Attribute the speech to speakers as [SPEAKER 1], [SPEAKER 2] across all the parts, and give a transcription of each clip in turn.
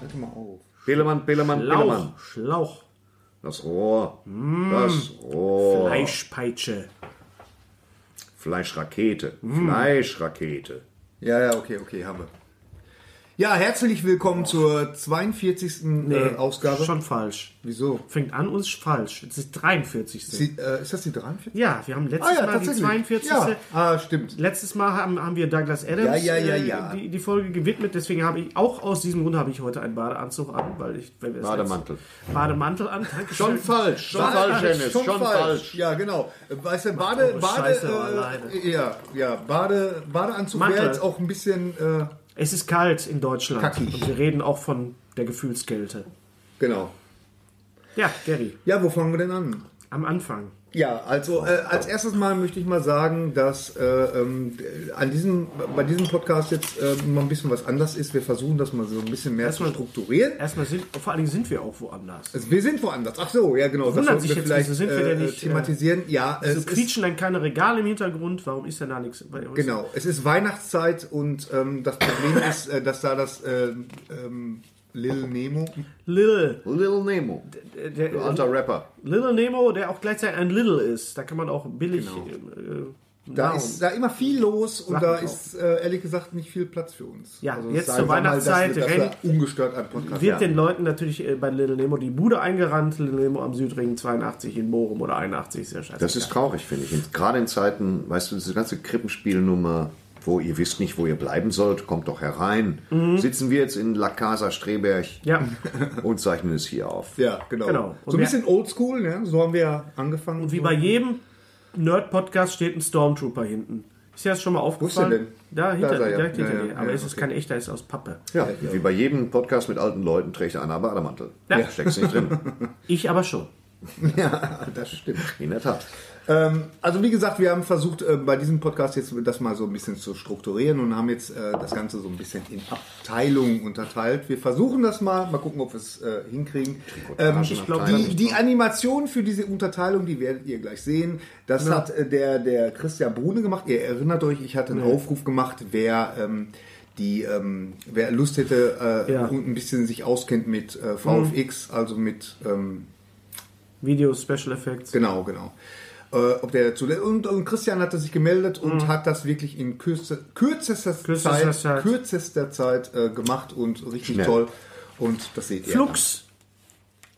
[SPEAKER 1] Hör mal auf.
[SPEAKER 2] Pelemann, Pelemann, Pelemann.
[SPEAKER 1] Schlauch, Schlauch,
[SPEAKER 2] Das Rohr. Das
[SPEAKER 3] Oh.
[SPEAKER 2] Rohr.
[SPEAKER 1] Fleischpeitsche.
[SPEAKER 2] Fleischrakete. Fleischrakete.
[SPEAKER 4] Ja, ja, okay, okay, haben wir.
[SPEAKER 3] Ja, herzlich willkommen zur 42. äh, Ausgabe.
[SPEAKER 1] Schon falsch.
[SPEAKER 3] Wieso?
[SPEAKER 1] Fängt an und ist falsch. Es ist 43.
[SPEAKER 3] Sie, äh, ist das die 43?
[SPEAKER 1] Ah, ja, wir haben letztes Mal die 42.
[SPEAKER 3] Ja. Ah, stimmt.
[SPEAKER 1] Letztes Mal haben, haben wir Douglas Adams
[SPEAKER 3] Ja, ja, ja,
[SPEAKER 1] äh,
[SPEAKER 3] ja.
[SPEAKER 1] Die, die Folge gewidmet. Deswegen habe ich auch aus diesem Grund habe ich heute einen Badeanzug an, weil ich weil wir das
[SPEAKER 2] Bademantel.
[SPEAKER 1] letzte- Bademantel an. Dankeschön.
[SPEAKER 2] Schon falsch. Schon
[SPEAKER 3] Bade-
[SPEAKER 2] falsch,
[SPEAKER 3] Bade-
[SPEAKER 2] Dennis. Schon, falsch.
[SPEAKER 3] Ja, genau. Äh, Weißt du, Bade,
[SPEAKER 1] eure
[SPEAKER 3] Bade,
[SPEAKER 1] Scheiße aber alleine.
[SPEAKER 3] äh, ja, ja, Bade, Badeanzug
[SPEAKER 1] Mantel.
[SPEAKER 3] wäre jetzt auch ein bisschen, äh,
[SPEAKER 1] Es ist kalt in Deutschland.
[SPEAKER 3] Kackig.
[SPEAKER 1] Und wir reden auch von der Gefühlskälte.
[SPEAKER 3] genau.
[SPEAKER 1] Ja, Gary,
[SPEAKER 3] Ja, wo fangen wir denn an?
[SPEAKER 1] am Anfang.
[SPEAKER 3] Ja, also äh, als erstes mal möchte ich mal sagen, dass äh, ähm, an diesem, bei diesem Podcast jetzt äh, mal ein bisschen was anders ist. Wir versuchen das mal so ein bisschen mehr zu
[SPEAKER 1] Erstmal-
[SPEAKER 3] strukturieren.
[SPEAKER 1] Erstmal sind, vor allen Dingen sind wir auch woanders.
[SPEAKER 3] Also wir sind woanders. Ach so, ja genau.
[SPEAKER 1] Wundert
[SPEAKER 3] sollten
[SPEAKER 1] sich
[SPEAKER 3] wir
[SPEAKER 1] jetzt,
[SPEAKER 3] vielleicht
[SPEAKER 1] wieso sind wir
[SPEAKER 3] äh,
[SPEAKER 1] denn nicht, äh,
[SPEAKER 3] thematisieren. Ja,
[SPEAKER 1] Wieso
[SPEAKER 3] es ist,
[SPEAKER 1] quietschen dann keine Regale im Hintergrund? Warum ist denn da nichts? bei uns?
[SPEAKER 3] genau. Es ist Weihnachtszeit und ähm, das Problem ist, äh, dass da das ähm, ähm, Little Nemo.
[SPEAKER 1] Little,
[SPEAKER 2] Little Nemo.
[SPEAKER 1] äh, der, äh,
[SPEAKER 2] Du alter Rapper.
[SPEAKER 1] Little Nemo, der auch gleichzeitig ein Little ist. Da kann man auch billig.
[SPEAKER 3] Genau.
[SPEAKER 1] Äh,
[SPEAKER 3] Da
[SPEAKER 1] Nahrung-
[SPEAKER 3] ist da immer viel los und
[SPEAKER 1] Sachen
[SPEAKER 3] da
[SPEAKER 1] kaufen.
[SPEAKER 3] ist äh, ehrlich gesagt nicht viel Platz für uns.
[SPEAKER 1] Ja,
[SPEAKER 3] es
[SPEAKER 1] jetzt
[SPEAKER 3] sei
[SPEAKER 1] zur
[SPEAKER 3] mal,
[SPEAKER 1] Weihnachtszeit
[SPEAKER 3] dass wir, dass
[SPEAKER 1] rennt-
[SPEAKER 3] wir ungestört ein Podcast.
[SPEAKER 1] wird
[SPEAKER 3] haben.
[SPEAKER 1] den Leuten natürlich äh, bei Little Nemo die Bude eingerannt. Little Nemo am Südring 82 in Bochum oder 81 ist ja scheiße.
[SPEAKER 2] Das ist traurig, finde ich. Und Gerade in Zeiten, weißt du, diese ganze Krippenspielnummer, wo ihr wisst nicht, wo ihr bleiben sollt, kommt doch herein. Sitzen wir jetzt in La Casa Streberg
[SPEAKER 1] ja.
[SPEAKER 2] und zeichnen es hier auf.
[SPEAKER 3] Ja, genau.
[SPEAKER 1] Genau. Und
[SPEAKER 3] So ein
[SPEAKER 1] wir-
[SPEAKER 3] bisschen oldschool, ne? So haben wir ja angefangen.
[SPEAKER 1] Und wie bei jedem Nerd-Podcast steht ein Stormtrooper hinten. Ist dir das schon mal aufgefallen?
[SPEAKER 3] denn?
[SPEAKER 1] Da hinter,
[SPEAKER 3] ist er, ja.
[SPEAKER 1] direkt hinter
[SPEAKER 3] Ja, ja,
[SPEAKER 1] dir. Aber
[SPEAKER 3] ja,
[SPEAKER 1] es ist kein echter, es ist aus Pappe.
[SPEAKER 2] Ja, wie bei jedem Podcast mit alten Leuten trägt einer Bademantel.
[SPEAKER 1] Ja.
[SPEAKER 2] Ja. Steckst nicht drin.
[SPEAKER 1] Ich aber schon.
[SPEAKER 3] ja, das stimmt.
[SPEAKER 2] In der Tat.
[SPEAKER 3] Ähm, also wie gesagt, wir haben versucht, äh, bei diesem Podcast jetzt das mal so ein bisschen zu strukturieren und haben jetzt äh, das Ganze so ein bisschen in Abteilungen unterteilt. Wir versuchen das mal, mal gucken, ob wir es äh, hinkriegen. Ähm, ich
[SPEAKER 1] glaub,
[SPEAKER 2] Abteilung.
[SPEAKER 3] die, die Animation für diese Unterteilung, die werdet ihr gleich sehen. Das hat äh, der, der Christian Brune gemacht. Ihr erinnert euch, ich hatte einen Aufruf gemacht, wer... Ähm, die, ähm, wer Lust hätte äh,
[SPEAKER 1] Ja.
[SPEAKER 3] und ein bisschen sich auskennt mit äh, VFX, also mit ähm,
[SPEAKER 1] Videos, Special Effects.
[SPEAKER 3] Genau, genau. Äh, ob der dazu und, und Christian hatte sich gemeldet und hat das wirklich in kürze, kürzester,
[SPEAKER 1] Mhm. Kürzester
[SPEAKER 3] Zeit,
[SPEAKER 1] Zeit.
[SPEAKER 3] kürzester Zeit äh, gemacht und richtig
[SPEAKER 2] Schnell.
[SPEAKER 3] toll. Und das seht ihr.
[SPEAKER 1] Flux.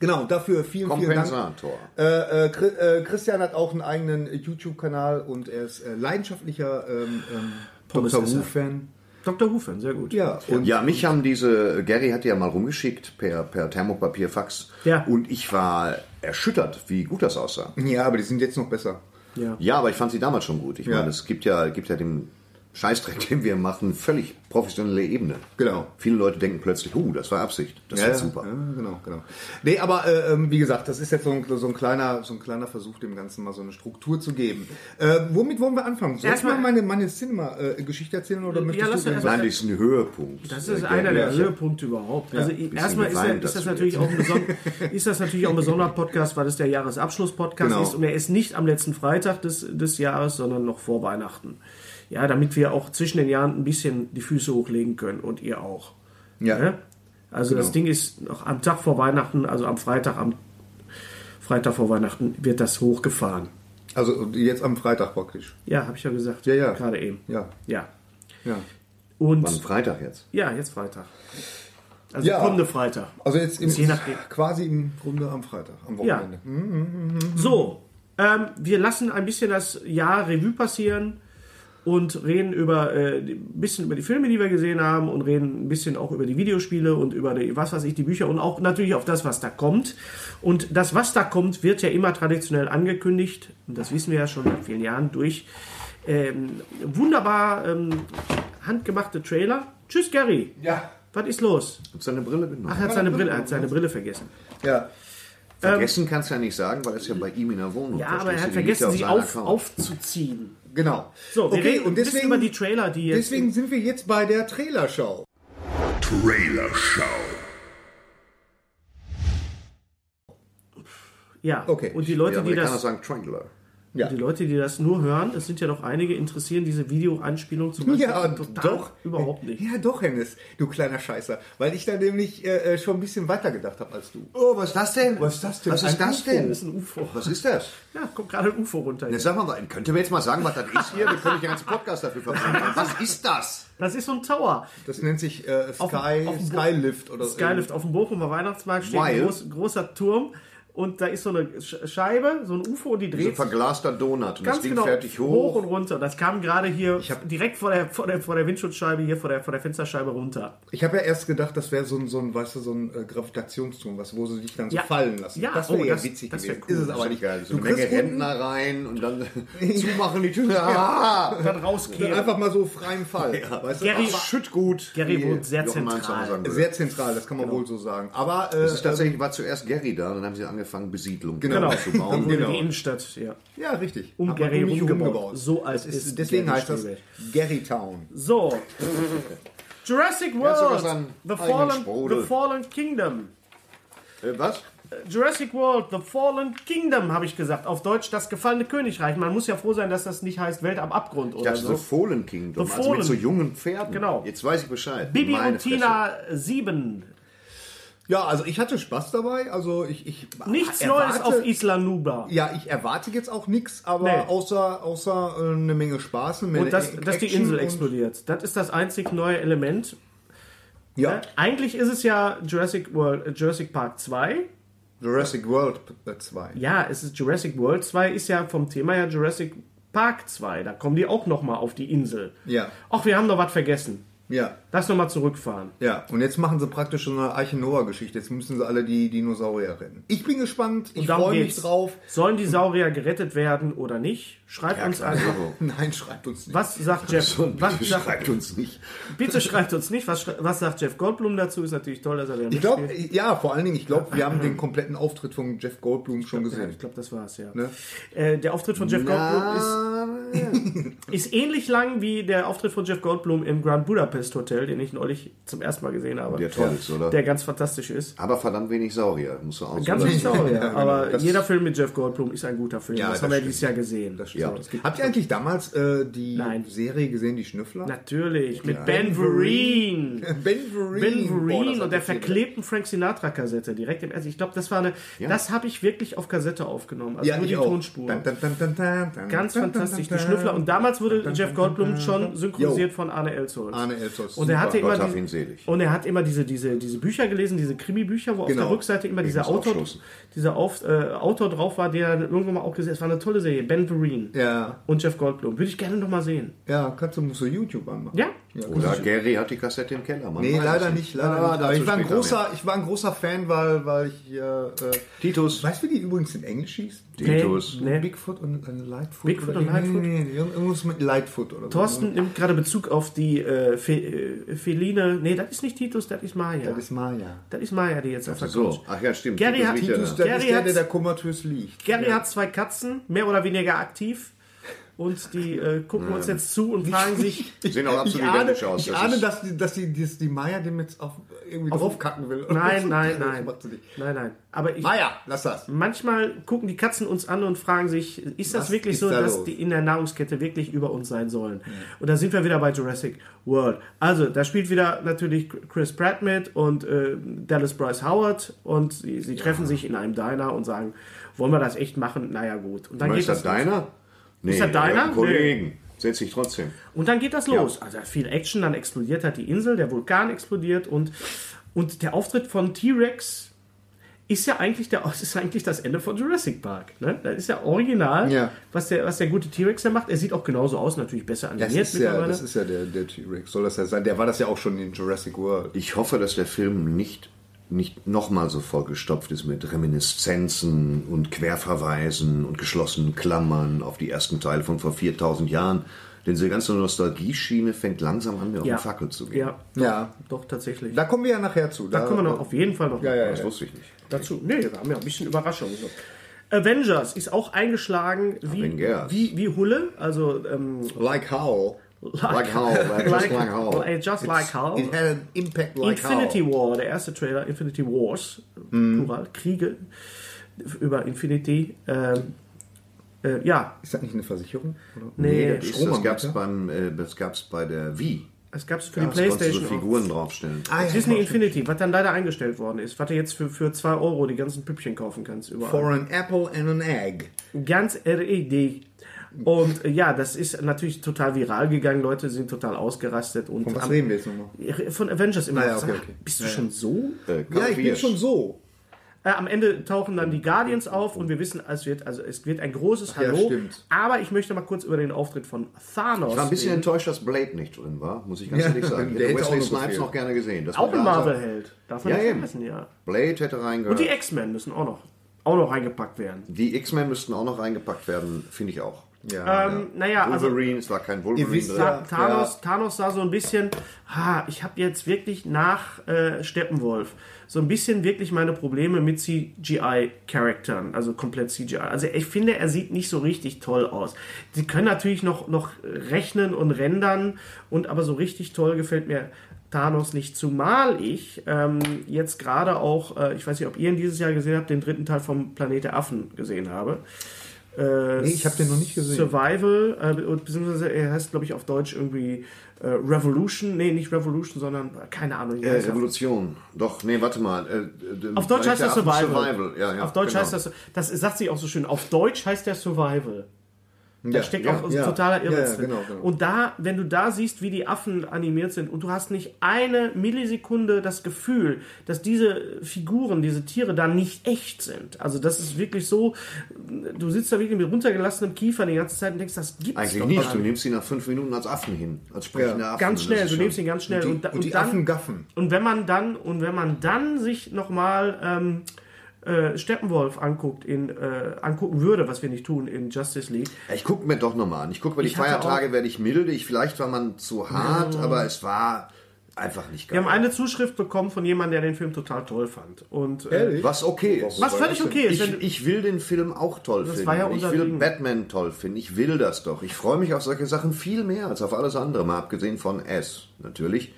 [SPEAKER 3] Genau, dafür vielen, vielen Dank.
[SPEAKER 2] Kompensator.
[SPEAKER 3] Äh, äh, Chri- äh, Christian hat auch einen eigenen YouTube-Kanal und er ist äh, leidenschaftlicher ähm, ähm, Dr.
[SPEAKER 1] Pommesesser.
[SPEAKER 3] Who-Fan.
[SPEAKER 1] Dr. Hufen, sehr gut.
[SPEAKER 3] Ja, und
[SPEAKER 2] Ja, mich haben diese, Gary hat die ja mal rumgeschickt per, per Thermopapier, Fax.
[SPEAKER 1] Ja.
[SPEAKER 2] Und ich war erschüttert, wie gut das aussah.
[SPEAKER 3] ja, aber die sind jetzt noch besser.
[SPEAKER 1] ja.
[SPEAKER 2] Ja, aber ich fand sie damals schon gut. Ich
[SPEAKER 3] Ja.
[SPEAKER 2] meine, es gibt ja, gibt ja dem Scheißdreck, den wir machen, völlig professionelle Ebene.
[SPEAKER 3] Genau.
[SPEAKER 2] Viele Leute denken plötzlich, uh, das war Absicht, das
[SPEAKER 3] ja,
[SPEAKER 2] wird super.
[SPEAKER 3] Ja, genau, genau. Nee, aber äh, ähm, wie gesagt, das ist jetzt so ein, so, ein kleiner, so ein kleiner Versuch, dem Ganzen mal so eine Struktur zu geben. Äh, womit wollen wir anfangen? Soll ich
[SPEAKER 1] Erstmal-
[SPEAKER 3] mal meine, meine Cinema-Geschichte erzählen oder möchtest
[SPEAKER 1] lass
[SPEAKER 3] du...
[SPEAKER 1] doch erst-
[SPEAKER 2] Nein, das ist ein Höhepunkt. Äh,
[SPEAKER 1] Das ist
[SPEAKER 2] Ja,
[SPEAKER 1] einer der
[SPEAKER 2] ja.
[SPEAKER 1] Höhepunkte überhaupt. Äh, also i- erstmal ist,
[SPEAKER 2] geweint,
[SPEAKER 1] der, ist, das
[SPEAKER 2] das
[SPEAKER 1] natürlich auch ein besonder, ist das natürlich auch ein besonderer Podcast, weil es der Jahresabschluss-Podcast
[SPEAKER 3] Genau.
[SPEAKER 1] ist und er ist nicht am letzten Freitag des, des Jahres, sondern noch vor Weihnachten. Ja, damit wir auch zwischen den Jahren ein bisschen die Füße hochlegen können und ihr auch.
[SPEAKER 3] Ja.
[SPEAKER 1] Ne? Also das Ding ist noch am Tag vor Weihnachten, also am Freitag, am Freitag vor Weihnachten wird das hochgefahren.
[SPEAKER 3] Also jetzt am Freitag praktisch.
[SPEAKER 1] Ja, habe ich ja gesagt.
[SPEAKER 3] Ja, ja.
[SPEAKER 1] Gerade eben.
[SPEAKER 3] Ja,
[SPEAKER 1] Ja.
[SPEAKER 3] ja.
[SPEAKER 1] Und
[SPEAKER 2] War ein Freitag jetzt.
[SPEAKER 1] ja, jetzt Freitag. Also
[SPEAKER 3] Ja.
[SPEAKER 1] kommende Freitag.
[SPEAKER 3] Also jetzt im,
[SPEAKER 1] Ist je nachdem.
[SPEAKER 3] quasi im Grunde am Freitag, am Wochenende. Hm?
[SPEAKER 1] So, ähm, wir lassen ein bisschen das Jahr Revue passieren und reden über äh, ein bisschen über die Filme, die wir gesehen haben und reden ein bisschen auch über die Videospiele und über die, was weiß ich, die Bücher und auch natürlich auf das, was da kommt. Und das, was da kommt, wird ja immer traditionell angekündigt, und das wissen wir ja schon seit vielen Jahren, durch ähm, wunderbar ähm, handgemachte Trailer. Tschüss, Gary.
[SPEAKER 3] Ja.
[SPEAKER 1] Was ist los?
[SPEAKER 2] Hat seine Brille genommen.
[SPEAKER 1] Ach, er hat seine Brille, er hat seine Brille vergessen.
[SPEAKER 3] Ja.
[SPEAKER 2] vergessen kannst du ja nicht sagen, weil er ist ja bei ihm in der Wohnung.
[SPEAKER 1] Ja,
[SPEAKER 2] Verstehst
[SPEAKER 1] aber er
[SPEAKER 2] du?
[SPEAKER 1] hat
[SPEAKER 2] Die
[SPEAKER 1] vergessen,
[SPEAKER 2] liegt
[SPEAKER 1] sich
[SPEAKER 2] auf seinem
[SPEAKER 1] auf,
[SPEAKER 2] Account.
[SPEAKER 1] aufzuziehen.
[SPEAKER 3] Genau.
[SPEAKER 1] So, wir reden und deswegen, über die Trailer, die jetzt.
[SPEAKER 3] deswegen sind wir jetzt bei der Trailer-Show.
[SPEAKER 5] Trailer Show.
[SPEAKER 1] ja,
[SPEAKER 3] okay.
[SPEAKER 1] und die
[SPEAKER 2] ja,
[SPEAKER 1] Leute,
[SPEAKER 2] aber
[SPEAKER 1] die
[SPEAKER 2] der kann auch
[SPEAKER 1] das.
[SPEAKER 2] sagen Triangular.
[SPEAKER 3] Ja.
[SPEAKER 1] Die Leute, die das nur hören, es sind ja doch einige, interessieren diese Videoanspielung zum Beispiel
[SPEAKER 3] Ja,
[SPEAKER 1] total
[SPEAKER 3] doch.
[SPEAKER 1] überhaupt nicht.
[SPEAKER 3] Ja, doch, Hennes, du kleiner Scheißer. Weil ich da nämlich äh, äh, schon ein bisschen weiter gedacht habe als du.
[SPEAKER 2] Oh, was ist das denn?
[SPEAKER 3] Was ist das denn?
[SPEAKER 2] Was
[SPEAKER 3] Ein
[SPEAKER 2] ist das
[SPEAKER 3] UFO?
[SPEAKER 2] denn?
[SPEAKER 1] Das ist ein UFO.
[SPEAKER 2] Was ist das?
[SPEAKER 1] Ja, kommt gerade ein UFO runter.
[SPEAKER 2] Jetzt sag mal, könnt ihr mir jetzt mal sagen, was das ist hier? Wir können nicht den ganzen Podcast dafür verbringen. Was ist das?
[SPEAKER 1] Das ist so ein Tower.
[SPEAKER 3] Das nennt sich äh, Sky,
[SPEAKER 1] auf dem Bo-
[SPEAKER 3] Skylift oder so.
[SPEAKER 1] Skylift auf dem Bochumer Weihnachtsmarkt steht ein
[SPEAKER 2] Weil-
[SPEAKER 1] groß, großer Turm und da ist so eine Sch- Scheibe, so ein UFO und die
[SPEAKER 2] So ein
[SPEAKER 1] dreht sich
[SPEAKER 2] verglaster Donut. Und das
[SPEAKER 1] ganz
[SPEAKER 2] Ding
[SPEAKER 1] genau
[SPEAKER 2] fährt dich hoch.
[SPEAKER 1] hoch und runter. Das kam gerade hier
[SPEAKER 3] hab-
[SPEAKER 1] direkt vor der, vor, der, vor der Windschutzscheibe, hier vor der, vor der Fensterscheibe runter.
[SPEAKER 3] Ich habe ja erst gegedacht, das wäre so ein, so ein, weißt du, so ein äh, Gravitationsturm, was, wo sie dich dann so
[SPEAKER 1] Ja.
[SPEAKER 3] fallen lassen.
[SPEAKER 1] Ja,
[SPEAKER 3] das wäre
[SPEAKER 1] oh,
[SPEAKER 3] ja
[SPEAKER 1] das-
[SPEAKER 3] witzig
[SPEAKER 1] das wär
[SPEAKER 3] gewesen.
[SPEAKER 1] cool.
[SPEAKER 3] Ist es aber nicht.
[SPEAKER 2] geil. So eine
[SPEAKER 3] Du
[SPEAKER 2] Menge
[SPEAKER 3] kriegst unten-
[SPEAKER 2] Rentner rein und dann zumachen die Tür. Ah!
[SPEAKER 1] Dann rauskehren.
[SPEAKER 3] Einfach mal so freien Fall. Weißt du?
[SPEAKER 1] Gary-
[SPEAKER 3] Aber
[SPEAKER 2] Schüttgut.
[SPEAKER 1] Gary
[SPEAKER 2] Wie
[SPEAKER 1] wohnt sehr
[SPEAKER 2] Jochen Manns auch
[SPEAKER 1] zentral.
[SPEAKER 2] sagen würde.
[SPEAKER 3] sehr zentral, das kann man
[SPEAKER 1] Genau.
[SPEAKER 3] wohl so sagen. Aber äh,
[SPEAKER 2] Das ist tatsächlich, war zuerst Gary da, dann haben sie angefangen, Besiedlung
[SPEAKER 3] Genau.
[SPEAKER 2] zu bauen.
[SPEAKER 1] Dann wurde
[SPEAKER 3] Genau.
[SPEAKER 1] die Innenstadt ja,
[SPEAKER 3] ja, richtig.
[SPEAKER 1] um
[SPEAKER 3] Hat man
[SPEAKER 1] Gary
[SPEAKER 3] um mich
[SPEAKER 1] rumgebaut.
[SPEAKER 3] rumgebaut.
[SPEAKER 1] So als
[SPEAKER 3] Das
[SPEAKER 1] ist
[SPEAKER 3] ist, deswegen
[SPEAKER 1] Gary
[SPEAKER 3] heißt das
[SPEAKER 1] Schneewelt.
[SPEAKER 3] Gary Town.
[SPEAKER 1] So. Jurassic
[SPEAKER 2] Kannst du was
[SPEAKER 1] World,
[SPEAKER 2] an
[SPEAKER 1] the
[SPEAKER 2] eigenen
[SPEAKER 1] fallen,
[SPEAKER 2] Sprudel?
[SPEAKER 1] the fallen Kingdom.
[SPEAKER 2] Äh, was?
[SPEAKER 1] Jurassic World, The Fallen Kingdom, habe ich gesagt. Auf Deutsch das gefallene Königreich. Man muss ja froh sein, dass das nicht heißt Welt am Abgrund oder
[SPEAKER 2] Das ist The
[SPEAKER 1] so.
[SPEAKER 2] Fohlen Kingdom,
[SPEAKER 1] The
[SPEAKER 2] also
[SPEAKER 1] Fohlen.
[SPEAKER 2] mit so jungen Pferden.
[SPEAKER 1] Genau.
[SPEAKER 2] Jetzt weiß ich Bescheid.
[SPEAKER 1] Bibi
[SPEAKER 2] Meine
[SPEAKER 1] und Tina 7.
[SPEAKER 3] Ja, also ich hatte Spaß dabei. Also ich, ich
[SPEAKER 2] Ah,
[SPEAKER 1] Nichts Neues
[SPEAKER 3] erwarte-
[SPEAKER 1] auf Isla Nuba.
[SPEAKER 3] Ja, ich erwarte jetzt auch nichts, aber
[SPEAKER 1] Nee.
[SPEAKER 3] außer, außer äh, eine Menge Spaß. Eine Menge
[SPEAKER 1] Und dass,
[SPEAKER 2] äh,
[SPEAKER 3] Ac-
[SPEAKER 1] dass die
[SPEAKER 3] Action
[SPEAKER 1] Insel
[SPEAKER 3] und-
[SPEAKER 1] explodiert. Das ist das einzig neue Element. Äh,
[SPEAKER 3] Ja,
[SPEAKER 1] Eigentlich ist es ja Jurassic, World, äh, Jurassic Park 2.
[SPEAKER 3] Jurassic World 2.
[SPEAKER 1] Ja, es ist Jurassic World 2 ist ja vom Thema her Jurassic Park 2. Da kommen die auch nochmal auf die Insel.
[SPEAKER 3] Ja.
[SPEAKER 1] Ach, wir haben noch was vergessen.
[SPEAKER 3] Ja,
[SPEAKER 1] Lass nochmal zurückfahren.
[SPEAKER 3] ja. Und jetzt machen sie praktisch so eine Arche Noah-Geschichte. Jetzt müssen sie alle die Dinosaurier retten. Ich bin gespannt. Ich
[SPEAKER 1] Darum
[SPEAKER 3] freue mich
[SPEAKER 1] geht's.
[SPEAKER 3] drauf.
[SPEAKER 1] Sollen die Saurier gerettet werden oder nicht? Schreibt uns einfach.
[SPEAKER 3] Nein, schreibt uns nicht.
[SPEAKER 1] Also, Was sagt Jeff? was
[SPEAKER 2] Bitte
[SPEAKER 1] sagt,
[SPEAKER 2] schreibt uns nicht.
[SPEAKER 1] bitte schreibt uns nicht. Was, schrei- was sagt Jeff Goldblum dazu? Ist natürlich toll, dass er wieder
[SPEAKER 3] Ich glaube,
[SPEAKER 1] mitspielt.
[SPEAKER 3] ja, vor allen Dingen, ich glaube, wir haben den kompletten Auftritt von Jeff Goldblum schon
[SPEAKER 1] ja,
[SPEAKER 3] gesehen.
[SPEAKER 1] ich glaube, das war's, ja.
[SPEAKER 3] Ne?
[SPEAKER 1] Äh, der Auftritt von Jeff Goldblum ist, ist ähnlich lang wie der Auftritt von Jeff Goldblum im Grand Budapest Hotel, den ich neulich zum ersten Mal gesehen habe.
[SPEAKER 2] Der toll ist, oder?
[SPEAKER 1] der ganz fantastisch ist.
[SPEAKER 2] Aber verdammt wenig Saurier, muss man auch
[SPEAKER 1] Ganz
[SPEAKER 2] sagen.
[SPEAKER 1] wenig Saurier. aber
[SPEAKER 3] genau. das-
[SPEAKER 1] jeder Film mit Jeff Goldblum ist ein guter Film.
[SPEAKER 3] Ja,
[SPEAKER 1] das,
[SPEAKER 3] das
[SPEAKER 1] haben wir
[SPEAKER 3] stimmt.
[SPEAKER 1] dieses Jahr gesehen.
[SPEAKER 2] Ja.
[SPEAKER 3] Habt ihr eigentlich damals äh, die
[SPEAKER 1] Nein.
[SPEAKER 3] Serie gesehen, die Schnüffler?
[SPEAKER 1] Natürlich, mit Ben Vereen.
[SPEAKER 3] Ben Vereen.
[SPEAKER 1] Ben
[SPEAKER 3] Boah, das
[SPEAKER 1] Vereen
[SPEAKER 3] hat
[SPEAKER 1] und der
[SPEAKER 3] mich hier-
[SPEAKER 1] verklebten Frank Sinatra-Kassette direkt im ersten. Ich glaube, das war eine. Das habe ich wirklich auf Kassette aufgenommen. Also
[SPEAKER 3] Ja,
[SPEAKER 1] nur
[SPEAKER 3] ich
[SPEAKER 1] die
[SPEAKER 3] auch.
[SPEAKER 1] Tonspur.
[SPEAKER 3] Dun, dun, dun, dun, dun, dun,
[SPEAKER 1] Ganz
[SPEAKER 3] dun, dun,
[SPEAKER 1] fantastisch,
[SPEAKER 3] dun,
[SPEAKER 1] die
[SPEAKER 3] dun.
[SPEAKER 1] Schnüffler. Und damals wurde Jeff Goldblum schon synchronisiert
[SPEAKER 3] Jo.
[SPEAKER 1] von Arne Elsholz.
[SPEAKER 3] Arne Elsos.
[SPEAKER 1] Und er, hatte immer
[SPEAKER 2] Gott hab ihn
[SPEAKER 1] diese,
[SPEAKER 2] selig.
[SPEAKER 1] und er hat immer diese, diese, diese Bücher gelesen, diese Krimi-Bücher, wo
[SPEAKER 3] Genau.
[SPEAKER 1] auf der Rückseite immer dieser
[SPEAKER 2] muss
[SPEAKER 1] Autor,
[SPEAKER 2] aufstoßen.
[SPEAKER 1] dieser auf, äh, Autor drauf war, der dann irgendwann mal auch gesehen hat. Es war eine tolle Serie, Ben Vereen
[SPEAKER 3] Ja,
[SPEAKER 1] und Jeff Goldblum. Würde ich gerne nochmal sehen.
[SPEAKER 3] ja, kannst du musst du YouTube anmachen.
[SPEAKER 1] Ja?
[SPEAKER 2] Oder Gary hat die Kassette im Keller. Man
[SPEAKER 3] Nee,
[SPEAKER 2] weiß
[SPEAKER 3] leider
[SPEAKER 2] es
[SPEAKER 3] nicht, leider
[SPEAKER 2] Ah,
[SPEAKER 3] nicht. Aber
[SPEAKER 2] dazu
[SPEAKER 3] ich war, ein
[SPEAKER 2] später mehr.
[SPEAKER 3] großer, ich war ein großer Fan, weil, weil ich hier. Äh,
[SPEAKER 2] Titus.
[SPEAKER 3] Weißt du, wie die übrigens in Englisch hieß?
[SPEAKER 2] Titus.
[SPEAKER 1] Nee.
[SPEAKER 3] Bigfoot und äh, Lightfoot.
[SPEAKER 1] Bigfoot
[SPEAKER 3] oder
[SPEAKER 1] und
[SPEAKER 3] irgendwie-
[SPEAKER 1] Lightfoot?
[SPEAKER 3] Nee, nee, irgend- irgendwas mit Lightfoot oder so.
[SPEAKER 1] Thorsten nimmt gerade Bezug auf die äh, Fe äh, Feline. Nee, das ist nicht Titus, das ist Maya.
[SPEAKER 3] Das ist Maya.
[SPEAKER 1] Das ist Maya, die jetzt auf der Couch.
[SPEAKER 2] So, ach ja, stimmt.
[SPEAKER 1] Gary hat-
[SPEAKER 2] liegt ja
[SPEAKER 3] Titus,
[SPEAKER 2] da.
[SPEAKER 3] das
[SPEAKER 1] Gary
[SPEAKER 3] ist der, der
[SPEAKER 1] hat's-
[SPEAKER 3] da komatös liegt.
[SPEAKER 1] Gary hat zwei Katzen, mehr oder weniger aktiv. Und die äh, gucken uns jetzt zu und fragen sich,
[SPEAKER 2] Sehen auch
[SPEAKER 3] Ich
[SPEAKER 2] absolut
[SPEAKER 3] ahne,
[SPEAKER 2] identisch aus.
[SPEAKER 3] ich
[SPEAKER 2] Das
[SPEAKER 3] ahne
[SPEAKER 2] ist-
[SPEAKER 3] dass, die, dass, die, dass die Maya dem jetzt auf, irgendwie draufkacken will.
[SPEAKER 1] nein, nein,
[SPEAKER 3] Das
[SPEAKER 1] nein.
[SPEAKER 3] macht sie nicht.
[SPEAKER 1] Nein, nein. Aber ich,
[SPEAKER 3] Maya, lass das.
[SPEAKER 1] manchmal gucken die Katzen uns an und fragen sich, ist das
[SPEAKER 3] Was
[SPEAKER 1] wirklich
[SPEAKER 3] ist
[SPEAKER 1] so,
[SPEAKER 3] da
[SPEAKER 1] dass
[SPEAKER 3] los?
[SPEAKER 1] die in der Nahrungskette wirklich über uns sein sollen? Und da sind wir wieder bei Jurassic World. Also, da spielt wieder natürlich Chris Pratt mit und äh, Dallas Bryce Howard und sie, sie treffen sich in einem Diner und sagen, wollen wir das echt machen? Naja, gut. Und dann
[SPEAKER 2] Meinst
[SPEAKER 1] geht
[SPEAKER 2] du,
[SPEAKER 1] das
[SPEAKER 2] ist das deiner? Nee,
[SPEAKER 1] das deiner?
[SPEAKER 2] einen Kollegen. Setz dich trotzdem.
[SPEAKER 1] Und dann geht das los. Also viel Action, dann explodiert halt die Insel, der Vulkan explodiert und, und der Auftritt von T-Rex ist ja eigentlich der ist eigentlich das Ende von Jurassic Park. Ne? Das ist ja original,
[SPEAKER 3] Ja.
[SPEAKER 1] was der was der gute T-Rex da macht. Er sieht auch genauso aus, natürlich besser animiert
[SPEAKER 3] Das ist, ja,
[SPEAKER 1] mittlerweile.
[SPEAKER 3] das ist ja der, der T-Rex, soll das ja sein. Der war das ja auch schon in Jurassic World.
[SPEAKER 2] Ich hoffe, dass der Film nicht, nicht nochmal so vollgestopft ist mit Reminiszenzen und Querverweisen und geschlossenen Klammern auf die ersten Teile von vor 4000 Jahren. Denn diese ganze Nostalgieschiene fängt langsam an, mir auf
[SPEAKER 1] ja.
[SPEAKER 2] den Fackel zu gehen.
[SPEAKER 1] Ja,
[SPEAKER 3] Ja,
[SPEAKER 1] doch tatsächlich. Da,
[SPEAKER 3] da kommen wir ja nachher zu.
[SPEAKER 1] da kommen wir noch auf jeden Fall noch
[SPEAKER 3] Ja, ja,
[SPEAKER 2] Das
[SPEAKER 3] ja.
[SPEAKER 2] wusste ich nicht.
[SPEAKER 1] dazu. Nee, wir haben ja ein bisschen Überraschung. So. Avengers ist auch eingeschlagen wie,
[SPEAKER 2] Avengers.
[SPEAKER 1] wie, wie Hulle, also ähm,
[SPEAKER 3] Like how?
[SPEAKER 2] Like how, like, just like how.
[SPEAKER 1] just like how.
[SPEAKER 3] It had an impact like
[SPEAKER 1] Infinity
[SPEAKER 3] how.
[SPEAKER 1] War, der erste Trailer, Infinity Wars, Plural, Kriege über Infinity. Ähm, äh, ja,
[SPEAKER 3] Ist das nicht eine Versicherung? Oder?
[SPEAKER 1] nee,
[SPEAKER 2] Das, ist- das
[SPEAKER 3] Stromanbieter?
[SPEAKER 2] gab es äh, das gab's bei der Wii.
[SPEAKER 1] es gab es für
[SPEAKER 2] Da
[SPEAKER 1] die
[SPEAKER 2] konntest du so
[SPEAKER 1] Playstation.
[SPEAKER 2] Figuren draufstellen.
[SPEAKER 3] Ah,
[SPEAKER 1] auch.
[SPEAKER 3] ja,
[SPEAKER 1] Disney Infinity, was dann leider eingestellt worden ist, was du jetzt für, für 2 Euro die ganzen Püppchen kaufen kannst. Überall.
[SPEAKER 3] For an apple and an egg.
[SPEAKER 1] Ganz RED. Und äh, ja, das ist natürlich total viral gegangen. Leute sind total ausgerastet. Und
[SPEAKER 3] Von was
[SPEAKER 1] am-
[SPEAKER 3] reden wir jetzt nochmal?
[SPEAKER 1] Von Avengers immer.
[SPEAKER 3] Ah, ja,
[SPEAKER 1] noch.
[SPEAKER 3] okay, okay.
[SPEAKER 1] Bist du schon so?
[SPEAKER 2] Äh,
[SPEAKER 3] Ja, ich bin
[SPEAKER 2] Kaffee.
[SPEAKER 3] schon so.
[SPEAKER 1] Äh, am Ende tauchen dann die Guardians auf und wir wissen, es wird, also es wird ein großes
[SPEAKER 3] ja,
[SPEAKER 1] Hallo.
[SPEAKER 3] stimmt.
[SPEAKER 1] aber ich möchte mal kurz über den Auftritt von Thanos.
[SPEAKER 2] Ich war ein bisschen
[SPEAKER 1] reden.
[SPEAKER 2] enttäuscht, dass Blade nicht drin war, muss ich ganz
[SPEAKER 3] Ja,
[SPEAKER 2] ehrlich sagen. Ich
[SPEAKER 3] der
[SPEAKER 2] hätte
[SPEAKER 3] hätte auch
[SPEAKER 2] Wesley
[SPEAKER 3] noch
[SPEAKER 2] Snipes
[SPEAKER 3] gefehlt.
[SPEAKER 2] noch gerne gesehen. dass
[SPEAKER 1] auch
[SPEAKER 2] man
[SPEAKER 1] ein
[SPEAKER 2] da sagt,
[SPEAKER 1] Marvel-Held. Darf man
[SPEAKER 2] Ja,
[SPEAKER 1] nicht
[SPEAKER 2] eben.
[SPEAKER 1] vergessen, ja.
[SPEAKER 2] Blade hätte
[SPEAKER 1] Und die
[SPEAKER 2] reingehört.
[SPEAKER 1] X-Men müssen auch noch, auch noch reingepackt werden.
[SPEAKER 2] Die X-Men müssten auch noch reingepackt werden, finde ich auch.
[SPEAKER 3] Ja.
[SPEAKER 1] Ähm, naja, also
[SPEAKER 2] Wolverine, es war kein Wolverine äh,
[SPEAKER 3] Ihr wisst
[SPEAKER 2] drin.
[SPEAKER 3] ja-
[SPEAKER 1] Tha- Thanos, Thanos sah so ein bisschen, ha, ich habe jetzt wirklich nach äh, Steppenwolf so ein bisschen wirklich meine Probleme mit CGI-Charaktern, also komplett CGI. Also ich finde, er sieht nicht so richtig toll aus. Sie können natürlich noch, noch rechnen und rendern, und aber so richtig toll gefällt mir Thanos nicht, zumal ich ähm, jetzt gerade auch, äh, ich weiß nicht, ob ihr ihn dieses Jahr gesehen habt, den dritten Teil vom Planet der Affen gesehen habe. Äh,
[SPEAKER 3] Nee, ich hab den noch nicht gesehen.
[SPEAKER 1] Survival, äh, und beziehungsweise er heißt, glaube ich, auf Deutsch irgendwie äh, Revolution. Nee, nicht Revolution, sondern äh, keine Ahnung. wie
[SPEAKER 2] Äh,
[SPEAKER 1] heißt er?
[SPEAKER 2] Revolution. Doch, nee, warte mal. Äh, äh,
[SPEAKER 1] auf Deutsch
[SPEAKER 2] der
[SPEAKER 1] heißt das
[SPEAKER 2] Affen-
[SPEAKER 1] Survival.
[SPEAKER 2] Ja, ja,
[SPEAKER 1] auf Deutsch
[SPEAKER 2] genau.
[SPEAKER 1] heißt das, das sagt sich auch so schön, auf Deutsch heißt der Survival. Da
[SPEAKER 3] Ja,
[SPEAKER 1] steckt
[SPEAKER 3] ja,
[SPEAKER 1] auch
[SPEAKER 3] ja.
[SPEAKER 1] totaler
[SPEAKER 3] Ja,
[SPEAKER 1] Irrsinn.
[SPEAKER 3] ja, genau, genau.
[SPEAKER 1] Und da, wenn du da siehst, wie die Affen animiert sind und du hast nicht eine Millisekunde das Gefühl, dass diese Figuren, diese Tiere da nicht echt sind. Also das ist wirklich so, du sitzt da wirklich mit runtergelassenem Kiefer die ganze Zeit und denkst, das gibt's
[SPEAKER 2] Eigentlich
[SPEAKER 1] doch
[SPEAKER 2] nicht.
[SPEAKER 1] gar
[SPEAKER 2] Du nimmst ihn nach fünf Minuten als Affen hin. Als sprechende Affen.
[SPEAKER 1] Ganz
[SPEAKER 2] Das
[SPEAKER 1] schnell,
[SPEAKER 2] ist
[SPEAKER 1] du
[SPEAKER 2] schon-
[SPEAKER 1] nimmst ihn ganz schnell. äh, Und, da-
[SPEAKER 3] Und die
[SPEAKER 1] dann-
[SPEAKER 3] Affen gaffen.
[SPEAKER 1] und wenn man dann und wenn man dann sich nochmal ähm, äh, Steppenwolf anguckt in äh, angucken würde, was wir nicht tun in Justice League,
[SPEAKER 2] Ja, Ich gucke mir doch nochmal an. Ich gucke, über die
[SPEAKER 1] Ich hatte
[SPEAKER 2] Feiertage werde ich milde. Ich, vielleicht war man zu hart, aber es war einfach nicht
[SPEAKER 1] wir
[SPEAKER 2] geil.
[SPEAKER 1] haben eine Zuschrift bekommen von jemandem, der den Film total toll fand. Und äh,
[SPEAKER 3] Ehrlich?
[SPEAKER 2] Was okay ist.
[SPEAKER 1] was völlig okay ist,
[SPEAKER 2] Ich,
[SPEAKER 1] wenn,
[SPEAKER 2] ich will den Film auch toll finden.
[SPEAKER 1] war ja unser
[SPEAKER 2] ich will
[SPEAKER 1] Ding.
[SPEAKER 2] Batman toll finden. Ich will das doch. Ich freue mich auf solche Sachen viel mehr als auf alles andere, mal abgesehen von S natürlich.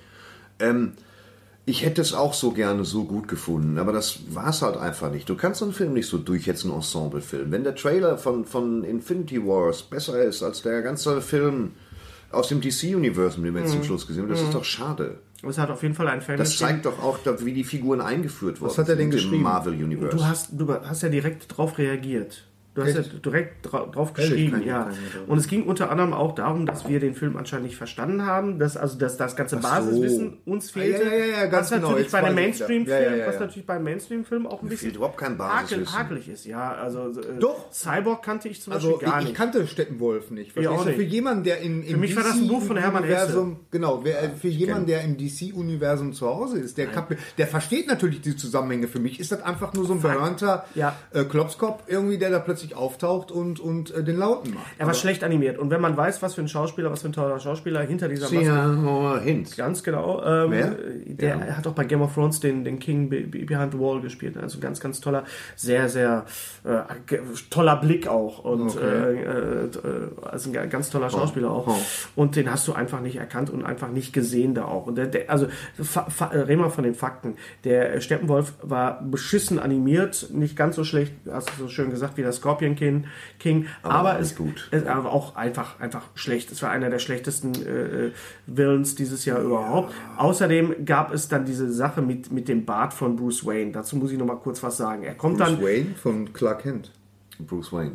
[SPEAKER 2] Ähm, ich hätte es auch so gerne so gut gefunden, aber das war es halt einfach nicht. Du kannst so einen Film nicht so durchhetzen, Ensemble-Film. Wenn der Trailer von, von Infinity Wars besser ist als der ganze Film aus dem DC-Universum, den wir
[SPEAKER 1] Mhm.
[SPEAKER 2] jetzt zum Schluss gesehen haben, das ist doch schade.
[SPEAKER 1] es hat auf jeden Fall einen Fan.
[SPEAKER 2] Das
[SPEAKER 1] geschrieben.
[SPEAKER 2] zeigt doch auch, dass- wie die Figuren eingeführt wurden.
[SPEAKER 3] hat er denn
[SPEAKER 2] sind im
[SPEAKER 3] geschrieben?
[SPEAKER 2] Marvel Universe.
[SPEAKER 1] Du hast, du hast ja direkt drauf reagiert. Du hast ja direkt dra drauf geschrieben,
[SPEAKER 3] kann-
[SPEAKER 1] ja.
[SPEAKER 3] kann ich nicht.
[SPEAKER 1] Und es ging unter anderem auch darum, dass wir den Film anscheinend nicht verstanden haben, dass also dass das ganze Basiswissen uns fehlte.
[SPEAKER 3] Ah, Ja, ja, ja, ja, ganz
[SPEAKER 1] was
[SPEAKER 3] genau,
[SPEAKER 1] natürlich
[SPEAKER 3] jetzt
[SPEAKER 1] bei einem
[SPEAKER 3] weiß ich's wieder.
[SPEAKER 1] Mainstream-Film,
[SPEAKER 3] Ja, ja, ja,
[SPEAKER 1] was
[SPEAKER 3] ja.
[SPEAKER 1] natürlich bei einem Mainstream-Film auch ein bisschen
[SPEAKER 2] fehlt überhaupt kein
[SPEAKER 1] hakel,
[SPEAKER 2] Basiswissen.
[SPEAKER 1] hakelig ist, ja. Also äh,
[SPEAKER 3] Doch.
[SPEAKER 1] Cyborg kannte ich zum
[SPEAKER 3] Also
[SPEAKER 1] Beispiel gar
[SPEAKER 3] ich, ich
[SPEAKER 1] nicht.
[SPEAKER 3] kannte Steppenwolf nicht.
[SPEAKER 1] Ich auch
[SPEAKER 3] Verstehst du? Für
[SPEAKER 1] nicht.
[SPEAKER 3] jemanden, der in, im
[SPEAKER 1] mich war das ein Buch von Hermann
[SPEAKER 3] Universum- Genau, wer, äh, für jemanden, der im DC-Universum zu Hause ist, der, kap- der versteht natürlich die Zusammenhänge. Für mich ist das einfach nur so ein verhörnter
[SPEAKER 1] Ja.
[SPEAKER 3] äh, Klopskopf irgendwie, der da plötzlich auftaucht und, und äh, den Lauten macht.
[SPEAKER 1] Er war schlecht animiert. Und wenn man weiß, was für ein Schauspieler, was für ein toller Schauspieler hinter dieser Maske oh,
[SPEAKER 2] Ja, Hinz.
[SPEAKER 1] Ganz genau. Ähm,
[SPEAKER 2] Wer?
[SPEAKER 1] Der hat auch bei Game of Thrones den, den King be- be- Behind the Wall gespielt. Also ganz, ganz toller, sehr, sehr äh, ge- toller Blick auch. Und äh, äh, t- äh, also ein ga- ganz toller
[SPEAKER 2] Oh.
[SPEAKER 1] Schauspieler auch. Und den hast du einfach nicht erkannt und einfach nicht gesehen da auch. Und der, der, also fa, fa, äh, reden wir von den Fakten. Der äh, Steppenwolf war beschissen animiert, nicht ganz so schlecht, hast du so schön gesagt, wie der Scorpion King. King. Aber,
[SPEAKER 2] auch
[SPEAKER 1] es,
[SPEAKER 2] nicht gut.
[SPEAKER 1] es aber auch einfach, einfach schlecht. Es war einer der schlechtesten äh, äh, Villains dieses Jahr überhaupt. Außerdem gab es dann diese Sache mit, mit dem Bart von Bruce Wayne. Dazu muss ich noch mal kurz was sagen. Er kommt
[SPEAKER 3] Bruce
[SPEAKER 1] dann.
[SPEAKER 3] Wayne von Clark Kent.
[SPEAKER 2] Bruce Wayne.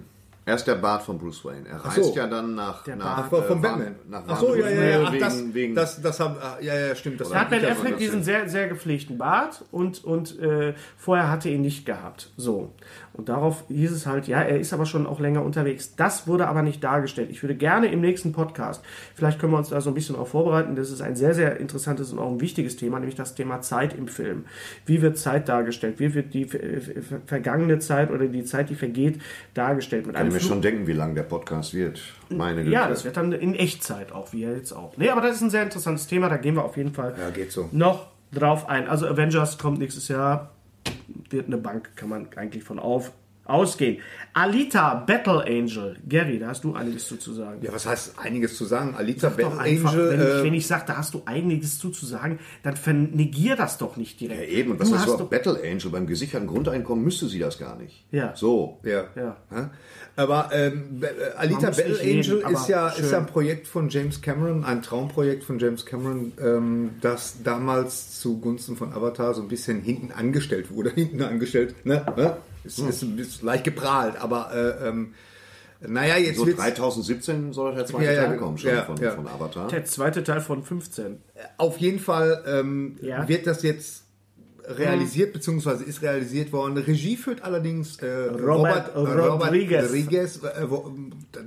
[SPEAKER 2] Er ist der Bart von Bruce Wayne. Er reist
[SPEAKER 3] so.
[SPEAKER 2] ja dann nach, nach
[SPEAKER 1] Bart.
[SPEAKER 3] Von, von
[SPEAKER 2] äh,
[SPEAKER 3] Batman.
[SPEAKER 2] Nach
[SPEAKER 3] Ach so, ja, ja, ja. Ach,
[SPEAKER 2] wegen,
[SPEAKER 3] das,
[SPEAKER 2] wegen
[SPEAKER 3] das, das haben, ah, ja, ja, stimmt. Das
[SPEAKER 1] Da hat
[SPEAKER 3] hab ich
[SPEAKER 1] Ben
[SPEAKER 3] ja
[SPEAKER 1] Affleck
[SPEAKER 3] mal
[SPEAKER 1] diesen sehr, sehr gepflegten Bart und, und äh, vorher hatte ihn nicht gehabt. So. Und darauf hieß es halt, ja, er ist aber schon auch länger unterwegs. Das wurde aber nicht dargestellt. Ich würde gerne im nächsten Podcast, vielleicht können wir uns da so ein bisschen auch vorbereiten, das ist ein sehr, sehr interessantes und auch ein wichtiges Thema, nämlich das Thema Zeit im Film. Wie wird Zeit dargestellt? Wie wird die äh, ver- vergangene Zeit oder die Zeit, die vergeht, dargestellt? Mit
[SPEAKER 2] Kann
[SPEAKER 1] einem
[SPEAKER 2] ich mir
[SPEAKER 1] Fluch-
[SPEAKER 2] schon denken, wie lang der Podcast wird. Meine Güte.
[SPEAKER 1] ja, das wird dann in Echtzeit auch, wie jetzt auch. Nee, aber das ist ein sehr interessantes Thema, da gehen wir auf jeden Fall
[SPEAKER 3] Ja, geht so.
[SPEAKER 1] noch drauf ein. Also Avengers kommt nächstes Jahr, wird eine Bank, kann man eigentlich von auf ausgehen. Alita Battle Angel. Gary, da hast du einiges zu, zu sagen.
[SPEAKER 3] Ja, was heißt einiges zu sagen? Alita
[SPEAKER 1] Doch
[SPEAKER 3] Battle
[SPEAKER 1] einfach,
[SPEAKER 3] Angel.
[SPEAKER 1] wenn, ich,
[SPEAKER 3] äh,
[SPEAKER 1] wenn ich sage, da hast du einiges zu, zu sagen, dann vernegier das doch nicht direkt.
[SPEAKER 2] ja, eben. Und was
[SPEAKER 1] du
[SPEAKER 2] heißt
[SPEAKER 1] hast doch,
[SPEAKER 2] überhaupt Battle Angel? Beim gesicherten Grundeinkommen müsste sie das gar nicht.
[SPEAKER 1] Ja.
[SPEAKER 2] So.
[SPEAKER 3] ja.
[SPEAKER 1] ja.
[SPEAKER 3] Ja. Aber ähm, Be- äh, Alita
[SPEAKER 1] Man muss
[SPEAKER 3] Battle
[SPEAKER 1] nicht jeden,
[SPEAKER 3] Angel ist
[SPEAKER 1] aber
[SPEAKER 3] ja,
[SPEAKER 1] schön.
[SPEAKER 3] ist ja ein Projekt von James Cameron, ein Traumprojekt von James Cameron, ähm, das damals zugunsten von Avatar so ein bisschen hinten angestellt wurde. Hinten angestellt, ne? ne? Ist,
[SPEAKER 1] Hm.
[SPEAKER 3] ist, ist leicht geprahlt, aber äh, ähm, naja, jetzt
[SPEAKER 2] So
[SPEAKER 3] wird's,
[SPEAKER 2] 2017 soll der zweite
[SPEAKER 3] Ja, ja,
[SPEAKER 2] Teil kommen schon
[SPEAKER 3] ja,
[SPEAKER 2] von,
[SPEAKER 3] ja.
[SPEAKER 2] von Avatar.
[SPEAKER 1] Der zweite Teil von 15.
[SPEAKER 3] auf jeden Fall ähm,
[SPEAKER 1] Ja.
[SPEAKER 3] wird das jetzt realisiert, beziehungsweise ist realisiert worden. Regie führt allerdings äh,
[SPEAKER 1] Robert Rodriguez.
[SPEAKER 3] Rodriguez, äh, wo-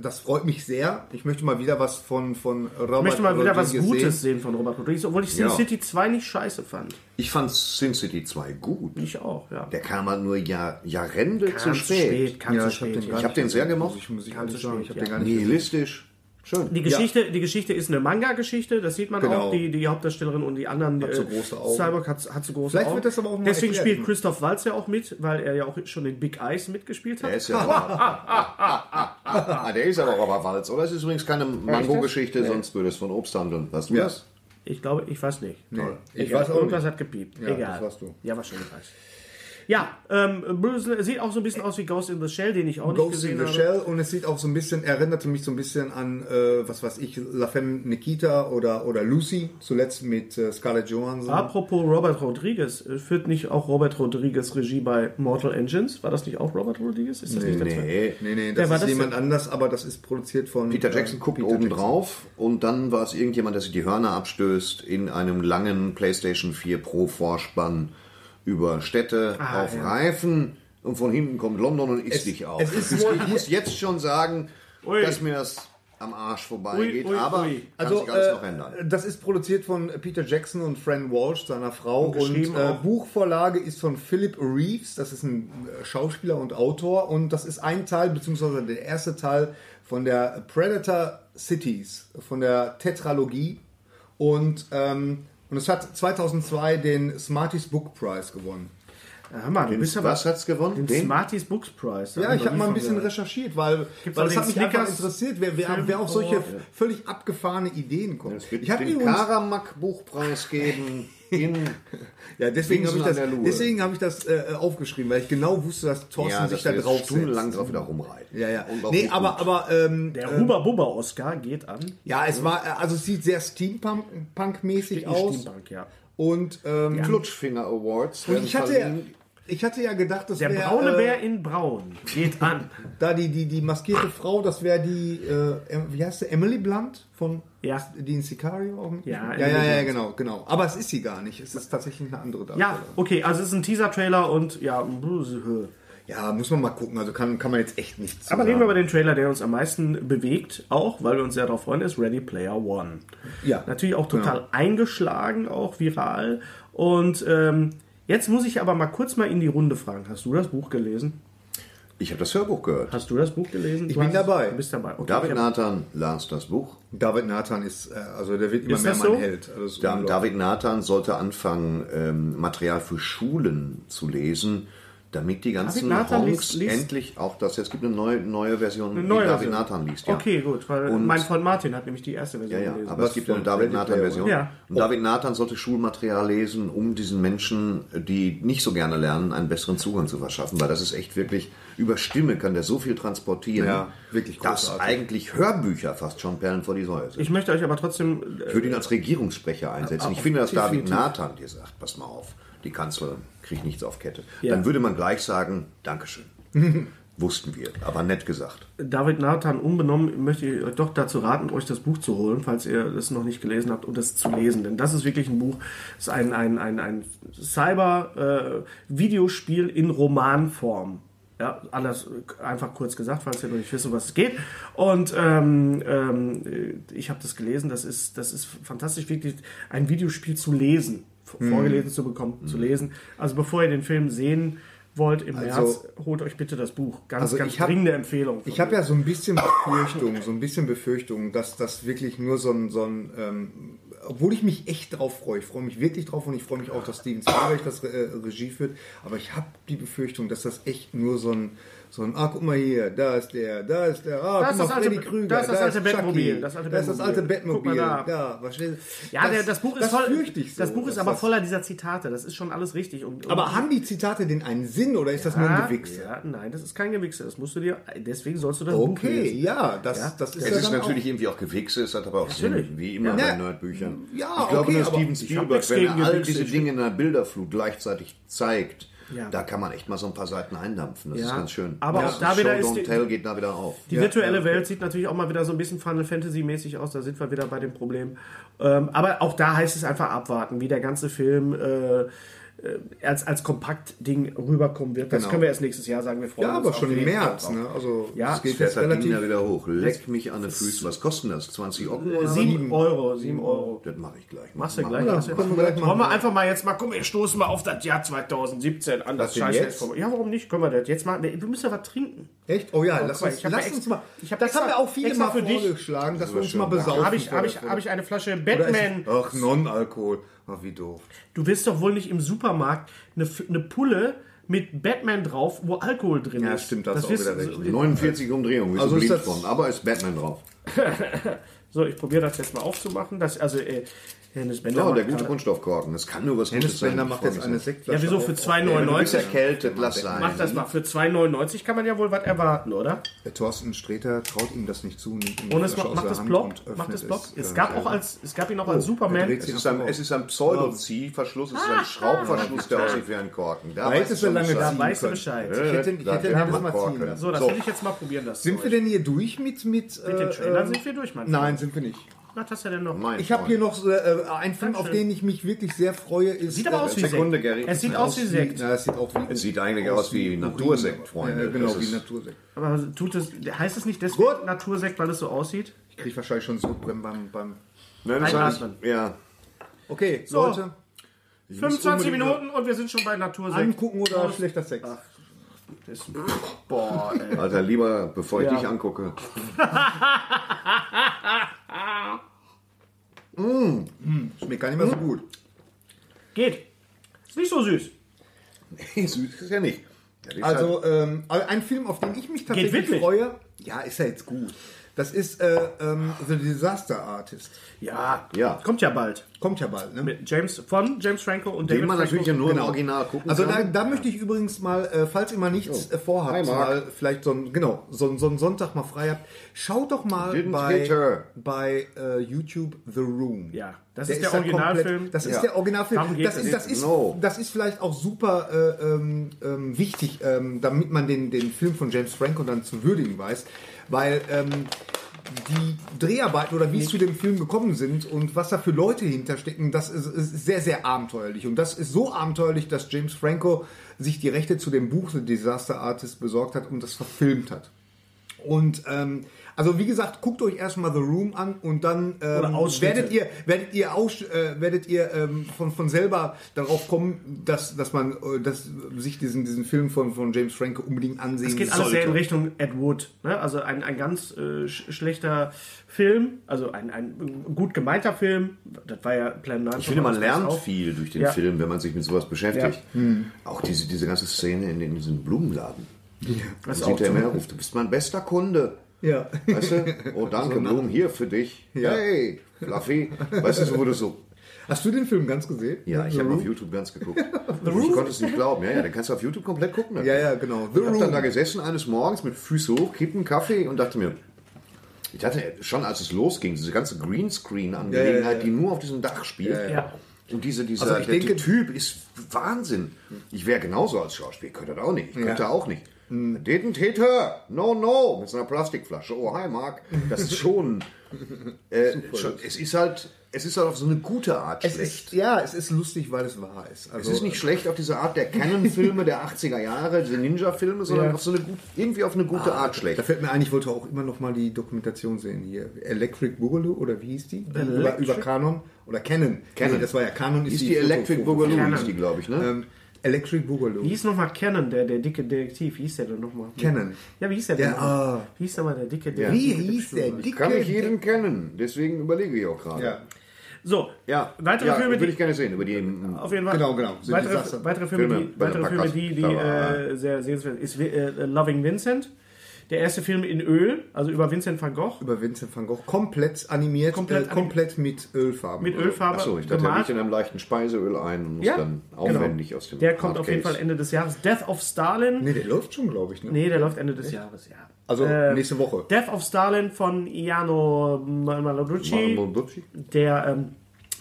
[SPEAKER 3] das freut mich sehr. Ich möchte mal wieder was von, von Robert
[SPEAKER 1] Ich möchte mal wieder was
[SPEAKER 3] Rodriguez
[SPEAKER 1] Gutes
[SPEAKER 3] sehen.
[SPEAKER 1] sehen von Robert Rodriguez, obwohl ich Sin
[SPEAKER 2] Ja.
[SPEAKER 1] City 2 nicht scheiße fand.
[SPEAKER 2] Ich fand Sin City 2 gut.
[SPEAKER 1] Ich auch, ja.
[SPEAKER 2] Der kam halt nur Jahr, Jahrende zu spät.
[SPEAKER 1] Kam
[SPEAKER 3] Ja,
[SPEAKER 1] zu
[SPEAKER 3] ich habe
[SPEAKER 1] spät.
[SPEAKER 3] den,
[SPEAKER 1] ja.
[SPEAKER 3] gar
[SPEAKER 2] Ich hab
[SPEAKER 3] nicht
[SPEAKER 2] den sehr
[SPEAKER 3] gesehen.
[SPEAKER 2] gemocht.
[SPEAKER 3] Muss ich, muss ich
[SPEAKER 1] Kam
[SPEAKER 3] ehrlich
[SPEAKER 1] zu
[SPEAKER 3] sagen,
[SPEAKER 1] spät,
[SPEAKER 3] ich habe
[SPEAKER 1] ja.
[SPEAKER 3] den gar nicht gesehen.
[SPEAKER 2] Nihilistisch. Schön.
[SPEAKER 1] Die Geschichte, die Geschichte ist eine Manga-Geschichte, das sieht man
[SPEAKER 3] Genau.
[SPEAKER 1] auch. Die, die Hauptdarstellerin und die anderen. Hat
[SPEAKER 3] so große Augen.
[SPEAKER 1] Cyborg hat, hat so große
[SPEAKER 3] Vielleicht
[SPEAKER 1] Augen.
[SPEAKER 3] wird das aber auch mal
[SPEAKER 1] Deswegen
[SPEAKER 3] erklärt.
[SPEAKER 1] spielt Christoph Waltz ja auch mit, weil er ja auch schon in Big Eyes mitgespielt hat.
[SPEAKER 2] Der ist ja aber, ah, der ist aber Robert Walz, oder? Es ist übrigens keine Mango-Geschichte, sonst würde es von Obst handeln. Weißt du
[SPEAKER 3] Ja.
[SPEAKER 2] das?
[SPEAKER 1] Ich glaube, ich weiß nicht.
[SPEAKER 3] Ich
[SPEAKER 1] Egal,
[SPEAKER 3] weiß auch
[SPEAKER 1] Irgendwas
[SPEAKER 3] nicht.
[SPEAKER 1] hat gepiept.
[SPEAKER 3] Ja,
[SPEAKER 1] Egal.
[SPEAKER 3] das warst du.
[SPEAKER 1] Ja, wahrscheinlich weiß. Ja, ähm, Bruce- sieht auch so ein bisschen aus wie Ghost in the Shell, den ich auch nicht
[SPEAKER 3] Ghost
[SPEAKER 1] gesehen
[SPEAKER 3] in the
[SPEAKER 1] habe.
[SPEAKER 3] Shell und es sieht auch so ein bisschen, erinnerte mich so ein bisschen an, äh, was weiß ich, La Femme Nikita oder, oder Lucy, zuletzt mit äh, Scarlett Johansson.
[SPEAKER 1] Apropos Robert Rodriguez, äh, führt nicht auch Robert Rodriguez Regie bei Mortal Engines? War das nicht auch Robert Rodriguez? Ist das nicht der zweite?
[SPEAKER 2] Nee.
[SPEAKER 3] Nee, nee,
[SPEAKER 1] Wer
[SPEAKER 3] das
[SPEAKER 1] war
[SPEAKER 3] ist
[SPEAKER 1] das
[SPEAKER 3] jemand anders, aber das ist produziert von äh,
[SPEAKER 2] Peter Jackson guckt oben drauf und dann war es irgendjemand, der sich die Hörner abstößt in einem langen PlayStation 4 Pro Vorspann über Städte auf Reifen und von hinten kommt London und isst dich auf.
[SPEAKER 3] es ist wohl-
[SPEAKER 2] ich muss jetzt schon sagen,
[SPEAKER 1] Ui.
[SPEAKER 2] dass mir das am Arsch vorbeigeht,
[SPEAKER 1] Ui, ui,
[SPEAKER 2] aber
[SPEAKER 1] ui.
[SPEAKER 2] kann
[SPEAKER 3] Also,
[SPEAKER 2] sich alles
[SPEAKER 3] äh,
[SPEAKER 2] noch ändern.
[SPEAKER 3] das ist produziert von Peter Jackson und Fran Walsh, seiner Frau. Und,
[SPEAKER 1] geschrieben
[SPEAKER 3] äh,
[SPEAKER 1] auch.
[SPEAKER 3] Buchvorlage ist von Philip Reeves, das ist ein äh, Schauspieler und Autor. Und das ist ein Teil, beziehungsweise der erste Teil von der Predator Cities, von der Tetralogie. Und, ähm, und es hat 2002 den Smarties Book Prize gewonnen.
[SPEAKER 1] Ja, Hammer, Ah, du bist aber
[SPEAKER 2] Was hat's gewonnen?
[SPEAKER 1] den, Smarties Books Prize. Da
[SPEAKER 3] Ja,
[SPEAKER 1] hab
[SPEAKER 3] ich
[SPEAKER 1] noch
[SPEAKER 3] habe
[SPEAKER 1] nie
[SPEAKER 3] mal ein
[SPEAKER 1] von
[SPEAKER 3] bisschen
[SPEAKER 1] gehört.
[SPEAKER 3] recherchiert, weil,
[SPEAKER 1] Gibt's
[SPEAKER 3] weil
[SPEAKER 1] auch
[SPEAKER 3] das
[SPEAKER 1] den
[SPEAKER 3] hat mich einfach
[SPEAKER 1] Snickers-
[SPEAKER 3] interessiert, wer, wer, wer auf solche völlig abgefahrene Ideen kommt.
[SPEAKER 2] Es wird
[SPEAKER 3] Ich habe
[SPEAKER 2] den
[SPEAKER 3] übrigens
[SPEAKER 2] Karamak-Buchpreis geben in
[SPEAKER 3] Ja, deswegen habe ich das,
[SPEAKER 2] Winsen an der Luhe.
[SPEAKER 3] deswegen hab ich das äh, aufgeschrieben, weil ich genau wusste, dass Thorsten
[SPEAKER 2] ja,
[SPEAKER 3] sich
[SPEAKER 2] dass
[SPEAKER 3] da
[SPEAKER 2] wir
[SPEAKER 3] drauf
[SPEAKER 2] stundenlang
[SPEAKER 3] setzt.
[SPEAKER 2] drauf wieder rumreiten.
[SPEAKER 3] Ja, ja.
[SPEAKER 2] Und auch
[SPEAKER 3] Nee,
[SPEAKER 2] nicht
[SPEAKER 3] aber,
[SPEAKER 2] gut.
[SPEAKER 3] aber ähm,
[SPEAKER 1] Der Huber Bubba Oscar geht an.
[SPEAKER 3] ja, es war, äh, also es sieht sehr Steampunk-mäßig aus.
[SPEAKER 1] Steampunk, ja.
[SPEAKER 3] Und ähm,
[SPEAKER 2] Flutschfinger Awards.
[SPEAKER 3] Und
[SPEAKER 2] werden
[SPEAKER 3] ich hatte,
[SPEAKER 2] verliehen.
[SPEAKER 3] Ich hatte ja gedacht, das
[SPEAKER 1] Der
[SPEAKER 3] wäre.
[SPEAKER 1] braune
[SPEAKER 3] äh,
[SPEAKER 1] Bär in Braun geht an.
[SPEAKER 3] Da die, die, die maskierte Frau, das wäre die, äh, Em- wie heißt sie, Emily Blunt von
[SPEAKER 1] Ja.
[SPEAKER 3] die in Sicario auch
[SPEAKER 1] Ja,
[SPEAKER 3] ja, ja,
[SPEAKER 1] Emily
[SPEAKER 3] ja, genau, genau. Aber es ist sie gar nicht. Es ist tatsächlich eine andere
[SPEAKER 1] Ja, okay, also es ist ein Teaser-Trailer und ja.
[SPEAKER 3] Ja, ja muss man mal gucken. Also kann, kann man jetzt echt nichts zu
[SPEAKER 1] Aber reden wir
[SPEAKER 3] sagen.
[SPEAKER 1] über den Trailer, der uns am meisten bewegt, auch weil wir uns sehr darauf freuen, ist Ready Player One.
[SPEAKER 3] Ja.
[SPEAKER 1] Natürlich auch total eingeschlagen, auch viral. Und ähm, jetzt muss ich aber mal kurz mal in die Runde fragen. Hast du das Buch gelesen?
[SPEAKER 2] Ich habe das Hörbuch gehört.
[SPEAKER 1] Hast du das Buch gelesen? Ich
[SPEAKER 3] bin dabei.
[SPEAKER 1] Du bist dabei. Okay,
[SPEAKER 2] David
[SPEAKER 1] ich hab-
[SPEAKER 2] Nathan las das Buch.
[SPEAKER 3] David Nathan ist, äh, also der wird immer
[SPEAKER 1] Ist
[SPEAKER 3] mehr
[SPEAKER 1] das
[SPEAKER 3] mein
[SPEAKER 1] so?
[SPEAKER 3] Held. Also es ist
[SPEAKER 2] Da,
[SPEAKER 3] unglaublich.
[SPEAKER 2] David Nathan sollte anfangen, ähm, Material für Schulen zu lesen, damit die ganzen
[SPEAKER 1] Nathan
[SPEAKER 2] Honks
[SPEAKER 1] liest- liest-
[SPEAKER 2] endlich auch das. Jetzt gibt eine neue, neue Version,
[SPEAKER 1] neue
[SPEAKER 2] die David
[SPEAKER 1] Version.
[SPEAKER 2] Nathan liest. Ja.
[SPEAKER 1] Okay, gut, weil
[SPEAKER 2] Und-
[SPEAKER 1] mein Freund Martin hat nämlich die erste Version
[SPEAKER 2] Ja, ja,
[SPEAKER 1] gelesen.
[SPEAKER 2] aber es gibt eine
[SPEAKER 3] von
[SPEAKER 2] David
[SPEAKER 3] Ready Player
[SPEAKER 2] Nathan-Version.
[SPEAKER 1] One. Ja.
[SPEAKER 2] Und David Nathan sollte Schulmaterial lesen, um diesen Menschen, die nicht so gerne lernen, einen besseren Zugang zu verschaffen, weil das ist echt wirklich, über Stimme kann der so viel transportieren,
[SPEAKER 3] Ja, wirklich
[SPEAKER 2] dass
[SPEAKER 3] großartig.
[SPEAKER 2] eigentlich Hörbücher fast schon Perlen vor die Säue sind.
[SPEAKER 1] ich möchte euch aber trotzdem
[SPEAKER 2] Ich würde ihn als Regierungssprecher einsetzen. Ich finde, dass David Nathan dir sagt, pass mal auf, die Kanzlerin kriegt nichts auf Kette.
[SPEAKER 1] Ja.
[SPEAKER 2] Dann würde man gleich sagen, Dankeschön. Wussten wir, aber nett gesagt.
[SPEAKER 1] David Nathan unbenommen möchte ich euch doch dazu raten, euch das Buch zu holen, falls ihr das noch nicht gelesen habt, und das zu lesen. Denn das ist wirklich ein Buch, das ist ein, ein, ein, ein Cyber-Videospiel in Romanform. Ja, anders äh, einfach kurz gesagt, falls ihr noch nicht wisst, um was es geht. Und ähm, ähm, äh, ich habe das gelesen, das ist, das ist fantastisch, wirklich ein Videospiel zu lesen, v-
[SPEAKER 3] Mhm.
[SPEAKER 1] vorgelesen zu bekommen, zu lesen. Also bevor ihr den Film sehen wollt im
[SPEAKER 3] Also-
[SPEAKER 1] März, holt euch bitte das Buch. Ganz,
[SPEAKER 3] Also
[SPEAKER 1] ganz
[SPEAKER 3] ich hab-
[SPEAKER 1] dringende Empfehlung.
[SPEAKER 3] Ich habe ja so ein bisschen Befürchtung, so ein bisschen Befürchtung, dass das wirklich nur so ein, so ein ähm, obwohl ich mich echt drauf freue, ich freue mich wirklich drauf und ich freue mich auch, dass Steven Spielberg das äh, Regie führt, aber ich habe die Befürchtung, dass das echt nur so ein, so ein, ah, guck mal hier, da ist der, da ist der, ah, guck
[SPEAKER 1] Da ist
[SPEAKER 3] mal,
[SPEAKER 1] das alte-
[SPEAKER 3] Freddy Krüger,
[SPEAKER 1] da ist das alte
[SPEAKER 3] Chucky,
[SPEAKER 1] Bettmobil, das alte
[SPEAKER 3] da ist das alte
[SPEAKER 1] Bettmobil.
[SPEAKER 3] Bettmobil,
[SPEAKER 1] Guck mal da.
[SPEAKER 3] da, was steht-
[SPEAKER 1] Ja, der, das Buch ist voll.
[SPEAKER 3] fürchte ich so,
[SPEAKER 1] das Buch ist
[SPEAKER 3] dass
[SPEAKER 1] aber
[SPEAKER 3] das-
[SPEAKER 1] voller dieser Zitate. Das ist schon alles richtig. Und, und
[SPEAKER 3] Aber haben die Zitate denn einen Sinn oder ist das nur ein
[SPEAKER 1] ja,
[SPEAKER 3] Gewichse?
[SPEAKER 1] ja, nein, das ist kein Gewichse. Das musst du dir. Deswegen sollst du das Buch
[SPEAKER 3] Okay,
[SPEAKER 1] lesen.
[SPEAKER 3] ja, das, das ist
[SPEAKER 2] Es
[SPEAKER 3] ja
[SPEAKER 2] ist
[SPEAKER 3] dann
[SPEAKER 2] natürlich irgendwie auch Gewichse, es hat aber auch Sinn,
[SPEAKER 1] Natürlich.
[SPEAKER 2] wie immer
[SPEAKER 3] Ja.
[SPEAKER 2] bei Nerdbüchern.
[SPEAKER 3] Ja,
[SPEAKER 2] ich glaube
[SPEAKER 3] okay,
[SPEAKER 2] nur
[SPEAKER 3] aber
[SPEAKER 2] Steven
[SPEAKER 1] ich hab
[SPEAKER 2] Spielberg,
[SPEAKER 1] nichts
[SPEAKER 2] wenn
[SPEAKER 1] gegen
[SPEAKER 2] er all
[SPEAKER 1] Gewichse.
[SPEAKER 2] diese Dinge in einer Bilderflut gleichzeitig zeigt,
[SPEAKER 1] Ja.
[SPEAKER 2] da kann man echt mal so ein paar Seiten eindampfen. Das
[SPEAKER 1] Ja.
[SPEAKER 2] ist ganz schön.
[SPEAKER 1] Aber
[SPEAKER 2] Ja,
[SPEAKER 1] auch da wieder
[SPEAKER 2] Show
[SPEAKER 1] ist
[SPEAKER 2] Don't
[SPEAKER 1] die-
[SPEAKER 2] Tell geht da wieder auf.
[SPEAKER 1] Die virtuelle Welt sieht natürlich auch mal wieder so ein bisschen Final Fantasy mäßig aus. Da sind wir wieder bei dem Problem. Ähm, aber auch da heißt es einfach abwarten, wie der ganze Film äh, äh, als, als Kompaktding rüberkommen wird. Das
[SPEAKER 3] Genau.
[SPEAKER 1] können wir erst nächstes Jahr sagen. Wir freuen
[SPEAKER 3] Ja,
[SPEAKER 1] uns
[SPEAKER 3] aber
[SPEAKER 1] auf
[SPEAKER 3] schon im
[SPEAKER 1] jeden
[SPEAKER 3] März,
[SPEAKER 1] Fall drauf.
[SPEAKER 3] ne? Also
[SPEAKER 1] Ja,
[SPEAKER 3] das
[SPEAKER 2] Geht
[SPEAKER 3] geht
[SPEAKER 2] fährt
[SPEAKER 3] jetzt
[SPEAKER 2] halt relativ
[SPEAKER 3] relativ.
[SPEAKER 2] da wieder hoch. Leck mich an den Füßen. Was kostet das? 20 Euro? oder was?
[SPEAKER 1] Sieben Euro, sieben Euro.
[SPEAKER 2] Das mache ich gleich.
[SPEAKER 1] Machst du
[SPEAKER 2] Mach
[SPEAKER 1] gleich.
[SPEAKER 2] mal.
[SPEAKER 1] machst du
[SPEAKER 3] können wir gleich machen.
[SPEAKER 1] Wollen wir einfach mal jetzt mal, komm, wir stoßen mal auf das Jahr 2017 an. Das
[SPEAKER 3] denn
[SPEAKER 1] Scheiß
[SPEAKER 3] jetzt?
[SPEAKER 1] vorbei. Ja, warum nicht? Können wir das jetzt machen? Wir wir müssen ja was trinken.
[SPEAKER 3] Echt? Oh ja, lass
[SPEAKER 1] guck mal,
[SPEAKER 3] uns,
[SPEAKER 1] ich hab
[SPEAKER 3] lass
[SPEAKER 1] extra-
[SPEAKER 3] uns mal.
[SPEAKER 1] ich hab
[SPEAKER 3] das
[SPEAKER 1] extra-
[SPEAKER 3] haben wir auch viele
[SPEAKER 1] extra
[SPEAKER 3] mal
[SPEAKER 1] für dich.
[SPEAKER 3] vorgeschlagen, dass wir uns
[SPEAKER 2] schön.
[SPEAKER 3] mal besaufen.
[SPEAKER 1] Habe ich,
[SPEAKER 3] vor
[SPEAKER 1] habe
[SPEAKER 3] der
[SPEAKER 1] ich,
[SPEAKER 3] Folge.
[SPEAKER 1] habe ich eine Flasche
[SPEAKER 3] Oder ist-
[SPEAKER 1] Batman.
[SPEAKER 3] Ach, Non-Alkohol. Ach, wie doof.
[SPEAKER 1] Du wirst doch wohl nicht im Supermarkt eine, F- eine Pulle mit Batman drauf, wo Alkohol drin
[SPEAKER 3] Ja,
[SPEAKER 1] ist.
[SPEAKER 3] stimmt, da hast du auch
[SPEAKER 1] wirst
[SPEAKER 3] wieder
[SPEAKER 1] du-
[SPEAKER 3] recht.
[SPEAKER 2] 49 Umdrehungen, wie
[SPEAKER 3] Also
[SPEAKER 2] also
[SPEAKER 3] ist
[SPEAKER 2] ist
[SPEAKER 3] das-
[SPEAKER 2] von, aber ist Batman drauf.
[SPEAKER 1] So, ich probiere das jetzt mal aufzumachen. Das, also, äh, Hennes Bender.
[SPEAKER 2] Ja,
[SPEAKER 1] macht
[SPEAKER 2] der gute
[SPEAKER 1] gerade-
[SPEAKER 2] Kunststoffkorken, das kann nur was
[SPEAKER 3] Dennis
[SPEAKER 2] Gutes sein.
[SPEAKER 3] Bender
[SPEAKER 2] Ich
[SPEAKER 3] macht
[SPEAKER 2] freu
[SPEAKER 3] jetzt
[SPEAKER 2] mich
[SPEAKER 3] eine
[SPEAKER 2] sehr.
[SPEAKER 3] Sektflasche.
[SPEAKER 1] Ja, wieso
[SPEAKER 3] auf.
[SPEAKER 1] für
[SPEAKER 2] Du bist
[SPEAKER 1] 2,99?
[SPEAKER 2] erkältet, lass sein.
[SPEAKER 1] Mach das mal. Für 2,99 kann man ja wohl was erwarten, oder?
[SPEAKER 3] Der Thorsten Sträter traut ihm das nicht zu. nimmt ihm die
[SPEAKER 1] Und es
[SPEAKER 3] Flasche aus
[SPEAKER 1] macht, macht
[SPEAKER 3] der
[SPEAKER 1] das
[SPEAKER 3] Hand
[SPEAKER 1] Block.
[SPEAKER 3] und öffnet
[SPEAKER 1] Macht das Block. Es
[SPEAKER 3] äh,
[SPEAKER 1] gab auch
[SPEAKER 3] selber.
[SPEAKER 1] als, es gab ihn auch als
[SPEAKER 3] er
[SPEAKER 1] Superman.
[SPEAKER 3] dreht
[SPEAKER 2] Es ist ein, es ist ein Pseudo-Ziehverschluss, es ist ein Schraubverschluss, der aussieht wie ein Korken. Da
[SPEAKER 3] Da
[SPEAKER 2] weißt
[SPEAKER 3] hättest du
[SPEAKER 2] schon
[SPEAKER 3] lange
[SPEAKER 2] Bescheid.
[SPEAKER 3] ziehen
[SPEAKER 1] weißt du
[SPEAKER 3] können.
[SPEAKER 1] Bescheid.
[SPEAKER 3] Ich hätte, ich
[SPEAKER 2] Da
[SPEAKER 3] hätte
[SPEAKER 2] hätte
[SPEAKER 3] das
[SPEAKER 2] man
[SPEAKER 3] mal
[SPEAKER 2] Korken.
[SPEAKER 3] ziehen lassen.
[SPEAKER 1] So, das
[SPEAKER 2] So.
[SPEAKER 1] will ich jetzt mal probieren. Das
[SPEAKER 3] Sind wir denn hier durch mit... Mit,
[SPEAKER 1] Mit den
[SPEAKER 3] äh,
[SPEAKER 1] Trailern
[SPEAKER 3] ähm,
[SPEAKER 1] sind wir durch, meinst du?
[SPEAKER 3] Nein, sind wir nicht.
[SPEAKER 1] Was hast du denn noch?
[SPEAKER 2] Mein
[SPEAKER 3] Ich habe hier
[SPEAKER 2] Freund.
[SPEAKER 3] noch so, äh, einen Film, auf den ich mich wirklich sehr freue. Ist,
[SPEAKER 1] Sieht aber
[SPEAKER 3] äh,
[SPEAKER 1] aus wie
[SPEAKER 2] Sekunde,
[SPEAKER 1] Sekt.
[SPEAKER 2] Gary.
[SPEAKER 1] Es sieht aus wie Sekt.
[SPEAKER 3] Ja, es sieht auch wie,
[SPEAKER 2] Es sieht eigentlich aus wie
[SPEAKER 3] Urin,
[SPEAKER 2] Natursekt,
[SPEAKER 3] Ja,
[SPEAKER 2] Freunde.
[SPEAKER 3] genau,
[SPEAKER 2] Das
[SPEAKER 3] wie
[SPEAKER 2] ist-
[SPEAKER 3] Natursekt.
[SPEAKER 1] Aber tut es, heißt es nicht deswegen Natursekt, weil es so aussieht?
[SPEAKER 3] Ich kriege wahrscheinlich schon Sodbrennen beim, beim...
[SPEAKER 2] Nein, das
[SPEAKER 1] Einatmen.
[SPEAKER 2] ist eigentlich- Ja.
[SPEAKER 3] Okay,
[SPEAKER 1] So.
[SPEAKER 3] Leute,
[SPEAKER 1] 25
[SPEAKER 2] ne?
[SPEAKER 1] Minuten und wir sind schon bei Natursekt.
[SPEAKER 3] angucken oder schlechter Sex?
[SPEAKER 1] Boah, ey.
[SPEAKER 2] Alter, lieber, bevor ich
[SPEAKER 1] Ja.
[SPEAKER 2] dich angucke.
[SPEAKER 3] Schmeckt gar nicht mehr so gut.
[SPEAKER 1] Geht. Ist nicht so süß.
[SPEAKER 2] Nee, süß ist ja nicht. Ja, die ist halt-
[SPEAKER 3] Also, ähm, aber ein Film, auf den ich mich tatsächlich
[SPEAKER 1] wirklich?
[SPEAKER 3] freue... Ja, ist ja jetzt gut. Das ist äh, ähm, The Disaster Artist.
[SPEAKER 1] Ja.
[SPEAKER 2] Ja.
[SPEAKER 1] Kommt ja bald.
[SPEAKER 3] Kommt ja bald, ne?
[SPEAKER 1] Mit James, von James Franco und
[SPEAKER 2] den
[SPEAKER 1] David
[SPEAKER 2] man
[SPEAKER 1] Franco.
[SPEAKER 2] natürlich ja nur im Genau, Original gucken
[SPEAKER 3] Also da,
[SPEAKER 2] kann.
[SPEAKER 3] da möchte ich übrigens mal, äh, falls ihr mal nichts äh, vorhabt,
[SPEAKER 2] Hi, Marc.
[SPEAKER 3] mal vielleicht so ein, genau, so, ein- so einen Sonntag mal frei habt, schaut doch mal
[SPEAKER 2] Didn't hit
[SPEAKER 3] bei,
[SPEAKER 2] her.
[SPEAKER 3] bei äh, YouTube The Room.
[SPEAKER 1] Ja. Das ist der Originalfilm.
[SPEAKER 3] Komplett, das ist
[SPEAKER 2] Ja.
[SPEAKER 3] der
[SPEAKER 1] Darum
[SPEAKER 3] Originalfilm.
[SPEAKER 1] geht
[SPEAKER 3] Das
[SPEAKER 1] es.
[SPEAKER 3] ist, das, ist,
[SPEAKER 2] No.
[SPEAKER 3] das ist vielleicht auch super äh, ähm, ähm, wichtig, ähm, damit man den, den Film von James Franco dann zu würdigen weiß. Weil ähm, die Dreharbeiten oder wie es zu dem Film gekommen sind und was da für Leute hinterstecken, das ist, ist sehr, sehr abenteuerlich. Und das ist so abenteuerlich, dass James Franco sich die Rechte zu dem Buch The Disaster Artist besorgt hat und das verfilmt hat. Und ähm, also wie gesagt, guckt euch erstmal The Room an und dann ähm,
[SPEAKER 1] Ausschnitte.
[SPEAKER 3] werdet ihr werdet ihr aus, äh, werdet ihr ähm, von von selber darauf kommen, dass dass man äh, dass sich diesen diesen Film von von James Franco unbedingt ansehen
[SPEAKER 1] Es geht alles
[SPEAKER 3] sollte.
[SPEAKER 1] sehr in Richtung Ed Wood. Ne? Also ein, ein ganz äh, sch schlechter Film, also ein, ein gut gemeinter Film. Das war ja Plan 9.
[SPEAKER 2] Ich finde, man lernt
[SPEAKER 1] auch.
[SPEAKER 2] viel durch den
[SPEAKER 1] Ja.
[SPEAKER 2] Film, wenn man sich mit sowas beschäftigt. Auch diese, diese ganze Szene in, in diesem Blumenladen. Da
[SPEAKER 1] ist
[SPEAKER 2] sieht
[SPEAKER 1] auch
[SPEAKER 2] er
[SPEAKER 1] toll.
[SPEAKER 2] immer ruft, du bist mein bester Kunde.
[SPEAKER 3] Ja.
[SPEAKER 2] Weißt du? Oh, danke, Blumen, hier für dich.
[SPEAKER 3] Ja.
[SPEAKER 2] Hey, Fluffy. Weißt du, so wurde so.
[SPEAKER 3] Hast du den Film ganz gesehen?
[SPEAKER 2] Ja, ich
[SPEAKER 3] The
[SPEAKER 2] habe
[SPEAKER 3] Room?
[SPEAKER 2] auf YouTube ganz geguckt. Ich konnte es nicht glauben. Ja, ja, dann kannst du auf YouTube komplett gucken.
[SPEAKER 3] Ja, ja, genau. The
[SPEAKER 2] Ich habe dann
[SPEAKER 3] Room.
[SPEAKER 2] da gesessen eines Morgens mit Füßen hoch, Kippen, Kaffee und dachte mir, ich dachte schon, als es losging, diese ganze Greenscreen-Angelegenheit,
[SPEAKER 3] Ja, ja, ja.
[SPEAKER 2] die nur auf diesem Dach spielt.
[SPEAKER 1] ja.
[SPEAKER 2] Und diese, dieser
[SPEAKER 3] Also ich
[SPEAKER 2] der,
[SPEAKER 3] denke-
[SPEAKER 2] der Typ ist Wahnsinn. Ich wäre genauso als Schauspieler. Ich könnte das auch nicht. Ich könnte auch nicht.
[SPEAKER 3] Hm.
[SPEAKER 2] Didn't hit her. No, no. Mit so einer Plastikflasche. Oh, hi, Mark. Das ist schon... äh, schon es ist halt... Es ist halt auf so eine gute Art
[SPEAKER 3] Es ist,
[SPEAKER 2] schlecht.
[SPEAKER 3] ja, es ist lustig, weil es wahr ist.
[SPEAKER 2] Es
[SPEAKER 3] Also,
[SPEAKER 2] ist nicht
[SPEAKER 1] äh,
[SPEAKER 2] schlecht auf diese Art der Canon-Filme der 80er Jahre, diese Ninja-Filme, sondern auf so eine, gut- irgendwie auf eine gute
[SPEAKER 1] Ah,
[SPEAKER 2] Art
[SPEAKER 3] Da
[SPEAKER 2] schlecht.
[SPEAKER 3] fällt mir ein, ich wollte auch immer noch mal die Dokumentation sehen hier. Electric Boogaloo oder wie hieß die? Über, über Canon oder Canon.
[SPEAKER 2] Canon.
[SPEAKER 3] Nee, das war ja Canon.
[SPEAKER 2] Ist die Electric
[SPEAKER 3] Foto- Foto-
[SPEAKER 2] Boogaloo,
[SPEAKER 3] Canon.
[SPEAKER 2] ist die, glaube ich, ne?
[SPEAKER 3] Ähm, Electric Boogaloo.
[SPEAKER 1] Wie hieß nochmal Cannon, der, der dicke Detektiv? Wie hieß der denn nochmal?
[SPEAKER 3] Cannon.
[SPEAKER 1] Ja, wie hieß der
[SPEAKER 3] Ja,
[SPEAKER 1] denn? nochmal?
[SPEAKER 3] ah.
[SPEAKER 1] Wie hieß der mal der dicke
[SPEAKER 3] Wie
[SPEAKER 1] Detektiv?
[SPEAKER 3] hieß der
[SPEAKER 2] Ich
[SPEAKER 3] dicke?
[SPEAKER 2] kann nicht jeden kennen, deswegen überlege ich auch gerade.
[SPEAKER 3] Ja,
[SPEAKER 1] So,
[SPEAKER 2] Ja,
[SPEAKER 1] weitere
[SPEAKER 2] ja,
[SPEAKER 1] Filme,
[SPEAKER 2] würde
[SPEAKER 1] die
[SPEAKER 2] ich gerne sehen. Über die, hm, m-
[SPEAKER 1] Auf jeden Fall.
[SPEAKER 3] Genau, genau. So
[SPEAKER 1] Weitere,
[SPEAKER 3] Desaster.
[SPEAKER 1] weitere Filme,
[SPEAKER 2] Filme
[SPEAKER 1] die,
[SPEAKER 2] bei der
[SPEAKER 1] weitere Filme, die, die
[SPEAKER 2] Podcast.
[SPEAKER 3] ah.
[SPEAKER 1] äh, sehr sehenswert ist äh, Loving Vincent. Der erste Film in Öl, also über Vincent van Gogh.
[SPEAKER 3] über Vincent van Gogh. Komplett animiert,
[SPEAKER 1] Komplett
[SPEAKER 3] komplett, äh, komplett mit Ölfarben.
[SPEAKER 1] Mit Ölfarbe
[SPEAKER 2] Achso, ich dachte, er
[SPEAKER 1] gemalt.
[SPEAKER 2] riecht in einem leichten Speiseöl ein und muss
[SPEAKER 1] Ja, genau.
[SPEAKER 2] dann aufwendig aus dem
[SPEAKER 1] Der kommt auf jeden Fall
[SPEAKER 2] Hardcase.
[SPEAKER 1] Ende des Jahres. Death of Stalin.
[SPEAKER 3] Nee, der läuft schon, glaube ich. Ne?
[SPEAKER 1] Nee, äh, der läuft Ende des Jahres, ja.
[SPEAKER 3] Also nächste Woche.
[SPEAKER 1] Death of Stalin von Iano Mal- Maladucci.
[SPEAKER 2] Maladucci?
[SPEAKER 1] Der, ähm,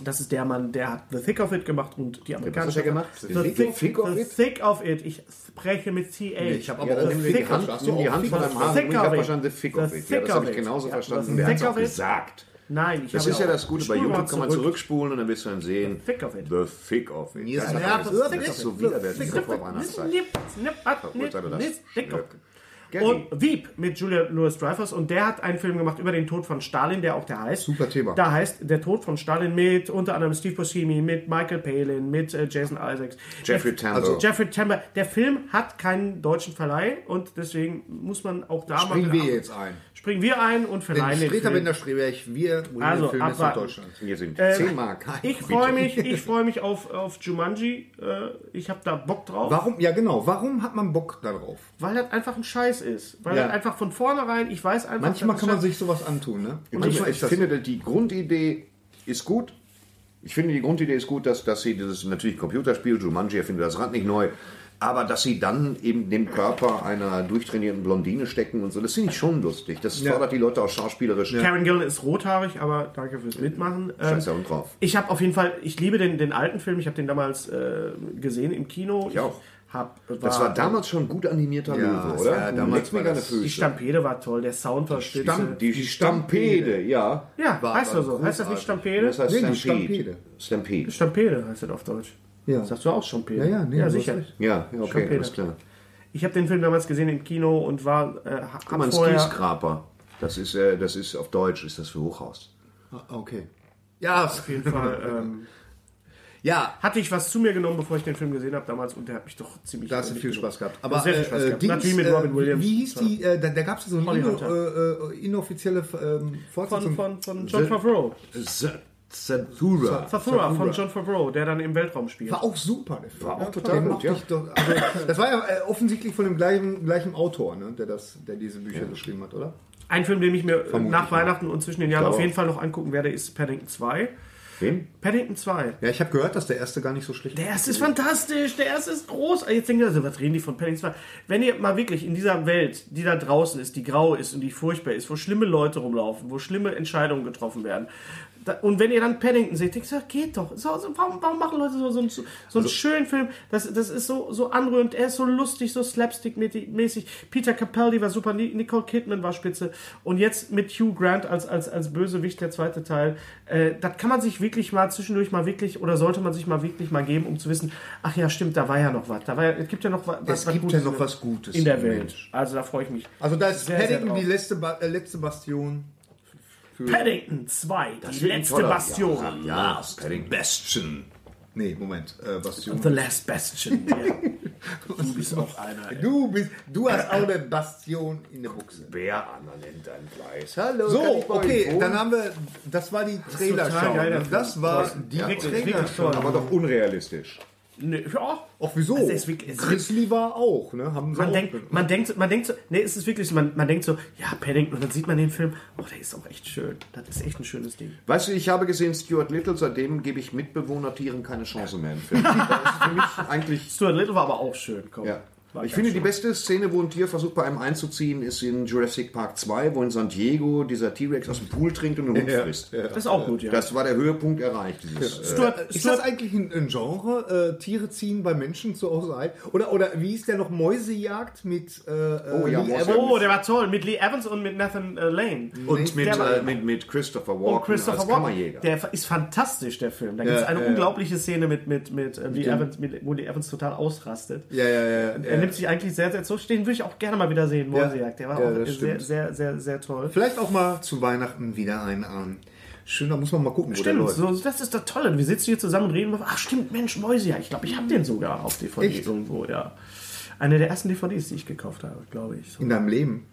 [SPEAKER 1] das ist der Mann, der hat The Thick of It gemacht und
[SPEAKER 2] Was
[SPEAKER 1] die
[SPEAKER 2] hat
[SPEAKER 1] amerikanische.
[SPEAKER 2] er gemacht?
[SPEAKER 1] The, thick, of the It? Thick of It. Ich spreche mit CH.
[SPEAKER 3] ich habe aber
[SPEAKER 2] Ja, dann
[SPEAKER 3] auch
[SPEAKER 2] nimm
[SPEAKER 3] den
[SPEAKER 2] dir die
[SPEAKER 3] Fick.
[SPEAKER 2] Hand,
[SPEAKER 3] Hast du
[SPEAKER 2] nimm die
[SPEAKER 3] auch
[SPEAKER 2] Hand
[SPEAKER 3] Fick
[SPEAKER 2] von
[SPEAKER 3] auf-
[SPEAKER 2] deinem Haaren.
[SPEAKER 1] Thick
[SPEAKER 2] Ich habe
[SPEAKER 1] of it.
[SPEAKER 2] verstanden, The Thick of
[SPEAKER 1] The
[SPEAKER 2] It. Ja,
[SPEAKER 1] thick
[SPEAKER 2] das habe
[SPEAKER 1] of
[SPEAKER 2] ich
[SPEAKER 1] it.
[SPEAKER 2] genauso
[SPEAKER 1] Ja,
[SPEAKER 2] verstanden.
[SPEAKER 1] the
[SPEAKER 2] Wer hat es
[SPEAKER 1] thick
[SPEAKER 2] auch
[SPEAKER 1] of it.
[SPEAKER 2] gesagt?
[SPEAKER 1] Nein, ich
[SPEAKER 2] Das
[SPEAKER 1] habe
[SPEAKER 2] ist ja
[SPEAKER 1] auch
[SPEAKER 2] das Gute, bei
[SPEAKER 1] Spulwort
[SPEAKER 2] YouTube kann man
[SPEAKER 1] zurück.
[SPEAKER 2] zurückspulen und dann wirst du dann sehen.
[SPEAKER 1] Thick of it.
[SPEAKER 2] The Thick of it.
[SPEAKER 3] Yes,
[SPEAKER 2] Keine
[SPEAKER 3] ja,
[SPEAKER 2] Ahnung,
[SPEAKER 3] the
[SPEAKER 2] das
[SPEAKER 3] thick
[SPEAKER 2] ist
[SPEAKER 3] of it.
[SPEAKER 2] so widerwärtig, das war Weihnachtszeit.
[SPEAKER 1] Snip, snip, at, nip,
[SPEAKER 2] Verurteile das.
[SPEAKER 1] nip, stick
[SPEAKER 2] Ja.
[SPEAKER 1] up.
[SPEAKER 2] Gary.
[SPEAKER 1] Und Wieb mit Julia Louis Dreyfus und der hat einen Film gemacht über den Tod von Stalin, der auch der heißt.
[SPEAKER 3] Super Thema.
[SPEAKER 1] Da heißt Der Tod von Stalin mit unter anderem Steve Buscemi, mit Michael Palin, mit äh, Jason Isaacs.
[SPEAKER 2] Jeffrey
[SPEAKER 1] Der-
[SPEAKER 2] Tambor.
[SPEAKER 1] Also Jeffrey Tambor. Der Film hat keinen deutschen Verleih und deswegen muss man auch da
[SPEAKER 3] Springen
[SPEAKER 1] mal
[SPEAKER 3] wir jetzt ein.
[SPEAKER 1] Springen wir ein und
[SPEAKER 3] Den
[SPEAKER 1] verleihen den
[SPEAKER 3] Streter
[SPEAKER 1] Film.
[SPEAKER 3] bin der Streberich. Wir bringen
[SPEAKER 1] Also,
[SPEAKER 3] den Film jetzt nach
[SPEAKER 1] abwarten.
[SPEAKER 3] Deutschland.
[SPEAKER 2] Hier sind
[SPEAKER 1] Äh,
[SPEAKER 2] 10 Mark.
[SPEAKER 1] Ich
[SPEAKER 2] Bitte.
[SPEAKER 1] freue mich, ich freue mich auf, auf Jumanji. Äh, Ich habe da Bock drauf.
[SPEAKER 3] Warum? Ja, genau. Warum hat man Bock darauf?
[SPEAKER 1] Weil das einfach ein Scheiß ist. Weil
[SPEAKER 3] Ja.
[SPEAKER 1] das einfach von vornherein, ich weiß einfach.
[SPEAKER 3] Manchmal
[SPEAKER 1] das
[SPEAKER 3] kann man
[SPEAKER 1] ist
[SPEAKER 3] sich sowas antun, ne?
[SPEAKER 2] Also,
[SPEAKER 3] Manchmal
[SPEAKER 2] ich finde, die Grundidee ist gut. Ich finde, die Grundidee ist gut, dass, dass sie dieses natürlich Computerspiel, Jumanji erfindet das Rad nicht neu, aber dass sie dann eben den Körper einer durchtrainierten Blondine stecken und so, das finde ich schon lustig. Das fordert die Leute auch schauspielerisch.
[SPEAKER 1] Karen Gillan ist rothaarig, aber danke fürs Mitmachen. Ähm,
[SPEAKER 2] Scheiß da und drauf.
[SPEAKER 1] Ich habe auf jeden Fall, ich liebe den, den alten Film. Ich habe den damals äh, gesehen im Kino. Ich
[SPEAKER 2] auch.
[SPEAKER 1] Hab,
[SPEAKER 2] Das war damals schon gut animierter Löwe, oder?
[SPEAKER 3] ja,
[SPEAKER 2] Du
[SPEAKER 3] damals
[SPEAKER 2] legst mir
[SPEAKER 3] war
[SPEAKER 2] gerne
[SPEAKER 3] das-
[SPEAKER 2] Füße.
[SPEAKER 1] Die Stampede war toll, der Sound war spitze.
[SPEAKER 2] die, die Stampede, ja.
[SPEAKER 1] ja,
[SPEAKER 3] war-
[SPEAKER 1] heißt
[SPEAKER 3] war
[SPEAKER 1] das so. Heißt das nicht
[SPEAKER 3] großartig.
[SPEAKER 1] Stampede?
[SPEAKER 2] Das heißt
[SPEAKER 3] Nee, die
[SPEAKER 2] Stampede. Stampede.
[SPEAKER 1] Stampede heißt das auf Deutsch.
[SPEAKER 3] Ja.
[SPEAKER 1] Sagst du auch Stampede?
[SPEAKER 3] Ja, ja, nee,
[SPEAKER 1] ja
[SPEAKER 3] du hast
[SPEAKER 1] sicher.
[SPEAKER 3] recht.
[SPEAKER 2] Ja, ja, okay,
[SPEAKER 1] Stampede.
[SPEAKER 2] alles klar.
[SPEAKER 1] Ich habe den Film damals gesehen im Kino und war äh, hab
[SPEAKER 2] Guck mal, ein
[SPEAKER 1] vorher...
[SPEAKER 2] Skyscraper. Das ist, äh, das ist auf Deutsch, ist das für Hochhaus.
[SPEAKER 3] Ah, Okay. Ja, auf jeden
[SPEAKER 1] Auf jeden Fall, ähm,
[SPEAKER 3] Ja,
[SPEAKER 1] hatte ich was zu mir genommen, bevor ich den Film gesehen habe damals und der hat mich doch ziemlich.
[SPEAKER 3] da hast du viel
[SPEAKER 1] mitgenommen.
[SPEAKER 3] Spaß gehabt. Aber
[SPEAKER 1] Sehr viel Spaß
[SPEAKER 3] äh,
[SPEAKER 1] gehabt.
[SPEAKER 3] Dings,
[SPEAKER 1] Natürlich mit Robin
[SPEAKER 3] äh,
[SPEAKER 1] Williams.
[SPEAKER 3] Wie hieß die? Äh, da da gab es so eine
[SPEAKER 1] Holly
[SPEAKER 3] inno,
[SPEAKER 1] Hunter.
[SPEAKER 3] äh, äh, inoffizielle ähm,
[SPEAKER 1] Von,
[SPEAKER 3] Fortsetzung.
[SPEAKER 1] von, von John Favreau.
[SPEAKER 2] Satura.
[SPEAKER 1] Favreau, von John Favreau, der dann im Weltraum spielt.
[SPEAKER 3] war auch super. Der Film.
[SPEAKER 2] War auch
[SPEAKER 3] Ja,
[SPEAKER 2] total
[SPEAKER 3] den
[SPEAKER 2] gut,
[SPEAKER 3] mochte
[SPEAKER 2] ja.
[SPEAKER 3] ich doch, also, das war ja äh, offensichtlich von dem gleichen, gleichen Autor, ne, der, das, der diese Bücher geschrieben hat, oder?
[SPEAKER 1] Ein Film, den ich mir äh, nach
[SPEAKER 3] ich,
[SPEAKER 1] Weihnachten und zwischen den Jahren
[SPEAKER 2] glaube
[SPEAKER 1] auf jeden
[SPEAKER 2] auch.
[SPEAKER 1] Fall noch angucken werde, ist Paddington 2.
[SPEAKER 2] Wen?
[SPEAKER 1] Paddington 2.
[SPEAKER 3] Ja, ich habe gehört, dass der erste gar nicht so schlecht
[SPEAKER 1] Der erste ist fantastisch, der erste ist groß. Jetzt denkt ihr also, was reden die von Paddington 2? Wenn ihr mal wirklich in dieser Welt, die da draußen ist, die grau ist und die furchtbar ist, wo schlimme Leute rumlaufen, wo schlimme Entscheidungen getroffen werden, Da, und wenn ihr dann Paddington seht, denkt ihr, geht doch. So, so, warum, warum machen Leute so, so, einen- so einen schönen Film? Das, das ist so, so anrührend, er ist so lustig, so slapstick-mäßig. Peter Capaldi war super, Ni- Nicole Kidman war spitze. Und jetzt mit Hugh Grant als, als, als Bösewicht, der zweite Teil. Äh, das kann man sich wirklich mal zwischendurch mal wirklich, oder sollte man sich mal wirklich mal geben, um zu wissen, ach ja, stimmt, da war ja noch was. Da war ja, es gibt ja noch wa- was,
[SPEAKER 3] Es
[SPEAKER 1] was
[SPEAKER 3] gibt ja
[SPEAKER 1] Gutes
[SPEAKER 3] noch was Gutes.
[SPEAKER 1] in der
[SPEAKER 3] im
[SPEAKER 1] Welt.
[SPEAKER 3] Mensch.
[SPEAKER 1] Also da freue ich mich.
[SPEAKER 3] Also da ist
[SPEAKER 1] Sehr, sehr
[SPEAKER 3] Paddington
[SPEAKER 1] drauf.
[SPEAKER 3] die letzte, ba äh, letzte Bastion. Für
[SPEAKER 1] Paddington 2, die
[SPEAKER 2] wird ein
[SPEAKER 1] letzte
[SPEAKER 2] toller-
[SPEAKER 1] Bastion.
[SPEAKER 2] Ja, Last Paddington.
[SPEAKER 3] Bastion. Nee, Moment. Äh, Bastion.
[SPEAKER 1] The Last Bastion. Ja. Du bist auch einer. ey.
[SPEAKER 3] Du bist, du hast auch eine Bastion in der Buchse.
[SPEAKER 2] Bär an, dann nennt ein Gleis.
[SPEAKER 3] So, okay, dann haben wir, das war die Trailer-Show.
[SPEAKER 1] geil,
[SPEAKER 3] ne?
[SPEAKER 1] das-
[SPEAKER 3] Das war die
[SPEAKER 2] Ja,
[SPEAKER 3] Trailer-Show.
[SPEAKER 2] aber doch unrealistisch.
[SPEAKER 1] Nö, ja.
[SPEAKER 3] Auch wieso?
[SPEAKER 1] Also es ist wirklich- es ist-
[SPEAKER 3] Grizzly war auch, ne? Haben sie
[SPEAKER 1] Man
[SPEAKER 3] auch
[SPEAKER 1] denkt, man denkt, man denkt so, nee, es ist wirklich so, man, man denkt so, ja, Paddington, und dann sieht man den Film, oh, der ist auch echt schön. Das ist echt ein schönes Ding.
[SPEAKER 2] Weißt du, ich habe gesehen, Stuart Little, seitdem gebe ich Mitbewohnertieren keine Chance mehr im Film. Das ist für mich eigentlich.
[SPEAKER 1] Stuart Little war aber auch schön, komm.
[SPEAKER 2] Ja.
[SPEAKER 1] War
[SPEAKER 2] Ich
[SPEAKER 1] ganz
[SPEAKER 2] finde,
[SPEAKER 1] schön.
[SPEAKER 2] die beste Szene, wo ein Tier versucht, bei einem einzuziehen, ist in Jurassic Park 2, wo in San Diego dieser T-Rex aus dem Pool trinkt und einen Hund frisst.
[SPEAKER 1] Das ist auch gut, ja.
[SPEAKER 2] Das war der Höhepunkt erreicht. Dieses, äh,
[SPEAKER 1] Stuart,
[SPEAKER 3] Ist das
[SPEAKER 1] Stuart,
[SPEAKER 3] eigentlich ein, ein Genre? Äh, Tiere ziehen bei Menschen zu Hause ein? Oder, oder wie hieß der noch? Mäusejagd mit äh,
[SPEAKER 2] Oh ja,
[SPEAKER 3] Lee
[SPEAKER 2] Mäuse-
[SPEAKER 3] Evans?
[SPEAKER 1] oh, der war toll, mit Lee Evans und mit Nathan äh, Lane.
[SPEAKER 2] und mit,
[SPEAKER 1] der war-
[SPEAKER 2] äh, mit, mit Christopher Walken
[SPEAKER 1] Und Christopher
[SPEAKER 2] als
[SPEAKER 1] Walken,
[SPEAKER 2] Kammerjäger.
[SPEAKER 1] der ist fantastisch, der Film. Da gibt es eine unglaubliche Szene mit, mit, mit, äh, Lee Evans, mit, wo Lee Evans total ausrastet.
[SPEAKER 3] Ja, ja, ja.
[SPEAKER 1] Er nimmt sich eigentlich sehr, sehr zurück. Den würde ich auch gerne mal wieder sehen, Morsejagd. Der war
[SPEAKER 3] Ja,
[SPEAKER 1] auch
[SPEAKER 3] das
[SPEAKER 1] sehr,
[SPEAKER 3] stimmt.
[SPEAKER 1] sehr, sehr, sehr toll.
[SPEAKER 3] Vielleicht auch mal zu Weihnachten wieder einen an. Schön, da muss man mal gucken, wo der
[SPEAKER 1] Stimmt,
[SPEAKER 3] läuft.
[SPEAKER 1] so, das ist das Tolle. Wir sitzen hier zusammen und reden. über- Ach, stimmt, Mensch, Morsejagd. Ich glaube, ich habe den sogar auf DVD
[SPEAKER 3] Echt?
[SPEAKER 1] irgendwo, ja. Eine der ersten DVDs, die ich gekauft habe, glaube ich. So.
[SPEAKER 3] In deinem Leben.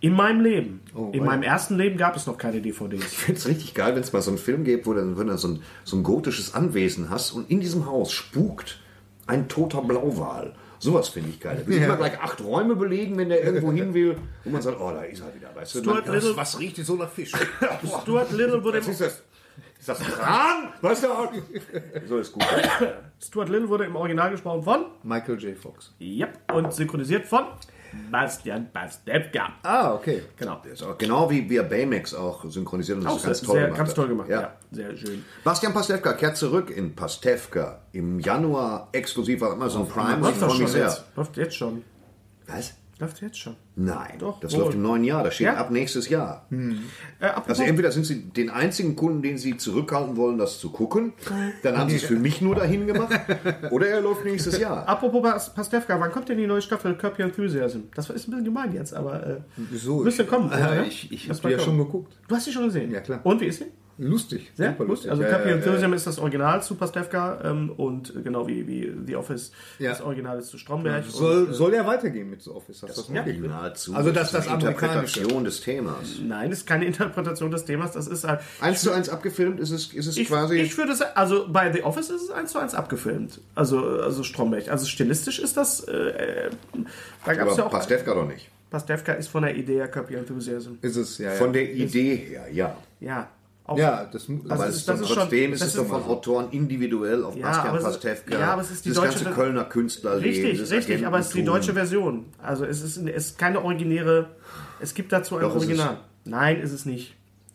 [SPEAKER 1] In meinem Leben. In
[SPEAKER 3] wow.
[SPEAKER 1] meinem ersten Leben gab es noch keine DVDs.
[SPEAKER 2] Ich finde es richtig geil, wenn es mal so einen Film gibt, wo dann, wenn du so ein, so ein gotisches Anwesen hast und in diesem Haus spukt ein toter Blauwal. Sowas finde ich geil. Da will ich immer gleich acht Räume belegen, wenn der irgendwo hin will und man sagt, oh, da ist er wieder. Weißt du,
[SPEAKER 1] Stuart
[SPEAKER 2] man,
[SPEAKER 1] Little,
[SPEAKER 3] Was riecht so nach Fisch?
[SPEAKER 1] Stuart Little wurde im
[SPEAKER 2] was ist das? Ist das ein Kran? Weißt du, so ist gut.
[SPEAKER 1] Stuart Little wurde im Original gesprochen von
[SPEAKER 3] Michael J. Fox.
[SPEAKER 1] Yep. Und synchronisiert von Bastian Pastewka.
[SPEAKER 3] Ah, okay.
[SPEAKER 1] Genau.
[SPEAKER 2] Ist auch Genau wie wir Baymax auch synchronisiert und das
[SPEAKER 1] Auch
[SPEAKER 2] ist ganz
[SPEAKER 1] sehr,
[SPEAKER 2] toll
[SPEAKER 1] sehr,
[SPEAKER 2] gemacht.
[SPEAKER 1] ganz
[SPEAKER 2] hat.
[SPEAKER 1] toll gemacht. Ja.
[SPEAKER 2] Ja.
[SPEAKER 1] sehr schön.
[SPEAKER 2] Bastian Pastewka kehrt zurück in Pastewka im Januar exklusiv auf Amazon Prime. Ich
[SPEAKER 1] Läuft doch
[SPEAKER 2] freue
[SPEAKER 1] schon
[SPEAKER 2] mich sehr.
[SPEAKER 1] jetzt. Läuft jetzt schon.
[SPEAKER 2] Was?
[SPEAKER 1] Läuft jetzt schon. Äh,
[SPEAKER 2] Nein,
[SPEAKER 1] Doch,
[SPEAKER 2] das
[SPEAKER 1] wohl.
[SPEAKER 2] läuft im neuen Jahr. Das steht
[SPEAKER 1] Ja?
[SPEAKER 2] ab nächstes Jahr.
[SPEAKER 1] Äh, apropos,
[SPEAKER 2] Also entweder sind sie den einzigen Kunden, den sie zurückhalten wollen, das zu gucken. Dann haben sie es für mich nur dahin gemacht. Oder er läuft nächstes Jahr.
[SPEAKER 1] apropos Pas- Pastewka, wann kommt denn die neue Staffel Curb Your Enthusiasm? Das ist ein bisschen gemein jetzt, aber äh,
[SPEAKER 3] Wieso?
[SPEAKER 1] müsste kommen. oder?
[SPEAKER 3] Äh, ich ich
[SPEAKER 1] Das
[SPEAKER 3] habe die ja
[SPEAKER 1] kommt.
[SPEAKER 3] schon geguckt.
[SPEAKER 1] Du hast sie schon gesehen?
[SPEAKER 3] Ja, klar.
[SPEAKER 1] Und wie ist sie?
[SPEAKER 3] Lustig.
[SPEAKER 1] Sehr
[SPEAKER 3] super
[SPEAKER 1] gut.
[SPEAKER 3] lustig.
[SPEAKER 1] Also
[SPEAKER 3] Ja,
[SPEAKER 1] Curb Your
[SPEAKER 3] ja, ja.
[SPEAKER 1] Enthusiasm ist das Original zu Pastewka ähm, und äh, genau wie, wie The Office
[SPEAKER 3] Ja.
[SPEAKER 1] das Original ist zu Stromberg.
[SPEAKER 3] Soll, soll ja weitergehen mit The Office. Hast du äh, das
[SPEAKER 1] ja.
[SPEAKER 3] mitgekriegt?
[SPEAKER 2] Nahezu.
[SPEAKER 3] Also, das ist das
[SPEAKER 2] eine
[SPEAKER 3] Amerikanische.
[SPEAKER 2] Interpretation des Themas.
[SPEAKER 1] und, nein, das ist keine Interpretation des Themas, das ist halt...
[SPEAKER 2] Eins zu eins abgefilmt ist es, ist es
[SPEAKER 1] Ich,
[SPEAKER 2] quasi.
[SPEAKER 1] ich würde sagen, also bei The Office ist es eins zu eins abgefilmt. Also, also Stromberg. Also stilistisch ist das. Äh, äh, da gab
[SPEAKER 2] aber
[SPEAKER 1] es ja auch.
[SPEAKER 2] Pastewka doch nicht.
[SPEAKER 1] Pastewka ist von der Idee her Copy Enthusiasm.
[SPEAKER 3] Ist es,
[SPEAKER 1] Äh,
[SPEAKER 3] ja. ja.
[SPEAKER 2] Von der Idee her, ja.
[SPEAKER 1] Ja. Auch,
[SPEAKER 3] ja, das, aber
[SPEAKER 2] Aber
[SPEAKER 1] ist-
[SPEAKER 2] es ist
[SPEAKER 1] das
[SPEAKER 2] doch
[SPEAKER 1] ist schon-
[SPEAKER 2] trotzdem ist
[SPEAKER 1] das
[SPEAKER 2] es
[SPEAKER 1] ist-
[SPEAKER 2] doch von Autoren individuell auf
[SPEAKER 1] Ja, aber
[SPEAKER 2] Bastian
[SPEAKER 1] es ist-
[SPEAKER 2] Pastewka.
[SPEAKER 1] ja, aber es ist die
[SPEAKER 2] das
[SPEAKER 1] deutsche
[SPEAKER 2] ganze
[SPEAKER 1] Ver-
[SPEAKER 2] Kölner Künstlerleben.
[SPEAKER 1] Richtig,
[SPEAKER 2] das
[SPEAKER 1] richtig, aber es ist die
[SPEAKER 2] Agententum.
[SPEAKER 1] deutsche Version. Also es ist, es ist keine originäre. Es gibt dazu ein
[SPEAKER 2] Doch, es ist-
[SPEAKER 1] Original. Nein, ist es nicht.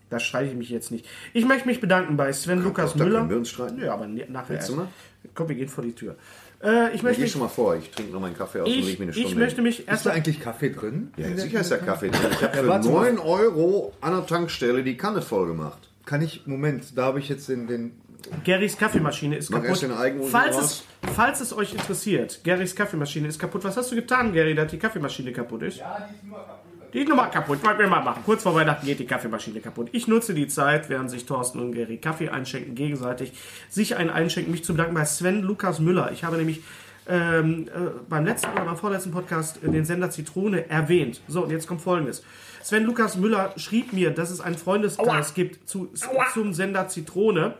[SPEAKER 1] Da streite ich mich jetzt nicht. Ich möchte mich bedanken bei Sven Lukas
[SPEAKER 2] da
[SPEAKER 1] Müller.
[SPEAKER 2] können wir uns streiten.
[SPEAKER 1] Nö, aber ne- nachher.
[SPEAKER 2] Willst du
[SPEAKER 1] erst.
[SPEAKER 2] mal?
[SPEAKER 1] Komm, wir gehen vor die Tür. Äh, ich
[SPEAKER 2] Ich
[SPEAKER 1] möchte
[SPEAKER 2] gehe
[SPEAKER 1] mich.
[SPEAKER 2] schon mal vor, ich trinke noch meinen Kaffee aus und
[SPEAKER 1] Ich,
[SPEAKER 2] lege mir eine Stunde.
[SPEAKER 1] ich
[SPEAKER 2] hin.
[SPEAKER 1] möchte mich
[SPEAKER 3] ist
[SPEAKER 1] erst
[SPEAKER 3] da eigentlich Kaffee drin? Also
[SPEAKER 2] Ja, sicher ist der Kaffee drin. Ich habe für
[SPEAKER 3] warte
[SPEAKER 2] 9 Euro an der Tankstelle die Kanne voll gemacht.
[SPEAKER 3] Kann ich, Moment, da habe ich jetzt den, den
[SPEAKER 1] Gerrys Kaffeemaschine ist
[SPEAKER 2] Mach
[SPEAKER 1] kaputt.
[SPEAKER 2] erst den Eigenusen
[SPEAKER 1] falls, es,
[SPEAKER 2] raus.
[SPEAKER 1] falls es euch interessiert, Gerrys Kaffeemaschine ist kaputt. Was hast du getan, Gerry, dass die Kaffeemaschine kaputt ist? Ja, die ist nur kaputt. Die ist nur mal kaputt. Wollten wir mal machen. Kurz vor Weihnachten geht die Kaffeemaschine kaputt. Ich nutze die Zeit, während sich Thorsten und Gerry Kaffee einschenken, gegenseitig sich einen einschenken, mich zu bedanken bei Sven Lukas Müller. Ich habe nämlich ähm, äh, beim letzten oder beim vorletzten Podcast äh, den Sender Zitrone erwähnt. So, und jetzt kommt folgendes. Sven Lukas Müller schrieb mir, dass es einen Freundeskreis gibt zu, zum Sender Zitrone.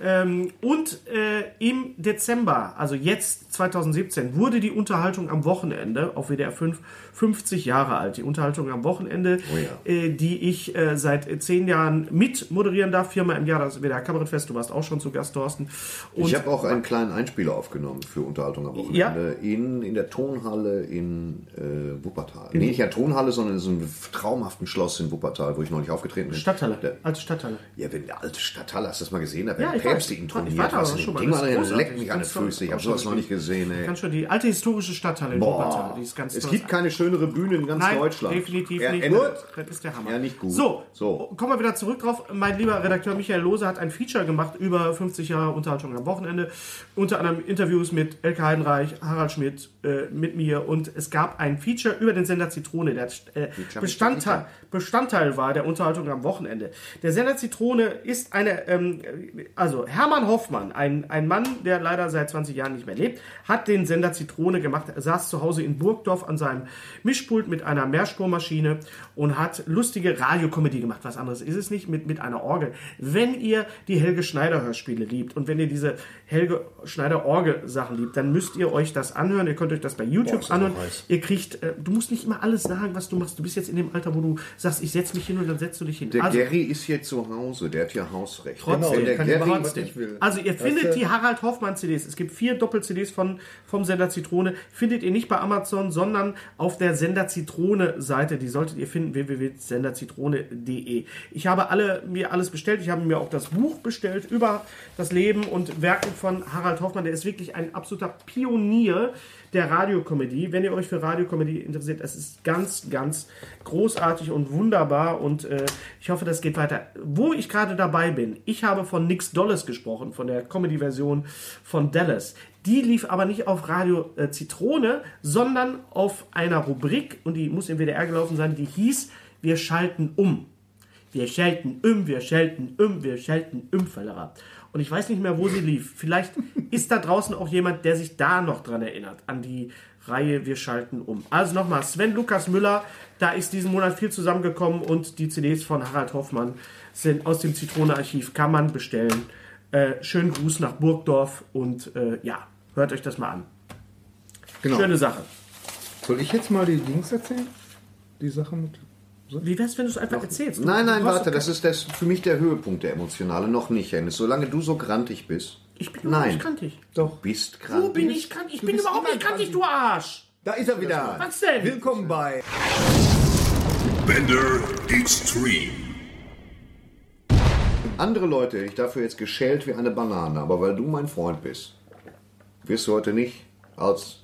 [SPEAKER 1] Ähm, und äh, im Dezember, also jetzt 2017, wurde die Unterhaltung am Wochenende auf WDR 5 50 Jahre alt. Die Unterhaltung am Wochenende,
[SPEAKER 2] Oh
[SPEAKER 1] äh, die ich äh, seit zehn Jahren mit moderieren darf, viermal im Jahr das WDR Kabarettfest. Du warst auch schon zu Gast, Thorsten. Und
[SPEAKER 2] Ich habe auch einen kleinen Einspieler aufgenommen für Unterhaltung am Wochenende in, in der Tonhalle in äh, Wuppertal. nee, nicht in der Tonhalle, sondern in so einem traumhaften Schloss in Wuppertal, wo ich neulich aufgetreten bin. Da,
[SPEAKER 1] Stadthalle, als Stadthalle.
[SPEAKER 2] ja, wenn der alte Stadthalle, hast du das mal gesehen? Da
[SPEAKER 1] Ja,
[SPEAKER 2] werden
[SPEAKER 1] ich
[SPEAKER 2] Päpste
[SPEAKER 1] weiß.
[SPEAKER 2] ihn
[SPEAKER 1] Ich war
[SPEAKER 2] trainiert.
[SPEAKER 1] da
[SPEAKER 2] Was
[SPEAKER 1] schon
[SPEAKER 2] ein
[SPEAKER 1] mal.
[SPEAKER 2] Ding
[SPEAKER 1] Das
[SPEAKER 2] war
[SPEAKER 1] ist
[SPEAKER 2] denn? Leck
[SPEAKER 1] großartig.
[SPEAKER 2] mich an den
[SPEAKER 1] Ganz toll.
[SPEAKER 2] Füßen. Ich habe
[SPEAKER 1] Ganz
[SPEAKER 2] sowas
[SPEAKER 1] toll.
[SPEAKER 2] noch nicht gesehen, ey.
[SPEAKER 1] Ganz schön, die alte historische Stadthalle in Wuppertal,
[SPEAKER 2] Boah.
[SPEAKER 1] die ist ganz
[SPEAKER 2] Es
[SPEAKER 1] toll.
[SPEAKER 2] gibt keine schönere Bühne in ganz
[SPEAKER 1] Nein,
[SPEAKER 2] Deutschland.
[SPEAKER 1] definitiv
[SPEAKER 2] Ja,
[SPEAKER 1] nicht.
[SPEAKER 2] Ende.
[SPEAKER 1] Das ist der Hammer.
[SPEAKER 2] Ja, nicht gut.
[SPEAKER 1] So,
[SPEAKER 2] So.
[SPEAKER 1] kommen wir wieder zurück drauf. Mein lieber Redakteur Michael Lose hat ein Feature gemacht über 50 Jahre Unterhaltung am Wochenende. Unter anderem Interviews mit Elke Heidenreich, Harald Schmidt, äh, mit mir. Und es gab ein Feature über den Sender Zitrone, der äh, Bestandteil, Bestandteil war der Unterhaltung am Wochenende. Der Sender Zitrone ist eine, ähm, also Hermann Hoffmann, ein, ein Mann, der leider seit 20 Jahren nicht mehr lebt, hat den Sender Zitrone gemacht. Er saß zu Hause in Burgdorf an seinem Mischpult mit einer Mehrspurmaschine und hat lustige Radiokomödie gemacht. Was anderes ist es nicht, mit, mit einer Orgel. Wenn ihr die Helge Schneider Hörspiele liebt und wenn ihr diese Helge Schneider Orgel Sachen liebt, dann müsst ihr euch das anhören. Ihr könnt euch das bei YouTube anhören. Ihr kriegt, äh, du musst nicht immer alles sagen, was du machst. Du bist jetzt in dem Alter, wo du sagst, ich setze mich hin und dann setzt du dich hin.
[SPEAKER 2] Der
[SPEAKER 1] Also,
[SPEAKER 2] Gary ist hier zu Hause, der hat hier Hausrecht.
[SPEAKER 1] Trotzdem.
[SPEAKER 2] Wenn der
[SPEAKER 3] kann
[SPEAKER 2] Gary,
[SPEAKER 3] überhaupt- was ich will.
[SPEAKER 1] Also ihr findet
[SPEAKER 3] Weißt du?
[SPEAKER 1] die Harald Hoffmann CDs. Es gibt vier Doppel-CDs von, vom Sender Zitrone. Findet ihr nicht bei Amazon, sondern auf der Sender Zitrone Seite. Die solltet ihr finden, www.senderzitrone.de. Ich habe alle, mir alles bestellt. Ich habe mir auch das Buch bestellt über das Leben und Werke von Harald Hoffmann. Der ist wirklich ein absoluter Pionier der Radiokomödie. Wenn ihr euch für Radiokomödie interessiert, es ist ganz, ganz großartig und wunderbar und äh, ich hoffe, das geht weiter. Wo ich gerade dabei bin, ich habe von Nix Dolles gesprochen, von der Comedy-Version von Dallas. Die lief aber nicht auf Radio äh, Zitrone, sondern auf einer Rubrik und die muss im WDR gelaufen sein, die hieß Wir schalten um. Wir schalten um, wir schalten um, wir schalten um, Fellerer. Und ich weiß nicht mehr, wo sie lief. Vielleicht ist da draußen auch jemand, der sich da noch dran erinnert, an die Reihe Wir schalten um. Also nochmal, Sven Lukas Müller, da ist diesen Monat viel zusammengekommen und die CDs von Harald Hoffmann sind aus dem Zitrone-Archiv, kann man bestellen. Äh, schönen Gruß nach Burgdorf und äh, ja, hört euch das mal an.
[SPEAKER 3] Genau.
[SPEAKER 1] Schöne Sache.
[SPEAKER 3] Soll ich jetzt mal die Dings erzählen? Die Sache mit.
[SPEAKER 1] Wie wär's, wenn du es einfach erzählst? Du-
[SPEAKER 2] nein, nein,
[SPEAKER 1] du hast
[SPEAKER 2] warte,
[SPEAKER 1] doch-
[SPEAKER 2] das ist das für mich der Höhepunkt der emotionale, noch nicht, Hennes. Solange du so grantig bist.
[SPEAKER 1] Ich bin überhaupt
[SPEAKER 2] nein.
[SPEAKER 1] nicht kantig.
[SPEAKER 3] Doch.
[SPEAKER 2] Bist krank.
[SPEAKER 1] Wo bin ich kantig? Ich
[SPEAKER 3] Du
[SPEAKER 1] bin
[SPEAKER 3] bist
[SPEAKER 1] überhaupt
[SPEAKER 3] immer
[SPEAKER 1] nicht kantig,
[SPEAKER 3] kantig.
[SPEAKER 1] du Arsch!
[SPEAKER 3] Da ist er wieder.
[SPEAKER 1] Was denn?
[SPEAKER 3] Willkommen bei.
[SPEAKER 5] Bender Extreme.
[SPEAKER 2] Andere Leute, ich dafür jetzt geschält wie eine Banane, aber weil du mein Freund bist, wirst du heute nicht als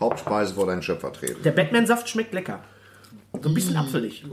[SPEAKER 2] Hauptspeise vor deinen Schöpfer treten.
[SPEAKER 1] Der Batman-Saft schmeckt lecker. So ein bisschen apfelig.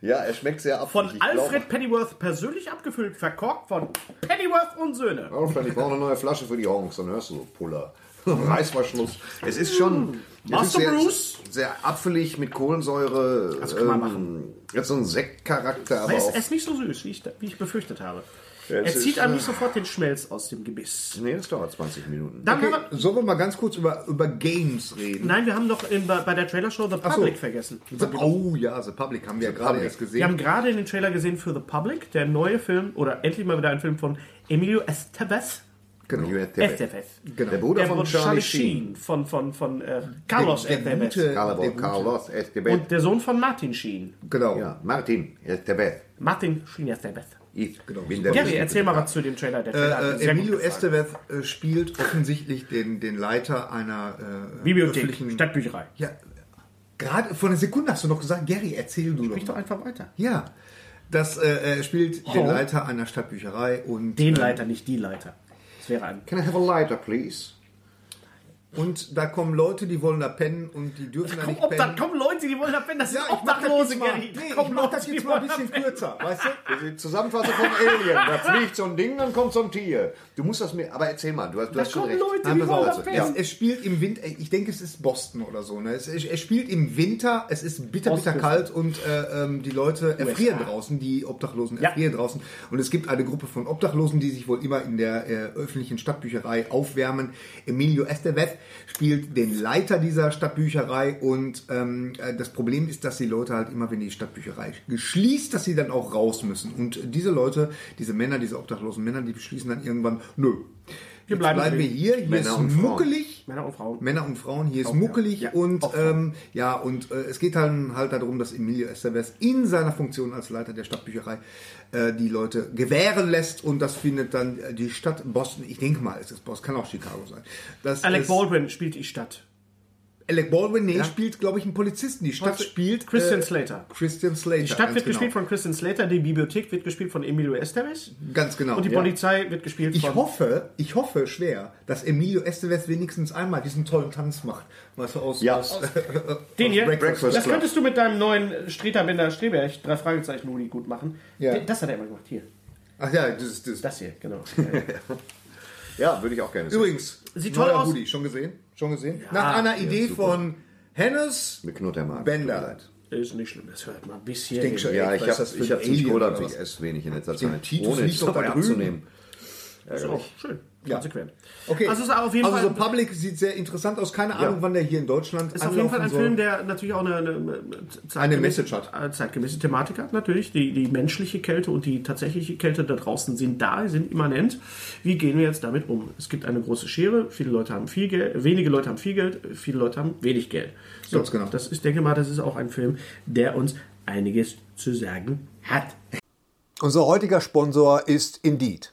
[SPEAKER 2] Ja, er schmeckt sehr ab.
[SPEAKER 1] Von Alfred Pennyworth persönlich abgefüllt, verkorkt von Pennyworth und Söhne.
[SPEAKER 2] Alfred, ich brauche eine neue Flasche für die Honks, dann hörst du so Puller. Reißverschluss. Es ist schon. Es ist
[SPEAKER 1] Master
[SPEAKER 2] sehr,
[SPEAKER 1] Bruce? Also
[SPEAKER 2] Sehr apfelig mit Kohlensäure.
[SPEAKER 1] Das kann man
[SPEAKER 2] ähm,
[SPEAKER 1] machen.
[SPEAKER 2] Jetzt so ein Sektcharakter, aber
[SPEAKER 1] Es
[SPEAKER 2] auch.
[SPEAKER 1] es ist nicht so süß, wie ich, da- wie ich befürchtet habe. er
[SPEAKER 2] es
[SPEAKER 1] zieht
[SPEAKER 2] ist,
[SPEAKER 1] einem
[SPEAKER 2] äh,
[SPEAKER 1] nicht sofort den Schmelz aus dem Gebiss.
[SPEAKER 2] Nee, das dauert 20 Minuten.
[SPEAKER 1] Dann
[SPEAKER 3] Okay,
[SPEAKER 1] haben wir,
[SPEAKER 3] sollen wir mal ganz kurz über, über Games reden?
[SPEAKER 1] nein, wir haben doch in, bei, bei der Trailer-Show The
[SPEAKER 3] Ach so.
[SPEAKER 1] Public vergessen.
[SPEAKER 3] Oh ja, The Public haben wir ja gerade
[SPEAKER 2] Public.
[SPEAKER 3] erst
[SPEAKER 1] Wir haben
[SPEAKER 3] gesehen.
[SPEAKER 1] gerade den Trailer gesehen für The Public, der neue Film, oder endlich mal wieder ein Film von Emilio Estevez.
[SPEAKER 2] Genau. Der
[SPEAKER 1] Estevez.
[SPEAKER 2] Bruder
[SPEAKER 1] Der
[SPEAKER 2] von
[SPEAKER 1] von
[SPEAKER 2] Charlie
[SPEAKER 1] Charlie
[SPEAKER 2] Sheen.
[SPEAKER 1] Sheen, von, von, von äh, Carlos
[SPEAKER 3] Der- der
[SPEAKER 1] Estevez.
[SPEAKER 3] gute-
[SPEAKER 2] Carlos,
[SPEAKER 3] Der Gute.
[SPEAKER 2] Carlos Estevez.
[SPEAKER 1] Und der Sohn von Martin Sheen.
[SPEAKER 3] Genau.
[SPEAKER 2] Ja, Martin Estevez.
[SPEAKER 1] Martin Sheen Estevez.
[SPEAKER 2] Ich
[SPEAKER 3] Genau.
[SPEAKER 2] bin der
[SPEAKER 1] Gary, erzähl mal was zu dem Trailer. Der Trailer hat mir
[SPEAKER 3] Äh,
[SPEAKER 1] sehr gut
[SPEAKER 3] Emilio
[SPEAKER 1] gefallen.
[SPEAKER 3] Estevez äh, spielt offensichtlich den, den Leiter einer äh,
[SPEAKER 1] Bibliothek,
[SPEAKER 3] öffentlichen-
[SPEAKER 1] Stadtbücherei.
[SPEAKER 3] Ja, gerade vor einer Sekunde hast du noch gesagt, Gary, erzähl du
[SPEAKER 1] Sprich
[SPEAKER 3] doch.
[SPEAKER 1] doch
[SPEAKER 3] mal.
[SPEAKER 1] einfach weiter.
[SPEAKER 3] Ja, das äh, äh, spielt
[SPEAKER 1] Oh.
[SPEAKER 3] den Leiter einer Stadtbücherei und
[SPEAKER 1] Den
[SPEAKER 3] äh,
[SPEAKER 1] Leiter, nicht die Leiter. Das wäre ein.
[SPEAKER 2] Can I have a lighter, please?
[SPEAKER 3] Und da kommen Leute, die wollen da pennen und die dürfen da
[SPEAKER 1] Also Komm,
[SPEAKER 3] nicht pennen.
[SPEAKER 1] Obdach, kommen Leute, die wollen da pennen. Das sind
[SPEAKER 3] ja, ich mach das
[SPEAKER 1] Obdachlose,
[SPEAKER 3] jetzt mal.
[SPEAKER 1] Gary.
[SPEAKER 3] Nee, ich
[SPEAKER 1] Kommen
[SPEAKER 3] mach
[SPEAKER 1] Leute,
[SPEAKER 3] das
[SPEAKER 1] die
[SPEAKER 3] jetzt mal ein
[SPEAKER 1] wollen da
[SPEAKER 3] bisschen
[SPEAKER 1] pennen.
[SPEAKER 3] kürzer, weißt du?
[SPEAKER 2] Also Die Zusammenfassung von Alien. Da fliegt so ein Ding, dann kommt so ein Tier. Du musst das mir. Aber erzähl mal, du hast, du
[SPEAKER 1] Da
[SPEAKER 2] hast schon
[SPEAKER 1] kommen
[SPEAKER 2] recht.
[SPEAKER 1] Leute, die
[SPEAKER 2] Einfach
[SPEAKER 1] wollen
[SPEAKER 2] mal
[SPEAKER 1] da
[SPEAKER 2] so.
[SPEAKER 1] pennen.
[SPEAKER 2] Ja.
[SPEAKER 3] also, Es, es spielt im Winter, ich denke, es ist Boston oder so. Ne? Es, es, es spielt im Winter, es ist bitter, bitter
[SPEAKER 1] Ostküste.
[SPEAKER 3] kalt und äh, ähm, die Leute erfrieren draußen, die Obdachlosen
[SPEAKER 1] Ja.
[SPEAKER 3] erfrieren draußen. Und es gibt eine Gruppe von Obdachlosen, die sich wohl immer in der äh, öffentlichen Stadtbücherei aufwärmen. Emilio Estevez spielt den Leiter dieser Stadtbücherei und ähm, äh, das Problem ist, dass die Leute halt immer, wenn die Stadtbücherei schließt, dass sie dann auch raus müssen. Und diese Leute, diese Männer, diese obdachlosen Männer, die beschließen dann irgendwann, nö, wir
[SPEAKER 1] bleiben
[SPEAKER 3] bleiben wir
[SPEAKER 1] drin.
[SPEAKER 3] hier, hier
[SPEAKER 2] Männer
[SPEAKER 3] ist
[SPEAKER 2] und Frauen.
[SPEAKER 3] muckelig.
[SPEAKER 1] Männer und Frauen.
[SPEAKER 3] Männer und Frauen, hier ist muckelig
[SPEAKER 1] ja.
[SPEAKER 3] und ähm, ja, und äh, es geht dann halt darum, dass Emilio Estevez in seiner Funktion als Leiter der Stadtbücherei äh, die Leute gewähren lässt und das findet dann äh, die Stadt Boston, ich denke mal, es ist Boston, kann auch Chicago sein. Das
[SPEAKER 1] Alec
[SPEAKER 3] ist-
[SPEAKER 1] Baldwin spielt die Stadt.
[SPEAKER 3] Alec Baldwin, nee,
[SPEAKER 1] Ja.
[SPEAKER 3] spielt, glaube ich, einen Polizisten. Die Stadt
[SPEAKER 1] Was?
[SPEAKER 3] spielt äh,
[SPEAKER 1] Christian Slater.
[SPEAKER 3] Christian Slater.
[SPEAKER 1] Die Stadt
[SPEAKER 3] ganz
[SPEAKER 1] wird
[SPEAKER 3] genau.
[SPEAKER 1] gespielt von Kristen Slater, die Bibliothek wird gespielt von Emilio Estevez
[SPEAKER 3] Ganz genau.
[SPEAKER 1] und die
[SPEAKER 3] ja.
[SPEAKER 1] Polizei wird gespielt
[SPEAKER 3] Ich
[SPEAKER 1] von...
[SPEAKER 3] hoffe, ich hoffe schwer, dass Emilio Estevez wenigstens einmal diesen tollen Tanz macht. Weißt du, aus,
[SPEAKER 2] Ja.
[SPEAKER 3] aus
[SPEAKER 1] Den hier?
[SPEAKER 3] Breakfast
[SPEAKER 1] das
[SPEAKER 2] Club.
[SPEAKER 1] könntest du mit deinem neuen Streterbänder Streberg, drei Fragezeichen Hoodie gut machen.
[SPEAKER 3] Ja.
[SPEAKER 1] Den- Das hat er immer gemacht. Hier,
[SPEAKER 3] Ach ja, das ist das.
[SPEAKER 1] das hier, genau.
[SPEAKER 2] Ja, würde ich auch gerne sehen.
[SPEAKER 3] Übrigens,
[SPEAKER 1] Sieht toll
[SPEAKER 3] neuer
[SPEAKER 1] aus.
[SPEAKER 3] Hoodie, schon gesehen? Schon gesehen? Nach einer Idee von Hennes
[SPEAKER 2] Mit Knuttermark.
[SPEAKER 3] Bender.
[SPEAKER 1] ist nicht schlimm, das hört man ein bisschen.
[SPEAKER 3] denk schon,
[SPEAKER 2] Ja,
[SPEAKER 3] Ey,
[SPEAKER 2] ich
[SPEAKER 3] was ist das
[SPEAKER 2] habe
[SPEAKER 3] für
[SPEAKER 2] ich
[SPEAKER 3] ein
[SPEAKER 2] hab ziemlich
[SPEAKER 3] Alien
[SPEAKER 2] Cola,
[SPEAKER 3] oder
[SPEAKER 2] ich
[SPEAKER 3] was?
[SPEAKER 2] esse wenig in letzter
[SPEAKER 3] Den
[SPEAKER 2] Zeit.
[SPEAKER 3] Titus
[SPEAKER 2] Ohne
[SPEAKER 3] liegt doch
[SPEAKER 2] dabei
[SPEAKER 3] da drüben.
[SPEAKER 2] abzunehmen.
[SPEAKER 1] ist auch schön,
[SPEAKER 3] Ja.
[SPEAKER 1] konsequent.
[SPEAKER 3] Okay.
[SPEAKER 1] Also es ist auf jeden
[SPEAKER 3] also
[SPEAKER 1] Fall-
[SPEAKER 3] so Public sieht sehr interessant aus. Keine Ahnung, wann der hier in Deutschland
[SPEAKER 1] Ist auf jeden Fall ein
[SPEAKER 3] anlaufen
[SPEAKER 1] Film,
[SPEAKER 3] soll.
[SPEAKER 1] der natürlich auch eine, eine, zeitgemäße-
[SPEAKER 3] Eine Message hat.
[SPEAKER 1] äh, zeitgemäße Thematik hat, natürlich. Die, die menschliche Kälte und die tatsächliche Kälte da draußen sind da, sind immanent. Wie gehen wir jetzt damit um? Es gibt eine große Schere, viele Leute haben viel Geld, wenige Leute haben viel Geld, viele Leute haben wenig Geld. So,
[SPEAKER 3] Ganz genau.
[SPEAKER 1] Das ist, denke mal, das ist auch ein Film, der uns einiges zu sagen hat.
[SPEAKER 4] Unser heutiger Sponsor ist Indeed.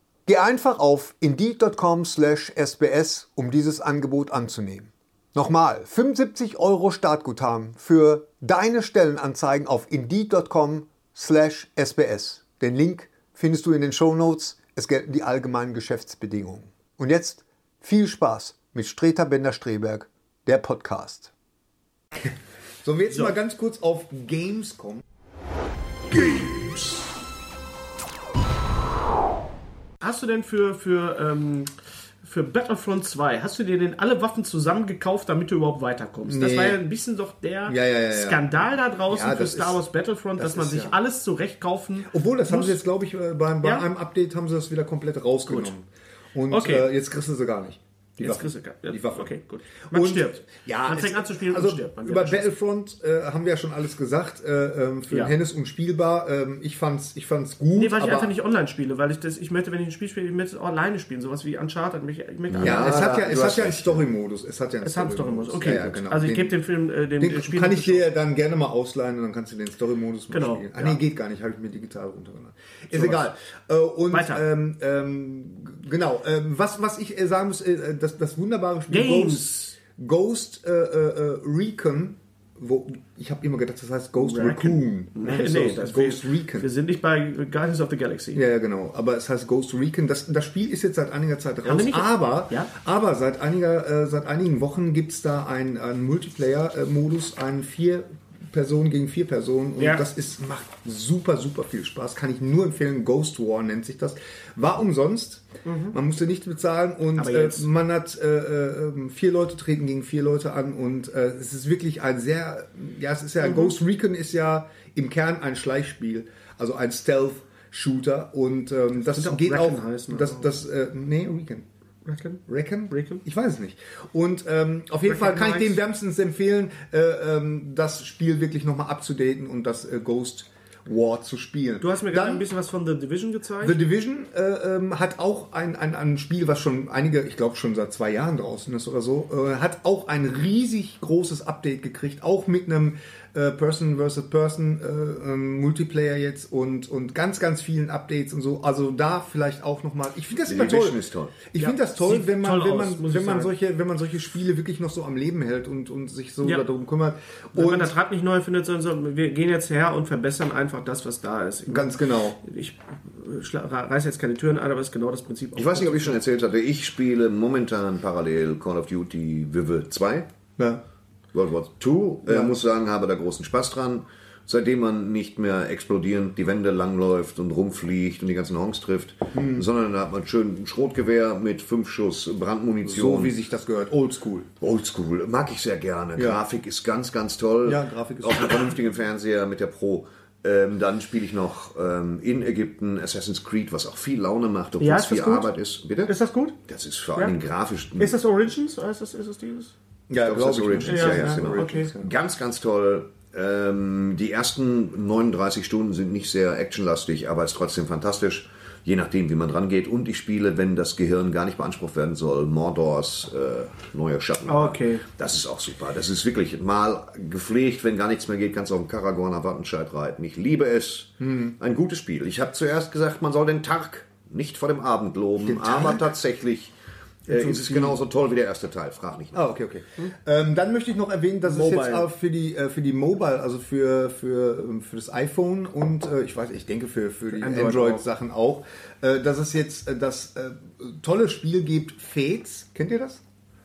[SPEAKER 4] Geh einfach auf indeed.com slash sbs, um dieses Angebot anzunehmen. Nochmal, 75 Euro Startguthaben für deine Stellenanzeigen auf indeed.com slash sbs. Den Link findest du in den Shownotes. Es gelten die allgemeinen Geschäftsbedingungen. Und jetzt viel Spaß mit Streter Bender-Streberg, der Podcast.
[SPEAKER 3] Sollen wir jetzt mal ganz kurz auf Games kommen?
[SPEAKER 1] Hast du denn für, für, ähm, für Battlefront 2, hast du dir denn alle Waffen zusammen gekauft, damit du überhaupt weiterkommst? Das
[SPEAKER 3] Nee.
[SPEAKER 1] war ja ein bisschen doch der
[SPEAKER 3] Ja, ja, ja, ja.
[SPEAKER 1] Skandal da draußen
[SPEAKER 3] Ja,
[SPEAKER 1] für
[SPEAKER 3] das
[SPEAKER 1] Star
[SPEAKER 3] ist-
[SPEAKER 1] Wars Battlefront,
[SPEAKER 3] das
[SPEAKER 1] dass man
[SPEAKER 3] ist
[SPEAKER 1] sich
[SPEAKER 3] ja-
[SPEAKER 1] alles zurechtkaufen
[SPEAKER 3] Obwohl, das haben
[SPEAKER 1] muss.
[SPEAKER 3] sie jetzt, glaube ich, äh, bei, bei
[SPEAKER 1] Ja?
[SPEAKER 3] einem Update haben sie das wieder komplett rausgenommen. Und
[SPEAKER 1] Okay.
[SPEAKER 3] äh, jetzt kriegst du sie gar nicht. Die
[SPEAKER 1] Jetzt
[SPEAKER 3] Waffen.
[SPEAKER 1] kriegst du gar- ja,
[SPEAKER 3] die Waffe.
[SPEAKER 1] okay, gut. Man stirbt.
[SPEAKER 3] Ja,
[SPEAKER 1] Man
[SPEAKER 3] es-
[SPEAKER 1] fängt an zu spielen und
[SPEAKER 3] also
[SPEAKER 1] stirbt. Man wird
[SPEAKER 3] über
[SPEAKER 1] erschossen.
[SPEAKER 3] Battlefront äh, haben wir ja schon alles gesagt. Äh, ähm, für
[SPEAKER 1] Ja.
[SPEAKER 3] den Hennes unspielbar. Ähm, ich, fand's, ich fand's gut.
[SPEAKER 1] Nee, weil ich
[SPEAKER 3] aber
[SPEAKER 1] einfach nicht online spiele, weil ich das, ich möchte, wenn ich ein Spiel spiele, ich möchte es auch alleine spielen, sowas wie Uncharted. Mich, ich möchte
[SPEAKER 3] Ja, es hat ja,
[SPEAKER 2] du
[SPEAKER 3] es
[SPEAKER 2] hast
[SPEAKER 3] hat ja einen
[SPEAKER 2] recht.
[SPEAKER 3] Story-Modus. Es hat ja einen
[SPEAKER 1] das haben es doch immer so. Okay,
[SPEAKER 3] ja, ja,
[SPEAKER 1] gut.
[SPEAKER 3] genau.
[SPEAKER 1] also ich
[SPEAKER 3] Den-
[SPEAKER 1] gebe dem Film, äh, dem,
[SPEAKER 3] Den
[SPEAKER 1] dem Spiel
[SPEAKER 3] kann ich dir ja dann gerne mal ausleihen und dann kannst du den Story-Modus
[SPEAKER 1] Genau,
[SPEAKER 3] mitspielen. Ah,
[SPEAKER 1] ja.
[SPEAKER 3] nee, geht gar nicht, habe ich mir digital runtergeladen. Ist egal. Äh, und
[SPEAKER 1] Weiter.
[SPEAKER 3] Ähm, ähm, g- genau, ähm, was, was ich äh, sagen muss, äh, das, das wunderbare Spiel
[SPEAKER 1] Games.
[SPEAKER 3] Ghost, Ghost äh, äh, äh, Recon, wo ich habe immer gedacht, das heißt Ghost
[SPEAKER 1] Recon.
[SPEAKER 3] Recon.
[SPEAKER 1] Nee,
[SPEAKER 3] Ne? So,
[SPEAKER 1] nee, das
[SPEAKER 3] Ghost
[SPEAKER 1] wir,
[SPEAKER 3] Recon.
[SPEAKER 1] wir sind nicht bei Guardians of the Galaxy.
[SPEAKER 3] Ja, ja, genau. Aber es heißt Ghost Recon. Das, das Spiel ist jetzt seit einiger Zeit raus.
[SPEAKER 1] wir nicht-
[SPEAKER 3] aber,
[SPEAKER 1] Ja?
[SPEAKER 3] aber seit, einiger, äh, seit einigen Wochen gibt es da einen, einen Multiplayer-Modus, einen vier Personen gegen vier Personen. Und
[SPEAKER 1] Ja.
[SPEAKER 3] das ist, macht super, super viel Spaß. Kann ich nur empfehlen. Ghost War nennt sich das. War umsonst.
[SPEAKER 1] Mhm.
[SPEAKER 3] Man musste nicht bezahlen. Und
[SPEAKER 1] Aber
[SPEAKER 3] äh,
[SPEAKER 1] jetzt-
[SPEAKER 3] man hat äh, äh, vier Leute treten gegen vier Leute an. Und äh, es ist wirklich ein sehr, ja, es ist
[SPEAKER 1] Mhm.
[SPEAKER 3] ja, Ghost Recon ist ja im Kern ein Schleichspiel. Also ein Stealth-Shooter. Und ähm, das
[SPEAKER 1] könnte auch
[SPEAKER 3] geht
[SPEAKER 1] Reckon
[SPEAKER 3] auch.
[SPEAKER 1] heißen,
[SPEAKER 3] das,
[SPEAKER 1] aber-
[SPEAKER 3] das, äh, nee, Recon.
[SPEAKER 1] Reckon?
[SPEAKER 3] Reckon?
[SPEAKER 1] Reckon?
[SPEAKER 3] Ich weiß es nicht. Und ähm, auf jeden
[SPEAKER 1] Reckon
[SPEAKER 3] Fall kann ich
[SPEAKER 1] Knights.
[SPEAKER 3] dem wärmstens empfehlen, äh, ähm, das Spiel wirklich nochmal abzudaten und das äh, Ghost War zu spielen.
[SPEAKER 1] Du hast mir gerade
[SPEAKER 3] Dann
[SPEAKER 1] ein bisschen was von The Division gezeigt.
[SPEAKER 3] The Division äh, ähm, hat auch ein, ein, ein Spiel, was schon einige, ich glaube schon seit zwei Jahren draußen ist oder so, äh, hat auch ein riesig großes Update gekriegt, auch mit einem äh, Person versus Person äh, ähm, Multiplayer jetzt und, und ganz, ganz vielen Updates und so. Also da vielleicht auch nochmal. Ich finde das
[SPEAKER 2] Die
[SPEAKER 3] immer toll.
[SPEAKER 2] Division ist toll.
[SPEAKER 3] Ich
[SPEAKER 1] Ja,
[SPEAKER 3] finde das toll,
[SPEAKER 1] sieht
[SPEAKER 3] wenn man,
[SPEAKER 1] toll
[SPEAKER 3] wenn man,
[SPEAKER 1] aus, muss ich
[SPEAKER 3] wenn man
[SPEAKER 1] sagen.
[SPEAKER 3] solche, wenn man solche Spiele wirklich noch so am Leben hält und, und sich so
[SPEAKER 1] Ja.
[SPEAKER 3] darum kümmert.
[SPEAKER 1] Wenn man
[SPEAKER 3] Und
[SPEAKER 1] das Rad nicht neu findet, sondern wir gehen jetzt her und verbessern einfach das, was da ist. Ich-
[SPEAKER 3] ganz genau.
[SPEAKER 1] Ich äh, schla- ra- reiß jetzt keine Türen ein, aber es ist genau das Prinzip.
[SPEAKER 2] Ich weiß nicht, ob ich schon erzählt hatte, ich spiele momentan parallel Call of Duty Vive 2.
[SPEAKER 3] Ja.
[SPEAKER 2] World War II. Äh, muss sagen, habe da großen Spaß dran. Seitdem man nicht mehr explodierend die Wände langläuft und rumfliegt und die ganzen Honks trifft,
[SPEAKER 3] Hm.
[SPEAKER 2] sondern da hat man schön ein Schrotgewehr mit fünf Schuss Brandmunition.
[SPEAKER 3] So wie sich das gehört. Oldschool.
[SPEAKER 2] Oldschool, mag ich sehr gerne.
[SPEAKER 3] Ja.
[SPEAKER 2] Grafik ist ganz, ganz toll.
[SPEAKER 3] Ja, Grafik ist
[SPEAKER 2] Auf
[SPEAKER 3] toll.
[SPEAKER 2] einem vernünftigen Fernseher mit der Pro. Ähm, dann spiele ich noch ähm, in Ägypten Assassin's Creed, was auch viel Laune macht, obwohl
[SPEAKER 1] Ja,
[SPEAKER 2] es
[SPEAKER 1] ist
[SPEAKER 2] viel
[SPEAKER 1] das gut?
[SPEAKER 2] Arbeit ist.
[SPEAKER 3] ne?
[SPEAKER 2] Bitte?
[SPEAKER 1] Ist das gut?
[SPEAKER 2] Das ist vor allem grafisch.
[SPEAKER 1] Ist das Origins? Oder ist das, ist das dieses?
[SPEAKER 3] Ja,
[SPEAKER 2] glaub,
[SPEAKER 3] glaub
[SPEAKER 2] das ist Origins.
[SPEAKER 1] Ja,
[SPEAKER 2] Ja, ja,
[SPEAKER 1] ja,
[SPEAKER 2] genau.
[SPEAKER 1] okay.
[SPEAKER 2] Ganz, ganz toll. Ähm, die ersten 39 Stunden sind nicht sehr actionlastig, aber ist trotzdem fantastisch, je nachdem, wie man dran geht. Und ich spiele, wenn das Gehirn gar nicht beansprucht werden soll, Mordors äh, neuer Schatten.
[SPEAKER 1] Okay.
[SPEAKER 2] Das ist auch super. Das ist wirklich mal gepflegt, wenn gar nichts mehr geht, kannst du auf dem Karagorner Wattenscheid reiten. Ich liebe es. Ein gutes Spiel. Ich habe zuerst gesagt, man soll den Tag nicht vor dem Abend loben, aber tatsächlich äh, ist es genauso toll wie der erste Teil. Frag nicht nach.
[SPEAKER 3] Ah, okay, okay. Ähm, dann möchte ich noch erwähnen, dass es jetzt
[SPEAKER 1] Mobile.
[SPEAKER 3] auch für die, äh, für die Mobile, also für, für, ähm, für das iPhone und äh, ich weiß, ich denke für, für die
[SPEAKER 1] Android
[SPEAKER 3] Android-Sachen auch, äh, dass es jetzt äh, das äh, tolle Spiel gibt, Fates. Kennt ihr das?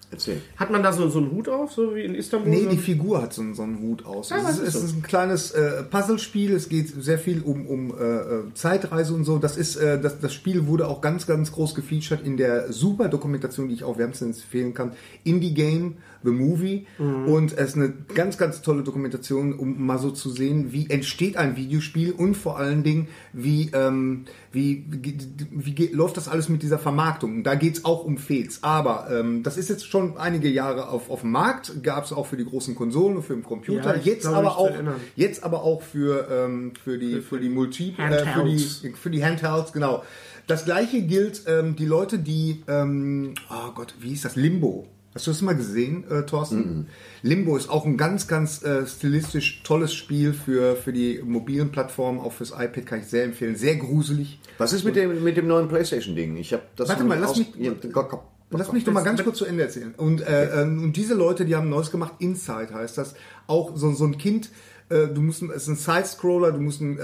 [SPEAKER 2] Erzähl.
[SPEAKER 1] Hat man da so, so einen Hut auf, so wie in Istanbul?
[SPEAKER 3] Nee,
[SPEAKER 1] so?
[SPEAKER 3] die Figur hat so, einen- so einen Hut aus.
[SPEAKER 1] Ja,
[SPEAKER 3] es
[SPEAKER 1] was
[SPEAKER 3] ist,
[SPEAKER 1] ist
[SPEAKER 3] es
[SPEAKER 1] das?
[SPEAKER 3] ist ein kleines äh, Puzzlespiel. Es geht sehr viel um, um äh, äh, Zeitreise und so. Das ist äh, das, das Spiel wurde auch ganz, ganz groß gefeatured in der super Dokumentation, die ich auch wärmstens empfehlen kann. Indie Game, The Movie.
[SPEAKER 1] Mhm.
[SPEAKER 3] Und es ist eine ganz, ganz tolle Dokumentation, um mal so zu sehen, wie entsteht ein Videospiel und vor allen Dingen, wie, ähm, wie, wie, wie geht, läuft das alles mit dieser Vermarktung. Und Da geht's auch um Fates. Aber ähm, das ist jetzt schon einige Jahre auf, auf dem Markt. Gab's auch für die großen Konsolen und für den Computer.
[SPEAKER 1] Ja, ich
[SPEAKER 3] jetzt,
[SPEAKER 1] glaube,
[SPEAKER 3] aber
[SPEAKER 1] mich zu
[SPEAKER 3] auch,
[SPEAKER 1] erinnern.
[SPEAKER 3] jetzt aber auch für, ähm, für die, für die Multi, äh, für die,
[SPEAKER 1] Handhelds.
[SPEAKER 3] für die Handhelds, genau. Das gleiche gilt ähm, die Leute, die, ähm, oh Gott, wie hieß das? Limbo. Hast du das mal gesehen, äh, Thorsten? Limbo ist auch ein ganz, ganz äh, stilistisch tolles Spiel für, für die mobilen Plattformen, auch fürs iPad kann ich sehr empfehlen. Sehr gruselig.
[SPEAKER 2] Was ist mit dem, mit dem neuen PlayStation-Ding? Ich habe das.
[SPEAKER 3] Warte
[SPEAKER 2] noch
[SPEAKER 3] mal,
[SPEAKER 2] nicht
[SPEAKER 3] lass
[SPEAKER 2] aus-
[SPEAKER 3] mich-
[SPEAKER 2] Ja, komm, komm, komm,
[SPEAKER 3] Lass
[SPEAKER 2] komm.
[SPEAKER 3] mich doch mal ganz kurz zu Ende erzählen. Und, äh, ähm, und diese Leute, die haben Neues gemacht, Inside heißt das. Auch so, so ein Kind, äh, du musst, ein- es ist ein Side-Scroller, du musst ein, äh,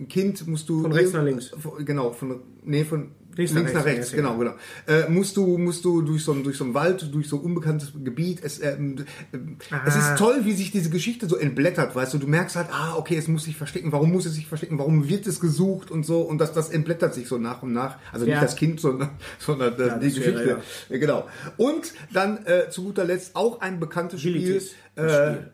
[SPEAKER 3] ein Kind, musst du...
[SPEAKER 1] Von rechts nach links.
[SPEAKER 3] Von- Genau, von, nee, von links,
[SPEAKER 1] Links nach
[SPEAKER 3] nach rechts,
[SPEAKER 1] rechts, ja,
[SPEAKER 3] genau, genau. Äh, musst du, musst du durch so, einen- durch so einen Wald, durch so ein unbekanntes Gebiet, es, ähm, ähm, es ist toll, wie sich diese Geschichte so entblättert, weißt du, du merkst halt, ah, okay, es muss sich verstecken, warum muss es sich verstecken, warum wird es gesucht und so, und das, das entblättert sich so nach und nach, also
[SPEAKER 1] Ja.
[SPEAKER 3] nicht das Kind, sondern, sondern äh, die
[SPEAKER 1] das wäre,
[SPEAKER 3] Geschichte. Ja, genau. Und dann äh, zu guter Letzt auch ein bekanntes Spiel.
[SPEAKER 1] Utilities.
[SPEAKER 3] Äh,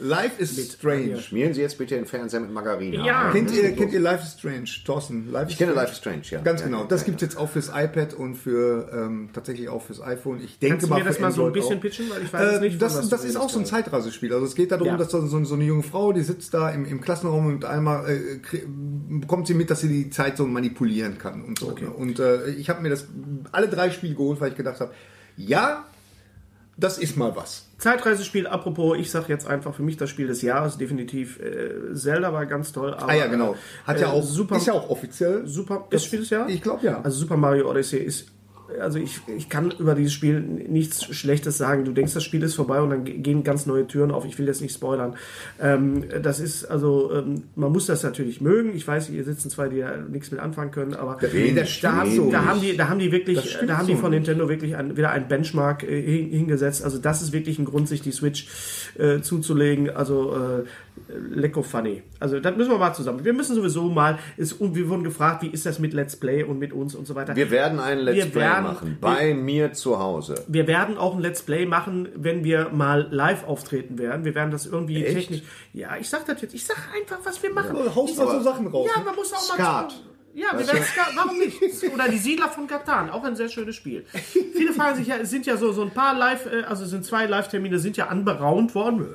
[SPEAKER 3] Life is Strange.
[SPEAKER 2] Schmieren Sie jetzt bitte den Fernseher mit Margarine.
[SPEAKER 1] Ja.
[SPEAKER 2] ein.
[SPEAKER 3] Kennt ihr, kennt ihr Life is Strange? Thorsten, Life is
[SPEAKER 2] Ich kenne Life is Strange, ja.
[SPEAKER 3] Ganz
[SPEAKER 2] ja,
[SPEAKER 3] genau.
[SPEAKER 2] ja,
[SPEAKER 3] Das
[SPEAKER 2] ja,
[SPEAKER 3] gibt es jetzt auch fürs iPad und für ähm, tatsächlich auch fürs iPhone. Ich denke
[SPEAKER 1] Kannst du
[SPEAKER 3] mal,
[SPEAKER 1] mir das
[SPEAKER 3] für
[SPEAKER 1] mal so ein
[SPEAKER 3] Android
[SPEAKER 1] bisschen
[SPEAKER 3] auch.
[SPEAKER 1] pitchen? Weil ich weiß es
[SPEAKER 3] Äh,
[SPEAKER 1] nicht. von
[SPEAKER 3] das das
[SPEAKER 1] was du
[SPEAKER 3] ist
[SPEAKER 1] redest
[SPEAKER 3] auch so ein
[SPEAKER 1] gerade.
[SPEAKER 3] Zeitreisespiel. Also es geht darum,
[SPEAKER 1] Ja.
[SPEAKER 3] dass da so, so eine junge Frau, die sitzt da im, im Klassenraum und einmal äh, krie- bekommt sie mit, dass sie die Zeit so manipulieren kann und so. Ne? Und äh, ich habe mir das alle drei Spiele geholt, weil ich gedacht habe, ja, das ist mal was.
[SPEAKER 1] Zeitreisespiel, apropos, ich sag jetzt einfach für mich das Spiel des Jahres, definitiv. Äh, Zelda war ganz toll. Aber,
[SPEAKER 3] Ah ja, genau. Hat ja
[SPEAKER 1] äh,
[SPEAKER 3] auch
[SPEAKER 1] super,
[SPEAKER 3] ist ja auch offiziell.
[SPEAKER 1] super.
[SPEAKER 3] Das-
[SPEAKER 1] Ist Spiel des Jahres?
[SPEAKER 3] Ich glaube ja.
[SPEAKER 1] Also Super Mario Odyssey ist. Also ich, ich kann über dieses Spiel nichts Schlechtes sagen. Du denkst, das Spiel ist vorbei und dann ge- gehen ganz neue Türen auf. Ich will jetzt nicht spoilern. Ähm, das ist also, ähm, man muss das natürlich mögen. Ich weiß, hier sitzen zwei, die da nichts mit anfangen können, aber
[SPEAKER 3] Nee, das
[SPEAKER 1] da,
[SPEAKER 3] stimmt
[SPEAKER 1] haben,
[SPEAKER 3] so
[SPEAKER 1] da
[SPEAKER 3] nicht.
[SPEAKER 1] haben die, da haben die
[SPEAKER 3] Das
[SPEAKER 1] wirklich,
[SPEAKER 3] stimmt
[SPEAKER 1] da haben die
[SPEAKER 3] so
[SPEAKER 1] von
[SPEAKER 3] nicht.
[SPEAKER 1] Nintendo wirklich ein, wieder ein Benchmark äh, hin- hingesetzt. Also das ist wirklich ein Grund, sich die Switch äh, zuzulegen. Also äh, lecko funny. Also das müssen wir mal zusammen. Wir müssen sowieso mal. Ist, und wir wurden gefragt, wie ist das mit Let's Play und mit uns und so weiter.
[SPEAKER 2] Wir werden ein Let's
[SPEAKER 1] Wir
[SPEAKER 2] Play
[SPEAKER 1] werden-
[SPEAKER 2] machen. Bei mir zu Hause.
[SPEAKER 1] Wir werden auch ein Let's Play machen, wenn wir mal live auftreten werden. Wir werden das irgendwie
[SPEAKER 2] Echt?
[SPEAKER 1] technisch. Ja, ich sag das jetzt. Ich sag einfach, was wir machen.
[SPEAKER 3] Du haust mal so Sachen raus. ne?
[SPEAKER 1] Ja, man muss auch mal.
[SPEAKER 2] Skat.
[SPEAKER 1] Ja, wir werden Skat, warum nicht? Oder die Siedler von Katan, auch ein sehr schönes Spiel. Viele fragen sich ja, es sind ja so, so ein paar Live, äh, also sind zwei Live-Termine, sind ja anberaumt worden.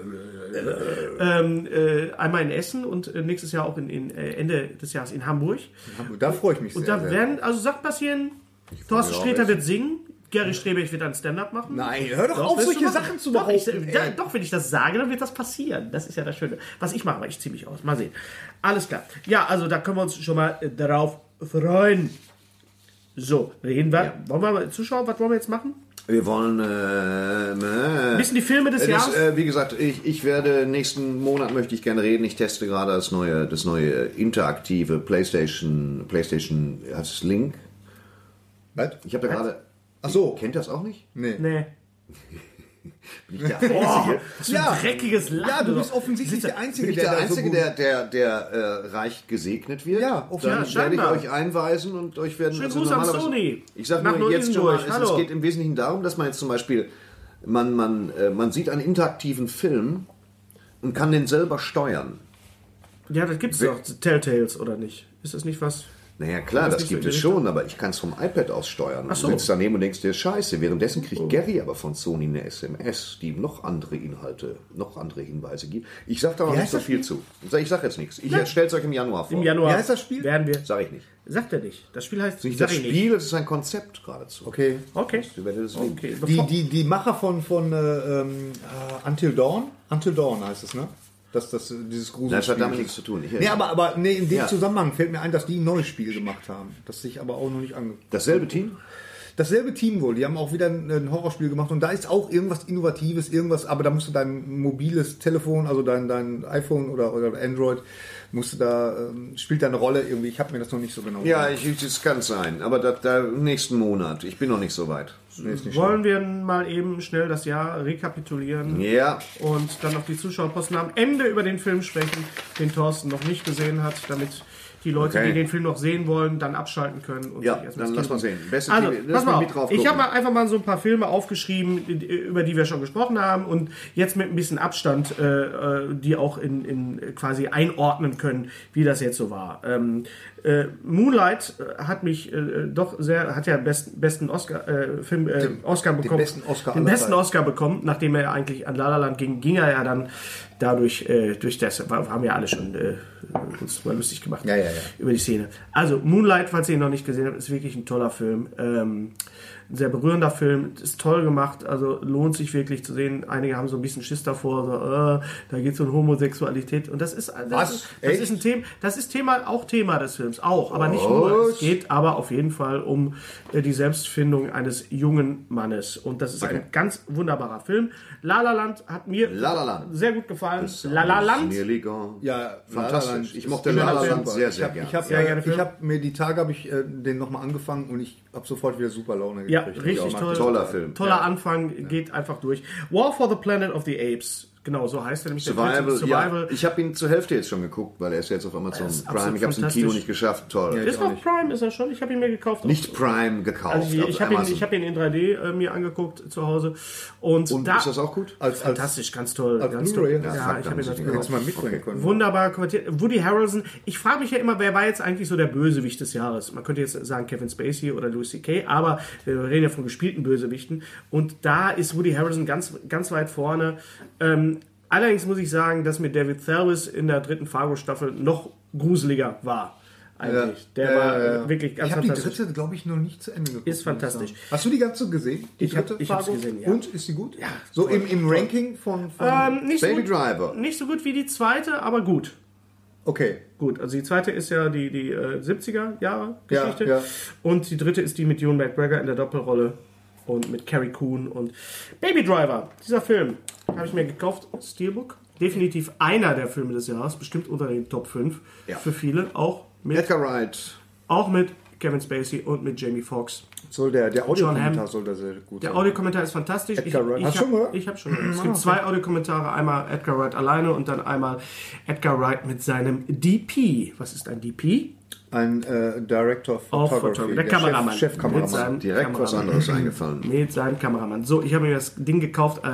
[SPEAKER 1] Ähm, äh, einmal in Essen und äh, nächstes Jahr auch in, in äh, Ende des Jahres in Hamburg.
[SPEAKER 3] Da freue ich mich
[SPEAKER 1] Und
[SPEAKER 3] sehr.
[SPEAKER 1] da
[SPEAKER 3] sehr.
[SPEAKER 1] werden, also Sachen passieren, Thorsten
[SPEAKER 2] mich auch
[SPEAKER 1] Sträter
[SPEAKER 2] Essen.
[SPEAKER 1] wird singen, Gary Strebech wird dann Stand-up machen.
[SPEAKER 3] Nein, hör doch, auf,
[SPEAKER 1] wirst du
[SPEAKER 3] solche
[SPEAKER 1] machen.
[SPEAKER 3] Sachen zu
[SPEAKER 1] doch,
[SPEAKER 3] behaupten.
[SPEAKER 1] ich, äh, da,
[SPEAKER 3] ey.
[SPEAKER 1] doch, wenn ich das sage, dann wird das passieren. Das ist ja das Schöne. Was ich mache, aber ich ziehe mich aus. Mal sehen. Alles klar. Ja, also da können wir uns schon mal äh, darauf freuen. So, reden wir. Wollen wir mal zuschauen? Was wollen wir jetzt machen?
[SPEAKER 2] Wir wollen. Äh, äh,
[SPEAKER 1] Wissen die Filme des
[SPEAKER 2] das,
[SPEAKER 1] Jahres?
[SPEAKER 2] äh, wie gesagt, ich, ich werde nächsten Monat möchte ich gerne reden. Ich teste gerade das neue, das neue interaktive PlayStation, PlayStation, heißt es Link?
[SPEAKER 3] Was?
[SPEAKER 2] Ich habe da gerade.
[SPEAKER 3] Ach so.
[SPEAKER 2] Kennt das auch nicht?
[SPEAKER 3] Nee.
[SPEAKER 1] nee.
[SPEAKER 2] Bin ich der Einzige?
[SPEAKER 1] So ein
[SPEAKER 3] Oh, Ja.
[SPEAKER 1] dreckiges Lachen.
[SPEAKER 3] Ja, du bist
[SPEAKER 1] oder?
[SPEAKER 3] offensichtlich
[SPEAKER 1] Sitzt
[SPEAKER 3] der Einzige,
[SPEAKER 2] Bin ich der,
[SPEAKER 3] da so
[SPEAKER 2] Einzige,
[SPEAKER 3] gut-
[SPEAKER 2] der, der, der äh, reich gesegnet wird?
[SPEAKER 3] Ja, auf-
[SPEAKER 2] Dann
[SPEAKER 1] also ja,
[SPEAKER 2] werde ich
[SPEAKER 1] scheinbar.
[SPEAKER 2] euch einweisen und euch werden... also
[SPEAKER 1] Schönen Gruß an
[SPEAKER 2] normalerweise-
[SPEAKER 1] Sony.
[SPEAKER 2] Ich sage
[SPEAKER 1] Nach
[SPEAKER 2] nur jetzt schon mal,
[SPEAKER 1] Neu-Isenburg.
[SPEAKER 2] es, es
[SPEAKER 1] Hallo.
[SPEAKER 2] geht im Wesentlichen darum, dass man jetzt zum Beispiel, man, man, äh, man sieht einen interaktiven Film und kann den selber steuern.
[SPEAKER 1] Ja, das gibt's doch. Telltales, oder nicht? Ist das nicht was?
[SPEAKER 2] Naja, klar,
[SPEAKER 1] Das
[SPEAKER 2] das,
[SPEAKER 1] ist nicht
[SPEAKER 2] gibt
[SPEAKER 1] so in
[SPEAKER 2] es
[SPEAKER 1] die
[SPEAKER 2] schon, aber ich kann es vom iPad aus steuern.
[SPEAKER 1] Ach so. Oh.
[SPEAKER 2] Du sitzt daneben und denkst dir, scheiße. Währenddessen kriegt Gary aber von Sony eine SMS, die ihm noch andere Inhalte, noch andere Hinweise gibt. Ich sag da mal nicht
[SPEAKER 3] heißt
[SPEAKER 2] so
[SPEAKER 3] das
[SPEAKER 2] viel zu. Ich sag jetzt nichts. Ich stelle es euch im Januar vor.
[SPEAKER 1] Im Januar
[SPEAKER 3] Oh, Wie heißt das Spiel?
[SPEAKER 1] werden wir.
[SPEAKER 2] Sag ich nicht.
[SPEAKER 1] Sagt er nicht. Das Spiel heißt
[SPEAKER 2] Nicht
[SPEAKER 1] sag
[SPEAKER 2] das
[SPEAKER 1] ich
[SPEAKER 2] Spiel, es ist ein Konzept geradezu.
[SPEAKER 3] Okay.
[SPEAKER 1] Okay.
[SPEAKER 2] Ihr werdet es lieben.
[SPEAKER 1] okay.
[SPEAKER 3] Die,
[SPEAKER 1] Bevor,
[SPEAKER 3] die, die Macher von, von äh, ähm, äh, Until Dawn? Until Dawn heißt es, ne? Das, das, äh, dieses Gruselspiel.
[SPEAKER 2] Das hat damit nichts zu tun. Ich,
[SPEAKER 3] Nee, aber, aber nee, in dem
[SPEAKER 2] Ja.
[SPEAKER 3] Zusammenhang fällt mir ein, dass die ein neues Spiel gemacht haben. Das sich aber auch noch nicht ange...
[SPEAKER 2] dasselbe Team?
[SPEAKER 3] Dasselbe Team wohl. Die haben auch wieder ein, ein Horrorspiel gemacht und da ist auch irgendwas Innovatives, irgendwas, aber da musst du dein mobiles Telefon, also dein, dein iPhone oder, oder Android, musst du da, ähm, spielt da eine Rolle irgendwie. Ich habe mir das noch nicht so genau
[SPEAKER 2] Ja, ich, ich- das kann sein. Aber da, da, nächsten Monat. Ich bin noch nicht so weit.
[SPEAKER 1] wollen wir mal eben schnell das Jahr rekapitulieren
[SPEAKER 2] Ja,
[SPEAKER 1] und dann noch die Zuschauerposten am Ende über den Film sprechen, den Thorsten noch nicht gesehen hat, damit die Leute,
[SPEAKER 2] Okay.
[SPEAKER 1] die den Film noch sehen wollen, dann abschalten können. Und
[SPEAKER 2] ja,
[SPEAKER 1] sich erst
[SPEAKER 2] dann
[SPEAKER 1] ins
[SPEAKER 2] lass
[SPEAKER 1] Kino
[SPEAKER 2] mal sehen. Beste
[SPEAKER 1] Also,
[SPEAKER 2] TV lass
[SPEAKER 1] pass mal
[SPEAKER 2] mal
[SPEAKER 1] auf. Ich habe mal einfach mal so ein paar Filme aufgeschrieben, i- über die wir schon gesprochen haben und jetzt mit ein bisschen Abstand äh, äh, die auch in, in quasi einordnen können, wie das jetzt so war. Ähm, äh, Moonlight äh, hat mich äh, doch sehr, hat ja besten, besten Oscar, äh, Film, äh, Oscar bekommen.
[SPEAKER 3] besten Oscar
[SPEAKER 1] den
[SPEAKER 3] aller
[SPEAKER 1] besten
[SPEAKER 3] Zeiten.
[SPEAKER 1] Oscar bekommen, nachdem er eigentlich an La La Land ging, ging er ja dann dadurch, äh, durch das, war- haben ja alle schon äh, uns mal lustig gemacht
[SPEAKER 3] Ja, ja, ja.
[SPEAKER 1] über die Szene. Also Moonlight, falls ihr ihn noch nicht gesehen habt, ist wirklich ein toller Film. Ähm, ein sehr berührender Film, ist toll gemacht, also lohnt sich wirklich zu sehen. Einige haben so ein bisschen Schiss davor, so, äh, da geht es um Homosexualität und das ist das,
[SPEAKER 3] Was?
[SPEAKER 1] ist, das
[SPEAKER 3] Echt?
[SPEAKER 1] ist ein Thema, das ist Thema auch Thema des Films, auch, aber nicht nur. Es geht aber auf jeden Fall um äh, die Selbstfindung eines jungen Mannes und das ist ein ganz wunderbarer Film. La La Land hat mir
[SPEAKER 2] La La oh. Land.
[SPEAKER 1] sehr gut gefallen. La La Land
[SPEAKER 3] Ja,
[SPEAKER 2] fantastisch.
[SPEAKER 3] La La Land
[SPEAKER 2] ich
[SPEAKER 3] ist
[SPEAKER 2] mochte
[SPEAKER 3] immer
[SPEAKER 2] La La
[SPEAKER 3] noch
[SPEAKER 2] Land
[SPEAKER 3] super.
[SPEAKER 2] sehr, sehr
[SPEAKER 3] ich hab,
[SPEAKER 2] gerne.
[SPEAKER 3] Ich habe
[SPEAKER 1] Sehr gerne
[SPEAKER 3] äh, ich
[SPEAKER 1] Film.
[SPEAKER 3] hab mir die Tage habe ich äh, den nochmal angefangen und ich habe sofort wieder super Laune gekriegt. Also
[SPEAKER 1] Ja,
[SPEAKER 3] Ich
[SPEAKER 1] richtig
[SPEAKER 3] mag
[SPEAKER 1] toll.
[SPEAKER 3] den.
[SPEAKER 2] Toller Film.
[SPEAKER 1] Toller Anfang, geht einfach durch. War for the Planet of the Apes. Genau, so heißt er nämlich. der
[SPEAKER 2] Survival,
[SPEAKER 1] Film. Survival.
[SPEAKER 2] ja. Ich habe ihn zur Hälfte jetzt schon geguckt, weil er ist jetzt auf Amazon
[SPEAKER 1] ist
[SPEAKER 2] Prime.
[SPEAKER 1] absolut
[SPEAKER 2] Ich habe es im
[SPEAKER 1] fantastisch.
[SPEAKER 2] Kino nicht geschafft. Toll.
[SPEAKER 1] ist noch Prime, ist er schon? Ich habe ihn mir gekauft.
[SPEAKER 2] nicht Prime gekauft.
[SPEAKER 1] Also ich
[SPEAKER 2] auf
[SPEAKER 1] ich habe ihn,
[SPEAKER 2] Amazon.
[SPEAKER 1] ich hab ihn in 3D äh, mir angeguckt zu Hause. Und,
[SPEAKER 2] Und
[SPEAKER 1] da,
[SPEAKER 2] ist das auch gut?
[SPEAKER 3] Als, als,
[SPEAKER 1] fantastisch, ganz toll.
[SPEAKER 3] als
[SPEAKER 1] Ganz toll.
[SPEAKER 3] Blu-ray?
[SPEAKER 1] Ja,
[SPEAKER 3] Ja,
[SPEAKER 2] fuck,
[SPEAKER 1] ich
[SPEAKER 2] da
[SPEAKER 1] habe ihn
[SPEAKER 2] muss ich
[SPEAKER 1] natürlich
[SPEAKER 2] den
[SPEAKER 1] gekauft.
[SPEAKER 3] Hättest du mal mitbringen können.
[SPEAKER 1] Wunderbar kommentiert. Woody Harrelson, ich frage mich ja immer, wer war jetzt eigentlich so der Bösewicht des Jahres? Man könnte jetzt sagen Kevin Spacey oder Louis C.K., aber wir reden ja von gespielten Bösewichten. Und da ist Woody Harrelson ganz, ganz weit vorne. Ähm, allerdings muss ich sagen, dass mir David Thewlis in der dritten Fargo-Staffel noch gruseliger war. Eigentlich. Der
[SPEAKER 3] Ja,
[SPEAKER 1] war
[SPEAKER 3] ja, ja.
[SPEAKER 1] wirklich ganz
[SPEAKER 3] Äh, Ich habe die
[SPEAKER 1] fantastisch.
[SPEAKER 3] dritte, glaube ich, noch nicht zu Ende geguckt.
[SPEAKER 1] Ist fantastisch.
[SPEAKER 3] muss ich sagen. Hast du die ganze gesehen? Die
[SPEAKER 1] Ich hab-
[SPEAKER 3] dritte
[SPEAKER 1] ich hab's
[SPEAKER 3] Fargo?
[SPEAKER 1] gesehen, ja.
[SPEAKER 3] Und ist die gut? Ja. So im, im Ranking von. von
[SPEAKER 1] Ähm, nicht, so
[SPEAKER 2] Baby
[SPEAKER 1] gut,
[SPEAKER 2] Driver.
[SPEAKER 1] nicht so gut wie die zweite, aber gut.
[SPEAKER 3] okay.
[SPEAKER 1] Gut, also die zweite ist ja die, die äh, 70er Jahre
[SPEAKER 3] Ja,
[SPEAKER 1] Geschichte.
[SPEAKER 3] ja.
[SPEAKER 1] Und die dritte ist die mit Ewan McGregor in der Doppelrolle und mit Carrie Coon und Baby Driver, dieser Film, habe ich mir gekauft, Steelbook. Definitiv einer der Filme des Jahres, bestimmt unter den Top 5
[SPEAKER 2] Ja.
[SPEAKER 1] für viele, auch mit,
[SPEAKER 2] Edgar Wright.
[SPEAKER 1] auch mit Kevin Spacey und mit Jamie Foxx.
[SPEAKER 3] Soll der, der Audiokommentar
[SPEAKER 1] Hamm.
[SPEAKER 3] soll da sehr gut
[SPEAKER 1] Der
[SPEAKER 3] sein.
[SPEAKER 1] Audiokommentar ist fantastisch. Ich, ich
[SPEAKER 3] Edgar Wright. Hast du schon Ah,
[SPEAKER 1] habe
[SPEAKER 3] gehört?
[SPEAKER 1] hab schon gehört. Es gibt zwei Audiokommentare, einmal Edgar Wright alleine und dann einmal Edgar Wright mit seinem DP. Was ist ein DP?
[SPEAKER 3] Ein äh, Director of
[SPEAKER 1] Auf
[SPEAKER 3] Photography.
[SPEAKER 1] Photography. Der Kameramann.
[SPEAKER 3] Chef,
[SPEAKER 1] Mit seinem
[SPEAKER 3] Chefkameramann.
[SPEAKER 2] Direkt was
[SPEAKER 1] Kameramann.
[SPEAKER 2] anderes eingefallen.
[SPEAKER 1] Mit seinem Kameramann. So, ich habe mir das Ding gekauft äh,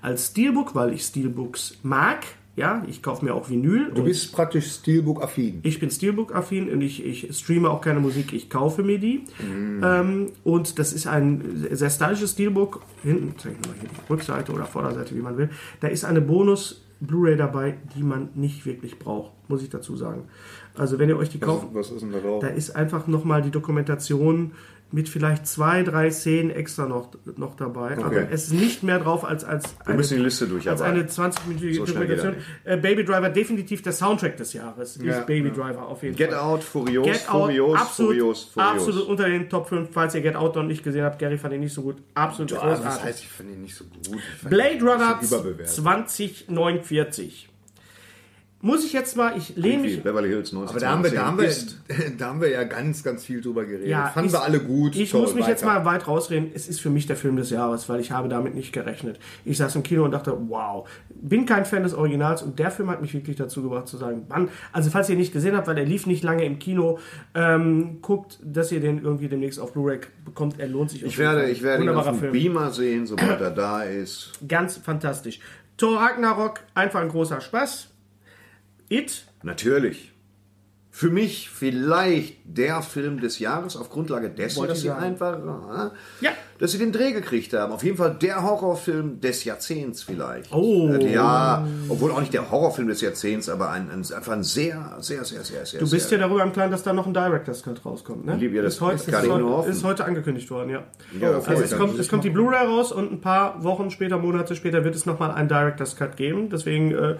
[SPEAKER 1] als Steelbook, weil ich Steelbooks mag. Ja, ich kaufe mir auch Vinyl.
[SPEAKER 3] Du bist praktisch Steelbook-affin.
[SPEAKER 1] ich bin Steelbook-affin und ich, ich streame auch keine Musik, ich kaufe mir die.
[SPEAKER 2] Mm.
[SPEAKER 1] Ähm, und das ist ein sehr stylisches Steelbook. Hinten, zeig ich mal hier die Rückseite oder Vorderseite, wie man will. Da ist eine Bonus-Blu-ray dabei, die man nicht wirklich braucht, muss ich dazu sagen. Also, wenn ihr euch die kauft,
[SPEAKER 3] Was ist denn da drauf?
[SPEAKER 1] da ist einfach nochmal die Dokumentation mit vielleicht zwei, drei Szenen extra noch, noch dabei. Aber es ist nicht mehr drauf als, als eine,
[SPEAKER 2] müssen die Liste
[SPEAKER 1] als
[SPEAKER 2] durcharbeiten.
[SPEAKER 1] eine 20-minütige
[SPEAKER 2] So schnell geht
[SPEAKER 1] Dokumentation. Äh, Baby Driver, definitiv der Soundtrack des Jahres.
[SPEAKER 3] Ja,
[SPEAKER 1] ist Baby
[SPEAKER 3] ja.
[SPEAKER 1] Driver auf jeden
[SPEAKER 2] Get
[SPEAKER 1] Fall.
[SPEAKER 2] Out, Furios,
[SPEAKER 1] Get Out,
[SPEAKER 2] Furios,
[SPEAKER 1] absolut,
[SPEAKER 2] Furios, Furios.
[SPEAKER 1] absolut unter den Top 5, falls ihr Get Out noch nicht gesehen habt. Gary fand ihn nicht so gut. Absolut
[SPEAKER 2] Oh,
[SPEAKER 3] Ah,
[SPEAKER 1] großartig.
[SPEAKER 3] das
[SPEAKER 2] halt
[SPEAKER 3] heißt, ich finde ihn nicht so gut. Ich fand ihn
[SPEAKER 1] Blade Runner
[SPEAKER 3] ein bisschen überbewertet.
[SPEAKER 1] 2049. Muss ich jetzt mal, ich lehne
[SPEAKER 2] Wie
[SPEAKER 1] mich.
[SPEAKER 2] Beverly Hills 19.
[SPEAKER 3] Aber da haben, wir, da, haben wir,
[SPEAKER 2] Ist,
[SPEAKER 3] da haben wir ja ganz, ganz viel drüber geredet.
[SPEAKER 1] Ja,
[SPEAKER 3] Fanden
[SPEAKER 1] ich-
[SPEAKER 3] wir alle gut.
[SPEAKER 1] Ich
[SPEAKER 3] Toll,
[SPEAKER 1] muss mich jetzt
[SPEAKER 3] weiter.
[SPEAKER 1] mal weit rausreden. Es ist für mich der Film des Jahres, weil ich habe damit nicht gerechnet. Ich saß im Kino und dachte, wow, bin kein Fan des Originals und der Film hat mich wirklich dazu gebracht zu sagen, Mann, also falls ihr ihn nicht gesehen habt, weil er lief nicht lange im Kino, ähm, guckt, dass ihr den irgendwie demnächst auf Blu-ray bekommt. Er lohnt sich. auf
[SPEAKER 2] ich
[SPEAKER 1] jeden
[SPEAKER 2] werde,
[SPEAKER 1] Fall.
[SPEAKER 2] ich werde ihn auf
[SPEAKER 1] Wunderbarer
[SPEAKER 2] dem
[SPEAKER 1] Film.
[SPEAKER 2] Beamer sehen, sobald er da ist.
[SPEAKER 1] Ganz fantastisch. Thor Ragnarok, einfach ein großer Spaß. It,
[SPEAKER 2] Natürlich. Für mich vielleicht der Film des Jahres auf Grundlage dessen,
[SPEAKER 1] Wollte
[SPEAKER 2] dass
[SPEAKER 1] ich
[SPEAKER 2] sie
[SPEAKER 1] sagen.
[SPEAKER 2] einfach, äh,
[SPEAKER 1] Ja.
[SPEAKER 2] dass sie den Dreh gekriegt haben. Auf jeden Fall der Horrorfilm des Jahrzehnts vielleicht.
[SPEAKER 1] Oh.
[SPEAKER 2] Äh, Ja, obwohl auch nicht der Horrorfilm des Jahrzehnts, aber ein, ein, einfach ein sehr, sehr, sehr, sehr, sehr.
[SPEAKER 1] Du bist dir
[SPEAKER 2] sehr,
[SPEAKER 1] darüber im Klaren, dass da noch ein Director's Cut rauskommt, ne?
[SPEAKER 2] Liebe, ja, das
[SPEAKER 1] ist heute,
[SPEAKER 2] kann
[SPEAKER 1] ist,
[SPEAKER 2] ich nur
[SPEAKER 1] heute,
[SPEAKER 2] hoffen.
[SPEAKER 1] ist heute angekündigt worden, ja.
[SPEAKER 2] Ja,
[SPEAKER 1] also
[SPEAKER 2] voll,
[SPEAKER 1] es
[SPEAKER 2] dann
[SPEAKER 1] kommt, es kommt die Blu-ray raus und ein paar Wochen später, Monate später wird es nochmal einen Director's Cut geben. Deswegen, äh,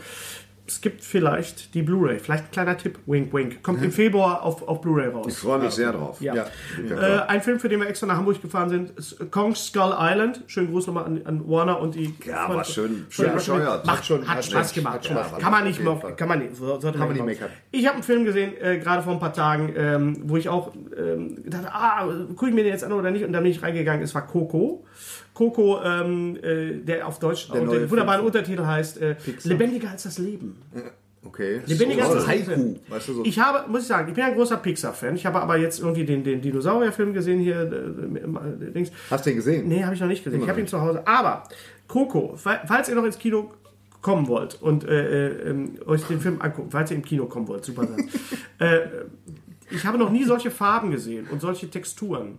[SPEAKER 1] es gibt vielleicht die Blu-ray. Vielleicht ein kleiner Tipp, wink, wink. Kommt
[SPEAKER 2] Mhm.
[SPEAKER 1] im Februar auf, auf Bluray raus.
[SPEAKER 2] Ich freue mich sehr drauf.
[SPEAKER 1] Ja.
[SPEAKER 2] klar.
[SPEAKER 1] Äh, ein Film, für den wir extra nach Hamburg gefahren sind, ist Kong Skull Island. Schönen Gruß nochmal an, an Warner und die.
[SPEAKER 2] Ja,
[SPEAKER 1] Freunde-
[SPEAKER 2] war schön-
[SPEAKER 1] Freunde-
[SPEAKER 2] schön bescheuert.
[SPEAKER 1] Macht schon, hat,
[SPEAKER 3] Hat
[SPEAKER 1] Spaß
[SPEAKER 3] Spaß
[SPEAKER 1] gemacht.
[SPEAKER 3] gemacht,
[SPEAKER 1] schon.
[SPEAKER 3] auf jeden
[SPEAKER 1] kann man
[SPEAKER 3] Fall.
[SPEAKER 1] nicht noch, kann man nicht, so-
[SPEAKER 3] Kann
[SPEAKER 1] sollte
[SPEAKER 3] man nicht
[SPEAKER 1] machen.
[SPEAKER 3] meckern.
[SPEAKER 1] Ich habe einen Film gesehen, äh, gerade vor ein paar Tagen, ähm, wo ich auch ähm, dachte, ah, gucke ich mir den jetzt an oder nicht? Und dann bin ich reingegangen, es war Coco. Coco, ähm, äh, der auf Deutsch der,
[SPEAKER 3] neue
[SPEAKER 1] wunderbaren
[SPEAKER 3] Film.
[SPEAKER 1] Untertitel heißt äh, Lebendiger als das Leben.
[SPEAKER 3] Okay.
[SPEAKER 1] Lebendiger
[SPEAKER 3] so,
[SPEAKER 1] als das
[SPEAKER 3] Haiku.
[SPEAKER 1] Leben.
[SPEAKER 3] Weißt du, so.
[SPEAKER 1] Ich habe, muss ich sagen, ich bin ein großer Pixar-Fan. Ich habe aber jetzt irgendwie den, den Dinosaurier-Film gesehen hier. Äh, im, äh, Dings.
[SPEAKER 3] Hast du den gesehen?
[SPEAKER 1] Nee, habe ich noch nicht gesehen. Ich habe ihn zu Hause. Aber Coco, fa- falls ihr noch ins Kino kommen wollt und äh, äh, ähm, euch den Film angucken, falls ihr im Kino kommen wollt, super. Satz. äh, ich habe noch nie solche Farben gesehen und solche Texturen.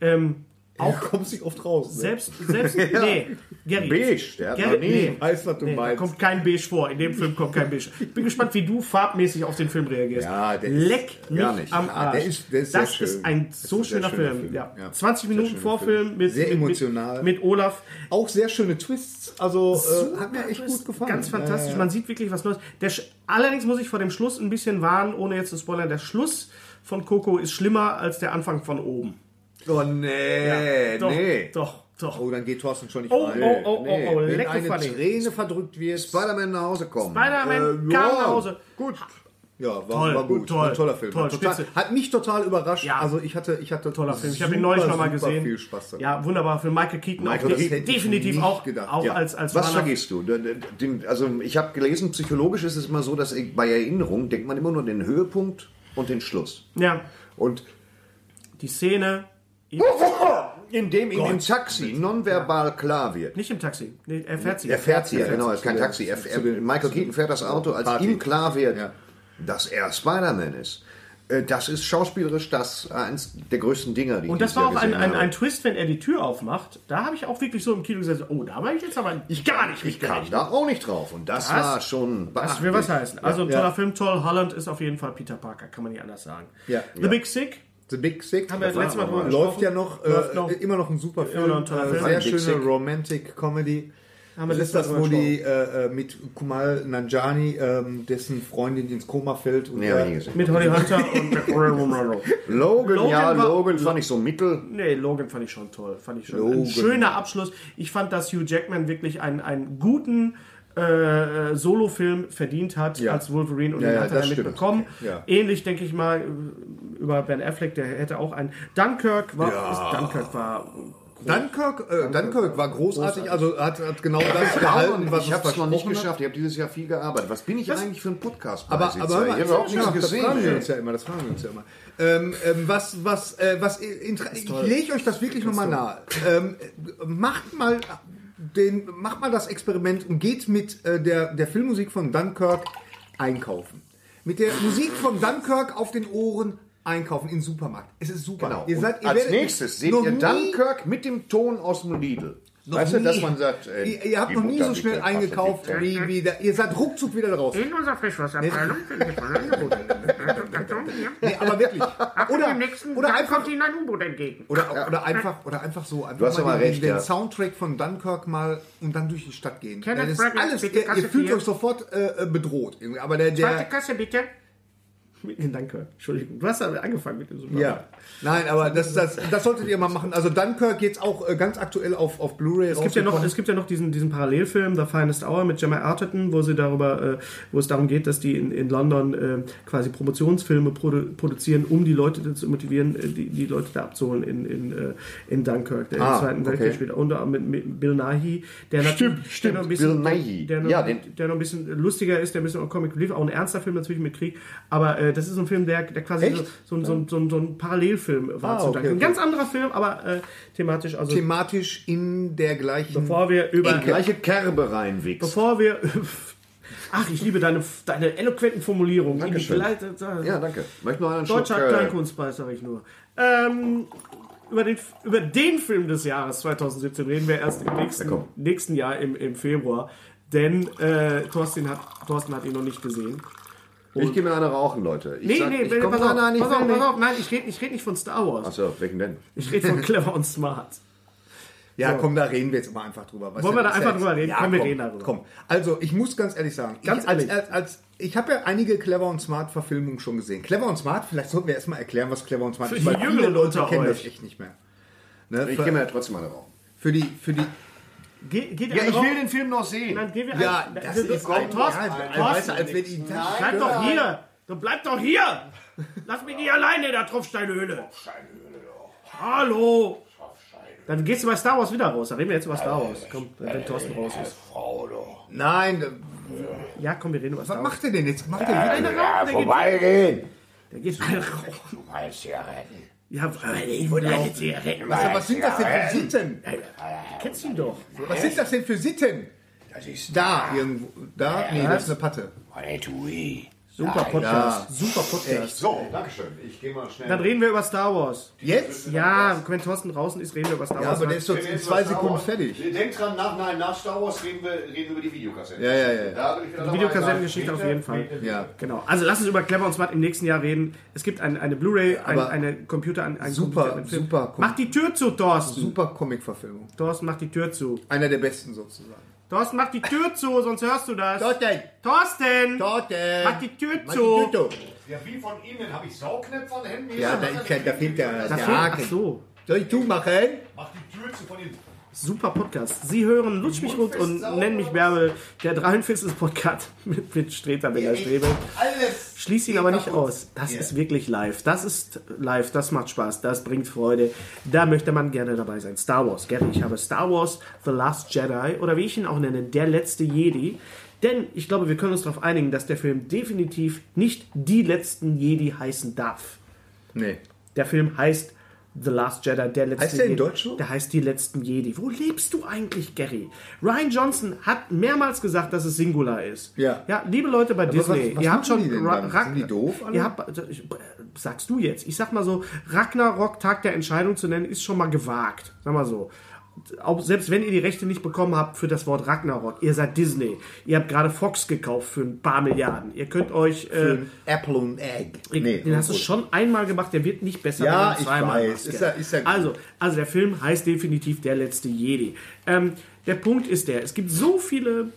[SPEAKER 1] Ähm,
[SPEAKER 3] Auch kommst nicht oft raus. Ne?
[SPEAKER 1] selbst, selbst, nee, Gary.
[SPEAKER 2] Beige, der hat
[SPEAKER 1] Gary,
[SPEAKER 2] noch nie-
[SPEAKER 1] nee.
[SPEAKER 3] Weißt was du
[SPEAKER 1] Nee, da
[SPEAKER 3] meinst?
[SPEAKER 1] kommt kein Beige vor. In dem Film kommt kein Beige. Ich bin gespannt, wie du farbmäßig auf den Film reagierst.
[SPEAKER 3] Ja, der ist-
[SPEAKER 1] Leck
[SPEAKER 2] gar
[SPEAKER 1] mich
[SPEAKER 2] nicht.
[SPEAKER 1] am
[SPEAKER 3] Ja,
[SPEAKER 1] Arsch.
[SPEAKER 3] der ist- der ist
[SPEAKER 1] das
[SPEAKER 3] sehr
[SPEAKER 1] ist
[SPEAKER 3] schön.
[SPEAKER 1] ein
[SPEAKER 3] Das ist
[SPEAKER 1] so
[SPEAKER 3] ein sehr
[SPEAKER 1] schöner,
[SPEAKER 3] schöner
[SPEAKER 1] Film.
[SPEAKER 3] Film.
[SPEAKER 1] Ja.
[SPEAKER 3] Ja,
[SPEAKER 1] 20 Minuten
[SPEAKER 3] schöner
[SPEAKER 1] Vorfilm
[SPEAKER 3] Film.
[SPEAKER 1] mit,
[SPEAKER 3] Sehr
[SPEAKER 1] mit-
[SPEAKER 3] emotional.
[SPEAKER 1] mit, mit Olaf.
[SPEAKER 3] Auch sehr schöne Twists. Also äh, hat mir echt
[SPEAKER 1] Das ist
[SPEAKER 3] gut gefallen.
[SPEAKER 1] Ganz fantastisch.
[SPEAKER 3] Ja, ja.
[SPEAKER 1] Man sieht wirklich was Neues. Der Sch Allerdings muss ich vor dem Schluss ein bisschen warnen, ohne jetzt zu spoilern. Der Schluss von Coco ist schlimmer als der Anfang von oben.
[SPEAKER 3] Oh nee,
[SPEAKER 1] doch,
[SPEAKER 3] Äh, nee.
[SPEAKER 1] doch, doch.
[SPEAKER 3] Oh, dann geht Thorsten schon nicht
[SPEAKER 1] Oh,
[SPEAKER 3] rein.
[SPEAKER 1] oh, oh, oh, oh,
[SPEAKER 3] Wenn
[SPEAKER 1] leck
[SPEAKER 3] eine
[SPEAKER 1] mich funny.
[SPEAKER 3] Träne verdrückt wird. Äh,
[SPEAKER 2] Spider-Man nach Hause kommen.
[SPEAKER 1] Spider-Man
[SPEAKER 3] ja,
[SPEAKER 1] kam nach Hause.
[SPEAKER 3] Gut. Ja, war,
[SPEAKER 1] Toll,
[SPEAKER 3] war gut.
[SPEAKER 1] toll,
[SPEAKER 3] war ein toller Film.
[SPEAKER 1] toll,
[SPEAKER 3] hat, total,
[SPEAKER 1] spitze.
[SPEAKER 3] hat mich total überrascht.
[SPEAKER 1] Ja.
[SPEAKER 3] Also ich hatte, ich hatte
[SPEAKER 1] Toller Film. Ich habe ihn
[SPEAKER 3] super,
[SPEAKER 1] neulich nochmal
[SPEAKER 3] super
[SPEAKER 1] gesehen.
[SPEAKER 3] viel Spaß damit.
[SPEAKER 1] Ja, wunderbar. Für Michael Keaton
[SPEAKER 2] Michael
[SPEAKER 1] auch
[SPEAKER 2] Keaton hätte
[SPEAKER 3] ich
[SPEAKER 1] definitiv
[SPEAKER 3] nicht
[SPEAKER 1] auch,
[SPEAKER 3] gedacht.
[SPEAKER 1] auch
[SPEAKER 2] Ja.
[SPEAKER 1] als, als
[SPEAKER 2] Was
[SPEAKER 1] Warner-
[SPEAKER 2] vergisst du? Den- den- Also ich habe gelesen, psychologisch ist es immer so, dass ich- bei Erinnerung denkt man immer nur den Höhepunkt und den Schluss.
[SPEAKER 1] Ja,
[SPEAKER 2] Und
[SPEAKER 1] die Szene.
[SPEAKER 2] indem ihm im Taxi nonverbal klar wird.
[SPEAKER 1] Nicht im Taxi. Nee, er fährt sie.
[SPEAKER 2] Er fährt hier,
[SPEAKER 3] fährt
[SPEAKER 2] genau,
[SPEAKER 3] zu
[SPEAKER 2] er ist kein
[SPEAKER 3] der-
[SPEAKER 2] Taxi. Er,
[SPEAKER 3] zu
[SPEAKER 2] er,
[SPEAKER 3] der-
[SPEAKER 2] Michael Keaton fährt das Auto, als
[SPEAKER 3] Party.
[SPEAKER 2] ihm klar wird,
[SPEAKER 3] Ja.
[SPEAKER 2] dass er Spider-Man ist. Äh, Das ist schauspielerisch das äh, eins der größten Dinger, die ich
[SPEAKER 1] Und das
[SPEAKER 2] dieses
[SPEAKER 1] war
[SPEAKER 2] Jahr
[SPEAKER 1] auch ein,
[SPEAKER 2] gesehen
[SPEAKER 1] ein,
[SPEAKER 2] habe.
[SPEAKER 1] ein Twist, wenn er die Tür aufmacht. Da habe ich auch wirklich so im Kino gesagt, oh, da war ich jetzt aber ich gar nicht
[SPEAKER 2] Ich kam
[SPEAKER 1] mitgerechnet.
[SPEAKER 2] da auch nicht drauf. Und das
[SPEAKER 1] Was?
[SPEAKER 2] war schon
[SPEAKER 1] Das will was heißen. Also ein
[SPEAKER 3] Ja.
[SPEAKER 1] toller Film, toll. Holland ist auf jeden Fall Peter Parker, kann man nicht anders sagen.
[SPEAKER 3] Ja.
[SPEAKER 1] The
[SPEAKER 3] Ja.
[SPEAKER 1] Big Sick,
[SPEAKER 3] The Big Sick.
[SPEAKER 1] haben wir das letzte Mal drüber
[SPEAKER 3] Läuft
[SPEAKER 1] gesprochen.
[SPEAKER 3] ja noch,
[SPEAKER 1] Läuft
[SPEAKER 3] äh, immer noch ein super Film.
[SPEAKER 1] noch ein toller
[SPEAKER 3] äh,
[SPEAKER 1] Film.
[SPEAKER 3] Sehr
[SPEAKER 2] Big
[SPEAKER 3] schöne
[SPEAKER 2] Sick.
[SPEAKER 3] Romantic Comedy.
[SPEAKER 1] Haben wir
[SPEAKER 3] das ist das,
[SPEAKER 1] letztes Mal
[SPEAKER 3] wo
[SPEAKER 1] drüber
[SPEAKER 3] die äh, äh, mit Kumal Nanjani, ähm, dessen Freundin ins Koma fällt. Und
[SPEAKER 2] Nee, hab ich nie
[SPEAKER 3] er,
[SPEAKER 2] gesehen.
[SPEAKER 1] mit Holly Hunter und mit Rory Romero.
[SPEAKER 2] Logan,
[SPEAKER 1] äh, Logan
[SPEAKER 2] ja,
[SPEAKER 1] war-
[SPEAKER 2] Logan fand ich so mittel.
[SPEAKER 1] Nee, Logan fand ich schon toll. Fand ich schon ein
[SPEAKER 3] Logan.
[SPEAKER 1] schöner Abschluss. Ich fand, dass Hugh Jackman wirklich einen, einen guten äh, Solo-Film verdient hat
[SPEAKER 3] Ja.
[SPEAKER 1] als Wolverine und
[SPEAKER 3] Ja,
[SPEAKER 1] den
[SPEAKER 3] ja,
[SPEAKER 1] hat er
[SPEAKER 3] das
[SPEAKER 1] damit
[SPEAKER 3] stimmt.
[SPEAKER 1] bekommen.
[SPEAKER 3] Ja.
[SPEAKER 1] Ähnlich denke ich mal äh, über Ben Affleck, der hätte auch einen. Dunkirk war. Ist, Dunkirk war.
[SPEAKER 3] Dunkirk, äh, Dunkirk war großartig, also hat, hat genau das gehalten, was
[SPEAKER 2] ich habe es noch nicht
[SPEAKER 3] versprochen hat.
[SPEAKER 2] geschafft. Ich habe dieses Jahr viel gearbeitet. Was bin ich eigentlich für ein Podcast?
[SPEAKER 3] Aber, aber hör mal,
[SPEAKER 2] ich habe überhaupt
[SPEAKER 3] ja,
[SPEAKER 2] nichts
[SPEAKER 3] das
[SPEAKER 2] gesehen.
[SPEAKER 3] Fragen wir
[SPEAKER 2] ey.
[SPEAKER 3] uns ja immer, das fragen wir uns ja immer. Ähm, ähm, was, was, äh, was, in- in- ich lege euch das wirklich nochmal nahe. Ähm, äh, macht mal den, macht mal das Experiment und geht mit äh, der, der Filmmusik von Dunkirk einkaufen. Mit der Musik von Dunkirk auf den Ohren einkaufen im Supermarkt. Es ist super.
[SPEAKER 2] Genau.
[SPEAKER 3] Ihr
[SPEAKER 2] Und
[SPEAKER 3] seid, ihr
[SPEAKER 2] als
[SPEAKER 3] werdet
[SPEAKER 2] nächstes seht
[SPEAKER 3] noch
[SPEAKER 2] ihr
[SPEAKER 3] nie-
[SPEAKER 2] Dunkirk mit dem Ton aus dem Lidl. weißt du,
[SPEAKER 3] nie.
[SPEAKER 2] dass man sagt, äh,
[SPEAKER 3] Ihr, ihr habt
[SPEAKER 2] die
[SPEAKER 3] noch nie
[SPEAKER 2] Mutter
[SPEAKER 3] so
[SPEAKER 2] wiegt
[SPEAKER 3] schnell
[SPEAKER 2] der Vater äh.
[SPEAKER 3] eingekauft
[SPEAKER 2] wiegt
[SPEAKER 3] wie
[SPEAKER 2] der-
[SPEAKER 3] wieder. Ihr seid ruckzuck wieder raus.
[SPEAKER 6] In unserer Frischwasserabteilung sind wir voll
[SPEAKER 3] Nee, aber wirklich.
[SPEAKER 6] Oder,
[SPEAKER 3] Oder,
[SPEAKER 6] dem nächsten
[SPEAKER 3] oder
[SPEAKER 6] Tag
[SPEAKER 3] einfach
[SPEAKER 6] kommt Ihnen ein U-Boot entgegen.
[SPEAKER 3] Oder, oder, einfach, oder einfach so, einfach
[SPEAKER 2] Du hast aber
[SPEAKER 3] den,
[SPEAKER 2] recht,
[SPEAKER 3] den
[SPEAKER 2] ja.
[SPEAKER 3] Soundtrack von Dunkirk mal und dann durch die Stadt gehen.
[SPEAKER 6] Kenneth
[SPEAKER 3] Dann ist
[SPEAKER 6] Branagh,
[SPEAKER 3] alles,
[SPEAKER 6] bitte
[SPEAKER 3] ihr,
[SPEAKER 6] Kasse
[SPEAKER 3] ihr fühlt
[SPEAKER 6] vier.
[SPEAKER 3] euch sofort äh, äh, bedroht. Aber der,
[SPEAKER 6] Zweite
[SPEAKER 3] der
[SPEAKER 6] Kasse bitte.
[SPEAKER 1] Nee, danke. Entschuldigung. Du hast aber angefangen mit dem Super.
[SPEAKER 3] ja. Nein, aber das, das, das solltet ihr mal machen. Also Dunkirk jetzt auch äh, ganz aktuell auf, auf Blu-ray
[SPEAKER 1] Es gibt, ja noch,
[SPEAKER 3] rausgekommen.
[SPEAKER 1] es gibt ja noch diesen, diesen Parallelfilm, The Finest Hour mit Gemma Arterton, wo, sie darüber, äh, wo es darum geht, dass die in, in London äh, quasi Promotionsfilme produ produzieren, um die Leute dazu zu motivieren, äh, die, die Leute da abzuholen in, in, äh, in Dunkirk, der
[SPEAKER 2] Ah,
[SPEAKER 1] im Zweiten
[SPEAKER 2] okay.
[SPEAKER 1] Weltkrieg spielt. Unter anderem mit, mit Bill Nighy, der
[SPEAKER 2] Stimmt,
[SPEAKER 1] natürlich-
[SPEAKER 2] stimmt,
[SPEAKER 1] der noch ein
[SPEAKER 2] Bill
[SPEAKER 1] bisschen,
[SPEAKER 2] Nighy.
[SPEAKER 1] Der, noch,
[SPEAKER 2] Ja, den-
[SPEAKER 1] der noch ein bisschen lustiger ist, der ein bisschen auch Comic Relief, auch ein ernster Film natürlich mit Krieg, aber äh, das ist so ein Film, der, der quasi
[SPEAKER 3] Echt?
[SPEAKER 1] so, so, ein- so, ein- so, ein- so ein Parallelfilm war
[SPEAKER 3] Ah,
[SPEAKER 1] zu
[SPEAKER 3] okay,
[SPEAKER 1] Dunkirk. Ein
[SPEAKER 3] okay.
[SPEAKER 1] ganz anderer Film, aber äh, thematisch, also
[SPEAKER 3] Thematisch in der gleichen...
[SPEAKER 1] bevor wir über
[SPEAKER 2] Die gleiche Kerbe reinwichst.
[SPEAKER 1] Bevor wir. Ach, ich liebe deine, deine eloquenten Formulierungen. Die
[SPEAKER 2] Dankeschön.
[SPEAKER 1] begleitet-
[SPEAKER 2] Ja, danke. Möchte noch einen Schluck,
[SPEAKER 1] Deutscher
[SPEAKER 2] äh,
[SPEAKER 1] Kleinkunstpreis, sage ich nur. Ähm, über, den, über den Film des Jahres 2017 reden wir erst im nächsten,
[SPEAKER 2] komm.
[SPEAKER 1] nächsten Jahr, im, im Februar. Denn äh, Thorsten, hat, Thorsten hat ihn noch nicht gesehen.
[SPEAKER 2] Ich gehe mir eine rauchen, Leute. Ich
[SPEAKER 1] Nee,
[SPEAKER 2] sag,
[SPEAKER 1] nee,
[SPEAKER 2] ich
[SPEAKER 1] pass
[SPEAKER 2] komm-
[SPEAKER 1] auf, pass
[SPEAKER 2] nein, nein, ich
[SPEAKER 1] auf,
[SPEAKER 2] will
[SPEAKER 1] pass
[SPEAKER 2] nicht.
[SPEAKER 1] auf. Nein, ich rede ich red nicht von Star Wars.
[SPEAKER 2] Achso, wegen denn?
[SPEAKER 1] Ich rede von Clever und Smart.
[SPEAKER 3] Ja, komm, da reden wir jetzt mal einfach drüber. Was
[SPEAKER 1] Wollen wir da
[SPEAKER 3] ist
[SPEAKER 1] einfach
[SPEAKER 3] jetzt-
[SPEAKER 1] drüber reden?
[SPEAKER 3] Ja,
[SPEAKER 1] Komm,
[SPEAKER 3] komm,
[SPEAKER 1] wir reden darüber.
[SPEAKER 3] Komm, also ich muss ganz ehrlich sagen,
[SPEAKER 1] Ganz
[SPEAKER 3] ich, als,
[SPEAKER 1] ehrlich.
[SPEAKER 3] Als, als, ich habe ja einige Clever und Smart Verfilmungen schon gesehen. Clever und Smart, vielleicht sollten wir erstmal erklären, was Clever und Smart
[SPEAKER 1] Für
[SPEAKER 3] ist,
[SPEAKER 1] die
[SPEAKER 3] weil viele
[SPEAKER 1] Jüngeren
[SPEAKER 3] Leute
[SPEAKER 1] unter
[SPEAKER 3] kennen das
[SPEAKER 1] euch.
[SPEAKER 3] echt nicht mehr. Ne,
[SPEAKER 2] Ich
[SPEAKER 3] für,
[SPEAKER 2] gehe mir ja trotzdem eine rauchen.
[SPEAKER 3] für die, für die,
[SPEAKER 1] Ge geht
[SPEAKER 2] Ja,
[SPEAKER 1] einer
[SPEAKER 2] ich
[SPEAKER 1] rauf?
[SPEAKER 2] will den Film noch sehen.
[SPEAKER 1] Dann gehen wir
[SPEAKER 3] ja,
[SPEAKER 1] ein-
[SPEAKER 3] das
[SPEAKER 1] wir-
[SPEAKER 3] ist
[SPEAKER 1] Komm,
[SPEAKER 3] ein
[SPEAKER 1] Thorsten,
[SPEAKER 3] Ja,
[SPEAKER 1] Thorsten,
[SPEAKER 3] Weißt du, als wenn die
[SPEAKER 1] Bleib
[SPEAKER 3] Genau.
[SPEAKER 1] doch hier! Du bleib doch hier! Lass mich nicht alleine in der Tropfsteinhöhle! Hallo! Dann gehst du bei Star Wars wieder raus. Dann reden wir jetzt über Star Wars. Komm, wenn Thorsten raus ist.
[SPEAKER 3] Nein, äh,
[SPEAKER 1] Ja, komm, wir reden über
[SPEAKER 3] was
[SPEAKER 1] Star Wars.
[SPEAKER 3] macht ihr denn jetzt? Macht ihr wieder eine
[SPEAKER 7] Ja, vorbeigehen.
[SPEAKER 1] Der geht rein raus.
[SPEAKER 7] Du meinst Zigaretten.
[SPEAKER 1] Ja, äh, aber ich wollte eine Zigarette.
[SPEAKER 3] Was sind das denn für Sitten?
[SPEAKER 1] Kennst du ihn doch?
[SPEAKER 3] Was sind das denn für Sitten?
[SPEAKER 7] Das ist
[SPEAKER 3] Da, irgendwo. Da? Nee, das ist eine Patte.
[SPEAKER 7] ein Etui.
[SPEAKER 1] Super Podcast. Super Podcast.
[SPEAKER 2] So, Dankeschön. Ich gehe mal schnell.
[SPEAKER 1] Dann reden wir über Star Wars.
[SPEAKER 3] Jetzt?
[SPEAKER 1] Ja, wenn Thorsten draußen ist, reden wir über Star
[SPEAKER 3] Ja,
[SPEAKER 1] Wars.
[SPEAKER 3] aber der ist doch in zwei Sekunden fertig.
[SPEAKER 2] Denkt dran, nach, nein, nach Star Wars reden wir, reden wir über die Videokassetten.
[SPEAKER 3] Ja, ja, ja.
[SPEAKER 2] Da bin ich wieder dabei.
[SPEAKER 1] Videokassettengeschichte auf jeden Fall.
[SPEAKER 3] Ja.
[SPEAKER 1] Genau. Also lass uns über Clever und Smart im nächsten Jahr reden. Es gibt ein, eine Blu-ray, ein,
[SPEAKER 3] Aber
[SPEAKER 1] eine Computer, ein, ein
[SPEAKER 3] super,
[SPEAKER 1] Computer mit Film.
[SPEAKER 3] super.
[SPEAKER 1] Mach die Tür zu, Thorsten.
[SPEAKER 3] Super Comic-Verfilmung.
[SPEAKER 1] Thorsten, mach die Tür zu.
[SPEAKER 3] Einer der besten sozusagen.
[SPEAKER 1] Thorsten, mach die Tür zu, sonst hörst du das.
[SPEAKER 3] Thorsten!
[SPEAKER 1] Thorsten!
[SPEAKER 3] Torte!
[SPEAKER 1] Mach die Tür
[SPEAKER 3] Mach die
[SPEAKER 1] zu!
[SPEAKER 3] Tür
[SPEAKER 2] Ja, wie von Ihnen? Habe ich Sauknäpfe an Händen?
[SPEAKER 3] Ja, da, ist, kein- da fehlt der,
[SPEAKER 1] Da
[SPEAKER 3] der
[SPEAKER 1] fehlt-
[SPEAKER 3] Haken.
[SPEAKER 1] Ach so.
[SPEAKER 3] Soll ich zumachen?
[SPEAKER 2] Mach die Tür zu von den
[SPEAKER 1] Super Podcast. Sie hören Lutsch mich rund und nennen mich Bärbel. Der 43. Podcast mit, mit Streter Bender Strebe.
[SPEAKER 3] Alles!
[SPEAKER 1] Schließ ihn aber nicht aus. Das ist wirklich live. Das ist live. Das macht Spaß. Das bringt Freude. Da möchte man gerne dabei sein. Star Wars. Gerne. Ich habe Star Wars The Last Jedi oder wie ich ihn auch nenne, Der letzte Jedi. Denn ich glaube, wir können uns darauf einigen, dass der Film definitiv nicht Die letzten Jedi heißen darf.
[SPEAKER 3] Nee.
[SPEAKER 1] Der Film heißt The Last Jedi, der letzte
[SPEAKER 3] Heißt der in
[SPEAKER 1] Jedi.
[SPEAKER 3] Deutsch so?
[SPEAKER 1] Der heißt Die letzten Jedi. Wo lebst du eigentlich, Gary? Ryan Johnson hat mehrmals gesagt, dass es Singular ist.
[SPEAKER 3] Ja.
[SPEAKER 1] Ja, liebe Leute bei Disney,
[SPEAKER 3] was- was
[SPEAKER 1] ihr habt
[SPEAKER 3] machen
[SPEAKER 1] schon
[SPEAKER 3] die denn
[SPEAKER 1] Ra-
[SPEAKER 3] dann?
[SPEAKER 1] Ra-
[SPEAKER 3] Sind die doof alle?
[SPEAKER 1] Ihr habt, also, ich- sagst du jetzt? Ich sag mal so, Ragnarok Tag der Entscheidung zu nennen, ist schon mal gewagt. Sag mal so. Auch selbst wenn ihr die Rechte nicht bekommen habt für das Wort Ragnarok, ihr seid Disney. Ihr habt gerade Fox gekauft für ein paar Milliarden. Ihr könnt euch äh,
[SPEAKER 3] Apple und Egg.
[SPEAKER 1] den hast du schon einmal gemacht, der wird nicht besser,
[SPEAKER 3] Ja,
[SPEAKER 1] wenn du ihn
[SPEAKER 3] ich
[SPEAKER 1] zweimal
[SPEAKER 3] weiß.
[SPEAKER 1] machst.
[SPEAKER 3] Ist
[SPEAKER 1] gell?
[SPEAKER 3] ja- ist ja gut.
[SPEAKER 1] also, also der Film heißt definitiv Der letzte Jedi. Ähm, der Punkt ist der, es gibt so viele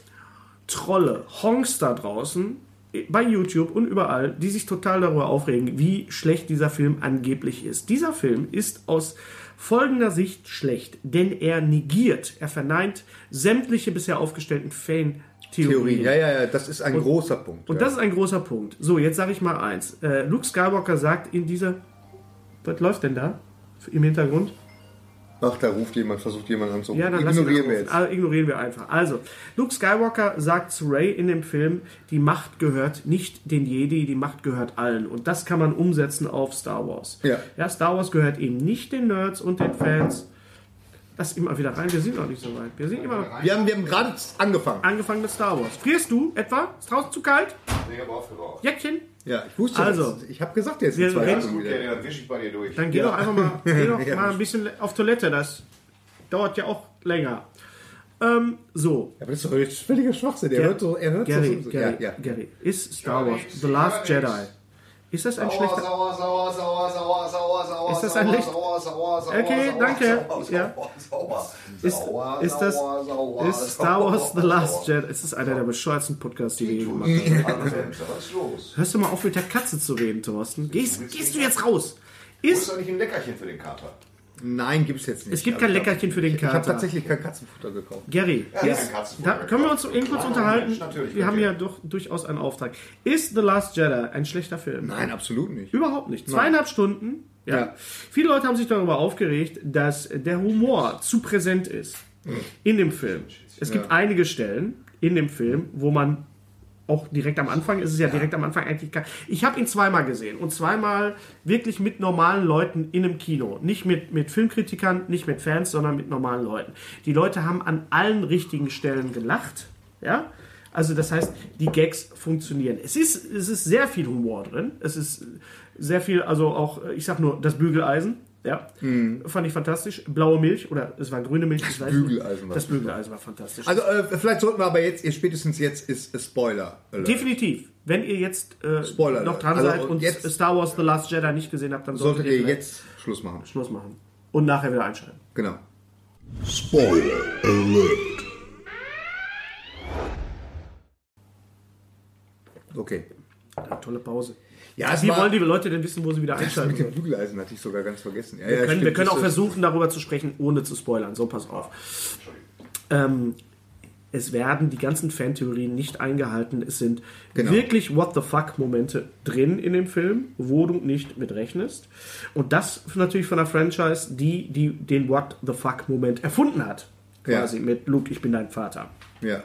[SPEAKER 1] Trolle, Honks da draußen, äh, bei YouTube und überall, die sich total darüber aufregen, wie schlecht dieser Film angeblich ist. Dieser Film ist aus folgender Sicht schlecht, denn er negiert, er verneint sämtliche bisher aufgestellten Fan-Theorien.
[SPEAKER 3] Theorien. Ja, ja, ja, das ist ein großer Punkt.
[SPEAKER 1] Und
[SPEAKER 3] ja.
[SPEAKER 1] das ist ein großer Punkt. So, jetzt sage ich mal eins. Äh, Luke Skywalker sagt in dieser. Was läuft denn da? Im Hintergrund?
[SPEAKER 3] Ach, da ruft jemand, versucht jemand anzurufen.
[SPEAKER 1] Ja, dann lass ihn
[SPEAKER 3] Ignorieren wir
[SPEAKER 1] anrufen.
[SPEAKER 3] jetzt.
[SPEAKER 1] Ah, ignorieren wir einfach. Also, Luke Skywalker sagt zu Ray in dem Film, die Macht gehört nicht den Jedi, die Macht gehört allen. Und das kann man umsetzen auf Star Wars.
[SPEAKER 3] Ja.
[SPEAKER 1] ja Star Wars gehört eben nicht den Nerds und den Fans. Lass immer wieder rein, wir sind noch nicht so weit. Wir sind immer noch
[SPEAKER 3] Wir haben, wir haben gerade angefangen.
[SPEAKER 1] angefangen mit Star Wars. Frierst du etwa? Ist draußen zu kalt?
[SPEAKER 2] Nee, aber aufgebraucht.
[SPEAKER 1] Jäckchen?
[SPEAKER 3] Ja, ich wusste
[SPEAKER 1] Also.
[SPEAKER 3] das. Ich habe gesagt, jetzt
[SPEAKER 1] Wir
[SPEAKER 3] in zwei
[SPEAKER 1] reden-
[SPEAKER 3] Sekunden
[SPEAKER 2] Gut, ja,
[SPEAKER 3] wieder.
[SPEAKER 2] dann wische ich bei dir durch.
[SPEAKER 1] Dann geh doch einfach mal, geh doch
[SPEAKER 3] Ja.
[SPEAKER 1] mal ein bisschen auf Toilette. Das dauert ja auch länger. Ähm, so,
[SPEAKER 3] Aber das ist doch jetzt völliger Schwachsinn. Er hört so, er hört
[SPEAKER 1] Gary,
[SPEAKER 3] so. so-
[SPEAKER 1] Gary,
[SPEAKER 3] ja, ja.
[SPEAKER 1] Gary, ist Star Wars The Last Jedi. Ist das ein schlechter...
[SPEAKER 2] Sauer, sauer, sauer, sauer, sauer, sauer.
[SPEAKER 1] Ist das
[SPEAKER 2] sauer,
[SPEAKER 1] ein Licht?
[SPEAKER 2] Sauer, sauer, sauer,
[SPEAKER 1] Okay,
[SPEAKER 2] sauer,
[SPEAKER 1] danke.
[SPEAKER 2] Sauer,
[SPEAKER 1] Ja.
[SPEAKER 2] sauer, sauer,
[SPEAKER 1] Ist,
[SPEAKER 2] sauer,
[SPEAKER 1] ist das
[SPEAKER 2] sauer, sauer,
[SPEAKER 1] ist Star Wars The
[SPEAKER 2] sauer,
[SPEAKER 1] Last
[SPEAKER 2] sauer.
[SPEAKER 1] Jedi? Es ist einer der bescheuertsten Podcasts, die wir je gemacht
[SPEAKER 2] Alter,
[SPEAKER 1] haben.
[SPEAKER 2] Was ist los?
[SPEAKER 1] Hörst du mal auf, mit der Katze zu reden, Thorsten? Gehst, gehst du jetzt raus? Ist,
[SPEAKER 2] Ist doch nicht ein Leckerchen für den Kater.
[SPEAKER 3] Nein, gibt's jetzt nicht.
[SPEAKER 1] es gibt kein
[SPEAKER 3] Aber ich
[SPEAKER 1] Leckerchen für den
[SPEAKER 3] hab- Ich habe
[SPEAKER 1] Kater.
[SPEAKER 3] tatsächlich kein Katzenfutter gekauft.
[SPEAKER 1] Gary,
[SPEAKER 2] Ja,
[SPEAKER 1] ist,
[SPEAKER 2] ein Katzenfutter
[SPEAKER 1] da können wir uns eben kurz
[SPEAKER 2] Ah,
[SPEAKER 1] unterhalten.
[SPEAKER 2] Mensch, natürlich,
[SPEAKER 1] Wir haben
[SPEAKER 2] okay.
[SPEAKER 1] ja doch durchaus einen Auftrag. Ist The Last Jedi ein schlechter Film?
[SPEAKER 3] Nein, absolut nicht.
[SPEAKER 1] Überhaupt nicht. Zweieinhalb Stunden. Ja.
[SPEAKER 3] Ja.
[SPEAKER 1] Viele Leute haben sich darüber aufgeregt, dass der Humor zu präsent ist
[SPEAKER 2] Hm.
[SPEAKER 1] in dem Film. Es gibt einige Stellen in dem Film, wo man auch direkt am Anfang, es ist ja direkt am Anfang eigentlich kein. Ich habe ihn zweimal gesehen und zweimal wirklich mit normalen Leuten in einem Kino. Nicht mit, mit Filmkritikern, nicht mit Fans, sondern mit normalen Leuten. Die Leute haben an allen richtigen Stellen gelacht. Ja? Also das heißt, die Gags funktionieren. Es ist, es ist sehr viel Humor drin. Es ist sehr viel, also auch, ich sag nur, das Bügeleisen. Ja, fand ich fantastisch. Blaue Milch oder es war grüne Milch. Das
[SPEAKER 3] Bügeleisen war
[SPEAKER 1] war Das Bügeleisen war fantastisch.
[SPEAKER 3] Also äh, vielleicht sollten wir aber jetzt, spätestens jetzt ist ist Spoiler. Alert.
[SPEAKER 1] Definitiv. Wenn ihr jetzt äh,
[SPEAKER 3] Spoiler
[SPEAKER 1] noch
[SPEAKER 3] alert.
[SPEAKER 1] dran
[SPEAKER 3] Also,
[SPEAKER 1] seid und
[SPEAKER 3] jetzt-
[SPEAKER 1] Star Wars The Last Jedi nicht gesehen habt, dann solltet,
[SPEAKER 3] Solltet ihr
[SPEAKER 1] vielleicht
[SPEAKER 3] jetzt Schluss machen.
[SPEAKER 1] Schluss machen. Und nachher wieder einschalten.
[SPEAKER 3] Genau.
[SPEAKER 5] Spoiler alert.
[SPEAKER 3] Okay.
[SPEAKER 1] Ja, tolle Pause.
[SPEAKER 3] Ja, es
[SPEAKER 1] Wie
[SPEAKER 3] war-
[SPEAKER 1] wollen die Leute denn wissen, wo sie wieder einschalten
[SPEAKER 3] Mit dem
[SPEAKER 1] sollen?
[SPEAKER 3] Bügeleisen hatte ich sogar ganz vergessen. Ja,
[SPEAKER 1] Wir können, wir können auch versuchen, darüber zu sprechen, ohne zu spoilern. So, pass auf. Ähm, es werden die ganzen Fantheorien nicht eingehalten. Es sind
[SPEAKER 3] Genau.
[SPEAKER 1] wirklich What the fuck-Momente drin in dem Film, wo du nicht mit rechnest. Und das natürlich von einer Franchise, die, die den What the fuck-Moment erfunden hat.
[SPEAKER 3] Ja.
[SPEAKER 1] Quasi mit Luke, ich bin dein Vater.
[SPEAKER 3] Ja.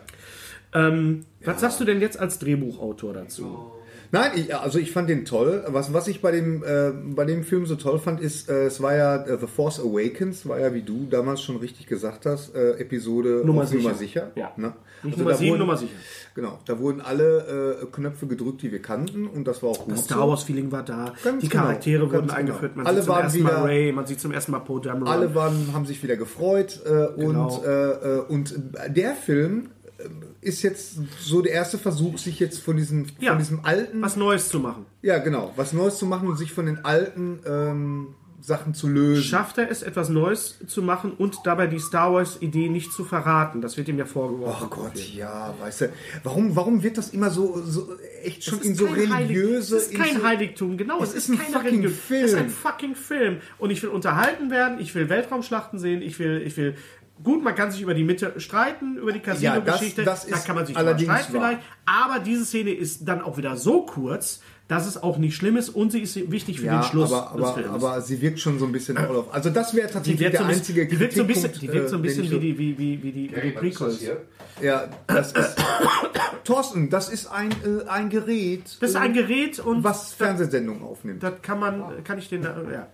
[SPEAKER 1] Ähm, Was sagst du denn jetzt als Drehbuchautor dazu?
[SPEAKER 3] Nein, ich, also ich fand den toll. Was, was ich bei dem, äh, bei dem Film so toll fand, ist, äh, es war ja äh, The Force Awakens, war ja, wie du damals schon richtig gesagt hast, äh, Episode
[SPEAKER 1] Nummer
[SPEAKER 3] auf
[SPEAKER 1] sicher.
[SPEAKER 3] Nummer sicher.
[SPEAKER 1] Ja.
[SPEAKER 3] Ne?
[SPEAKER 1] Nicht
[SPEAKER 3] Also
[SPEAKER 1] Nummer
[SPEAKER 3] da
[SPEAKER 1] 7,
[SPEAKER 3] wurden-
[SPEAKER 1] Nummer sicher.
[SPEAKER 3] Genau, da wurden alle äh, Knöpfe gedrückt, die wir kannten und das war auch gut.
[SPEAKER 1] Das
[SPEAKER 3] so.
[SPEAKER 1] Star Wars Feeling war da,
[SPEAKER 3] Ganz
[SPEAKER 1] die Charaktere
[SPEAKER 3] genau,
[SPEAKER 1] wurden
[SPEAKER 3] ganz
[SPEAKER 1] eingeführt, man
[SPEAKER 3] genau. Alle
[SPEAKER 1] sieht zum
[SPEAKER 3] waren
[SPEAKER 1] ersten Mal
[SPEAKER 3] wieder-
[SPEAKER 1] Ray, man sieht zum ersten Mal Poe Dameron.
[SPEAKER 3] Alle waren, haben sich wieder gefreut äh,
[SPEAKER 1] Genau.
[SPEAKER 3] und, äh, äh, und der Film äh, ist jetzt so der erste Versuch, sich jetzt von diesem,
[SPEAKER 1] Ja.
[SPEAKER 3] von diesem alten
[SPEAKER 1] was Neues zu machen.
[SPEAKER 3] Ja, genau. Was Neues zu machen und sich von den alten ähm, Sachen zu lösen.
[SPEAKER 1] Schafft er es, etwas Neues zu machen und dabei die Star Wars-Idee nicht zu verraten? Das wird ihm ja vorgeworfen.
[SPEAKER 3] Oh Gott, ja, weißt du. Warum, warum wird das immer so, so echt schon
[SPEAKER 1] Es
[SPEAKER 3] in
[SPEAKER 1] ist
[SPEAKER 3] so
[SPEAKER 1] kein Heilig-
[SPEAKER 3] religiöse...
[SPEAKER 1] Es ist
[SPEAKER 3] in
[SPEAKER 1] kein
[SPEAKER 3] so,
[SPEAKER 1] Heiligtum, genau. Es,
[SPEAKER 3] ist ein
[SPEAKER 1] keine
[SPEAKER 3] fucking
[SPEAKER 1] Religion. Es ist
[SPEAKER 3] Film.
[SPEAKER 1] ein fucking Film. Und ich will unterhalten werden, ich will Weltraumschlachten sehen, ich will, ich will. Gut, man kann sich über die Mitte streiten, über die Casino-Geschichte.
[SPEAKER 3] Ja, das- das
[SPEAKER 1] da
[SPEAKER 3] ist
[SPEAKER 1] kann man sich
[SPEAKER 3] allerdings
[SPEAKER 1] drüber streiten
[SPEAKER 3] wahr.
[SPEAKER 1] vielleicht. Aber diese Szene ist dann auch wieder so kurz, dass es auch nicht schlimm ist und sie ist wichtig für
[SPEAKER 3] Ja,
[SPEAKER 1] den Schluss
[SPEAKER 3] aber,
[SPEAKER 1] des
[SPEAKER 3] aber,
[SPEAKER 1] Films.
[SPEAKER 3] aber sie wirkt schon so ein bisschen all of. Also das wäre
[SPEAKER 1] die
[SPEAKER 3] tatsächlich
[SPEAKER 1] wirkt
[SPEAKER 3] der
[SPEAKER 1] so ein bisschen,
[SPEAKER 3] einzige
[SPEAKER 1] die wirkt so ein bisschen, die
[SPEAKER 3] Kritikpunkt,
[SPEAKER 1] wirkt so ein
[SPEAKER 3] äh, den
[SPEAKER 1] bisschen
[SPEAKER 3] ich
[SPEAKER 1] wie die, wie, wie, wie die, wie die Prequels.
[SPEAKER 3] so- Ja, das ist... Thorsten, das ist ein, äh, ein Gerät,
[SPEAKER 1] Das ist ein Gerät und
[SPEAKER 3] was Fernsehsendungen aufnimmt.
[SPEAKER 1] Das kann man, kann ich den da, ja.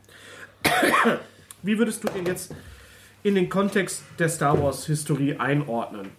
[SPEAKER 1] Wie würdest du den jetzt in den Kontext der Star Wars Historie einordnen?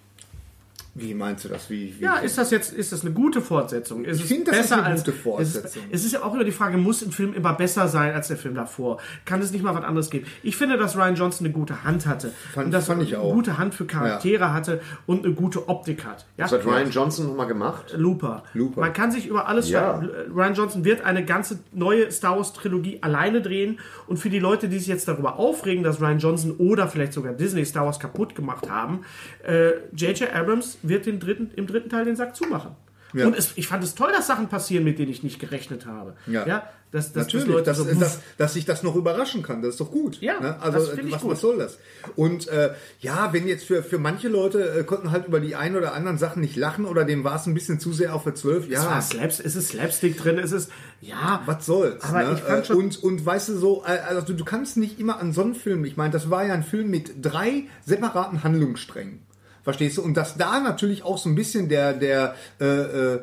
[SPEAKER 3] Wie meinst du das? Wie, wie
[SPEAKER 1] Ja, ist das jetzt, ist das eine gute Fortsetzung? Ist es
[SPEAKER 3] finde, das ist
[SPEAKER 1] besser
[SPEAKER 3] eine
[SPEAKER 1] als,
[SPEAKER 3] gute
[SPEAKER 1] Es
[SPEAKER 3] Fortsetzung.
[SPEAKER 1] ist, es ist ja auch immer die Frage, muss ein Film immer besser sein als der Film davor? Kann es nicht mal was anderes geben? Ich finde, dass Ryan Johnson eine gute Hand hatte.
[SPEAKER 3] Fand-
[SPEAKER 1] und dass
[SPEAKER 3] fand ich
[SPEAKER 1] er
[SPEAKER 3] auch.
[SPEAKER 1] eine gute Hand für Charaktere hatte und eine gute Optik hat. Ja?
[SPEAKER 2] Das hat Ryan Johnson nochmal gemacht.
[SPEAKER 1] Looper.
[SPEAKER 3] Looper.
[SPEAKER 1] Man kann sich über alles
[SPEAKER 2] Ja.
[SPEAKER 1] streiten. Ryan Johnson wird eine ganze neue Star Wars Trilogie alleine drehen und für die Leute, die sich jetzt darüber aufregen, dass Ryan Johnson oder vielleicht sogar Disney Star Wars kaputt gemacht haben, äh, J.J. Abrams wird den dritten, im dritten Teil den Sack zumachen. Und es, ich fand es toll, dass Sachen passieren, mit denen ich nicht gerechnet habe.
[SPEAKER 3] Ja.
[SPEAKER 1] dass, dass, dass
[SPEAKER 3] Natürlich,
[SPEAKER 1] Leute
[SPEAKER 3] dass,
[SPEAKER 1] so,
[SPEAKER 3] dass, dass ich das noch überraschen kann, das ist doch gut.
[SPEAKER 1] Ja, das
[SPEAKER 3] Also
[SPEAKER 1] finde ich
[SPEAKER 3] was,
[SPEAKER 1] gut.
[SPEAKER 3] was soll das? Und äh, ja, wenn jetzt für, für manche Leute äh, konnten halt über die ein oder anderen Sachen nicht lachen oder dem war es ein bisschen zu sehr auf der 12,
[SPEAKER 1] es, war
[SPEAKER 3] ja,
[SPEAKER 1] ah, Slaps, es ist Slapstick drin, es ist, ja,
[SPEAKER 3] was soll's.
[SPEAKER 1] Aber
[SPEAKER 3] ne?
[SPEAKER 1] ich fand
[SPEAKER 3] Äh,
[SPEAKER 1] schon-
[SPEAKER 3] und, und weißt du so, äh, also du kannst nicht immer an so einen Film, ich meine, das war ja ein Film mit drei separaten Handlungssträngen. Verstehst du? Und dass da natürlich auch so ein bisschen der, der äh, äh,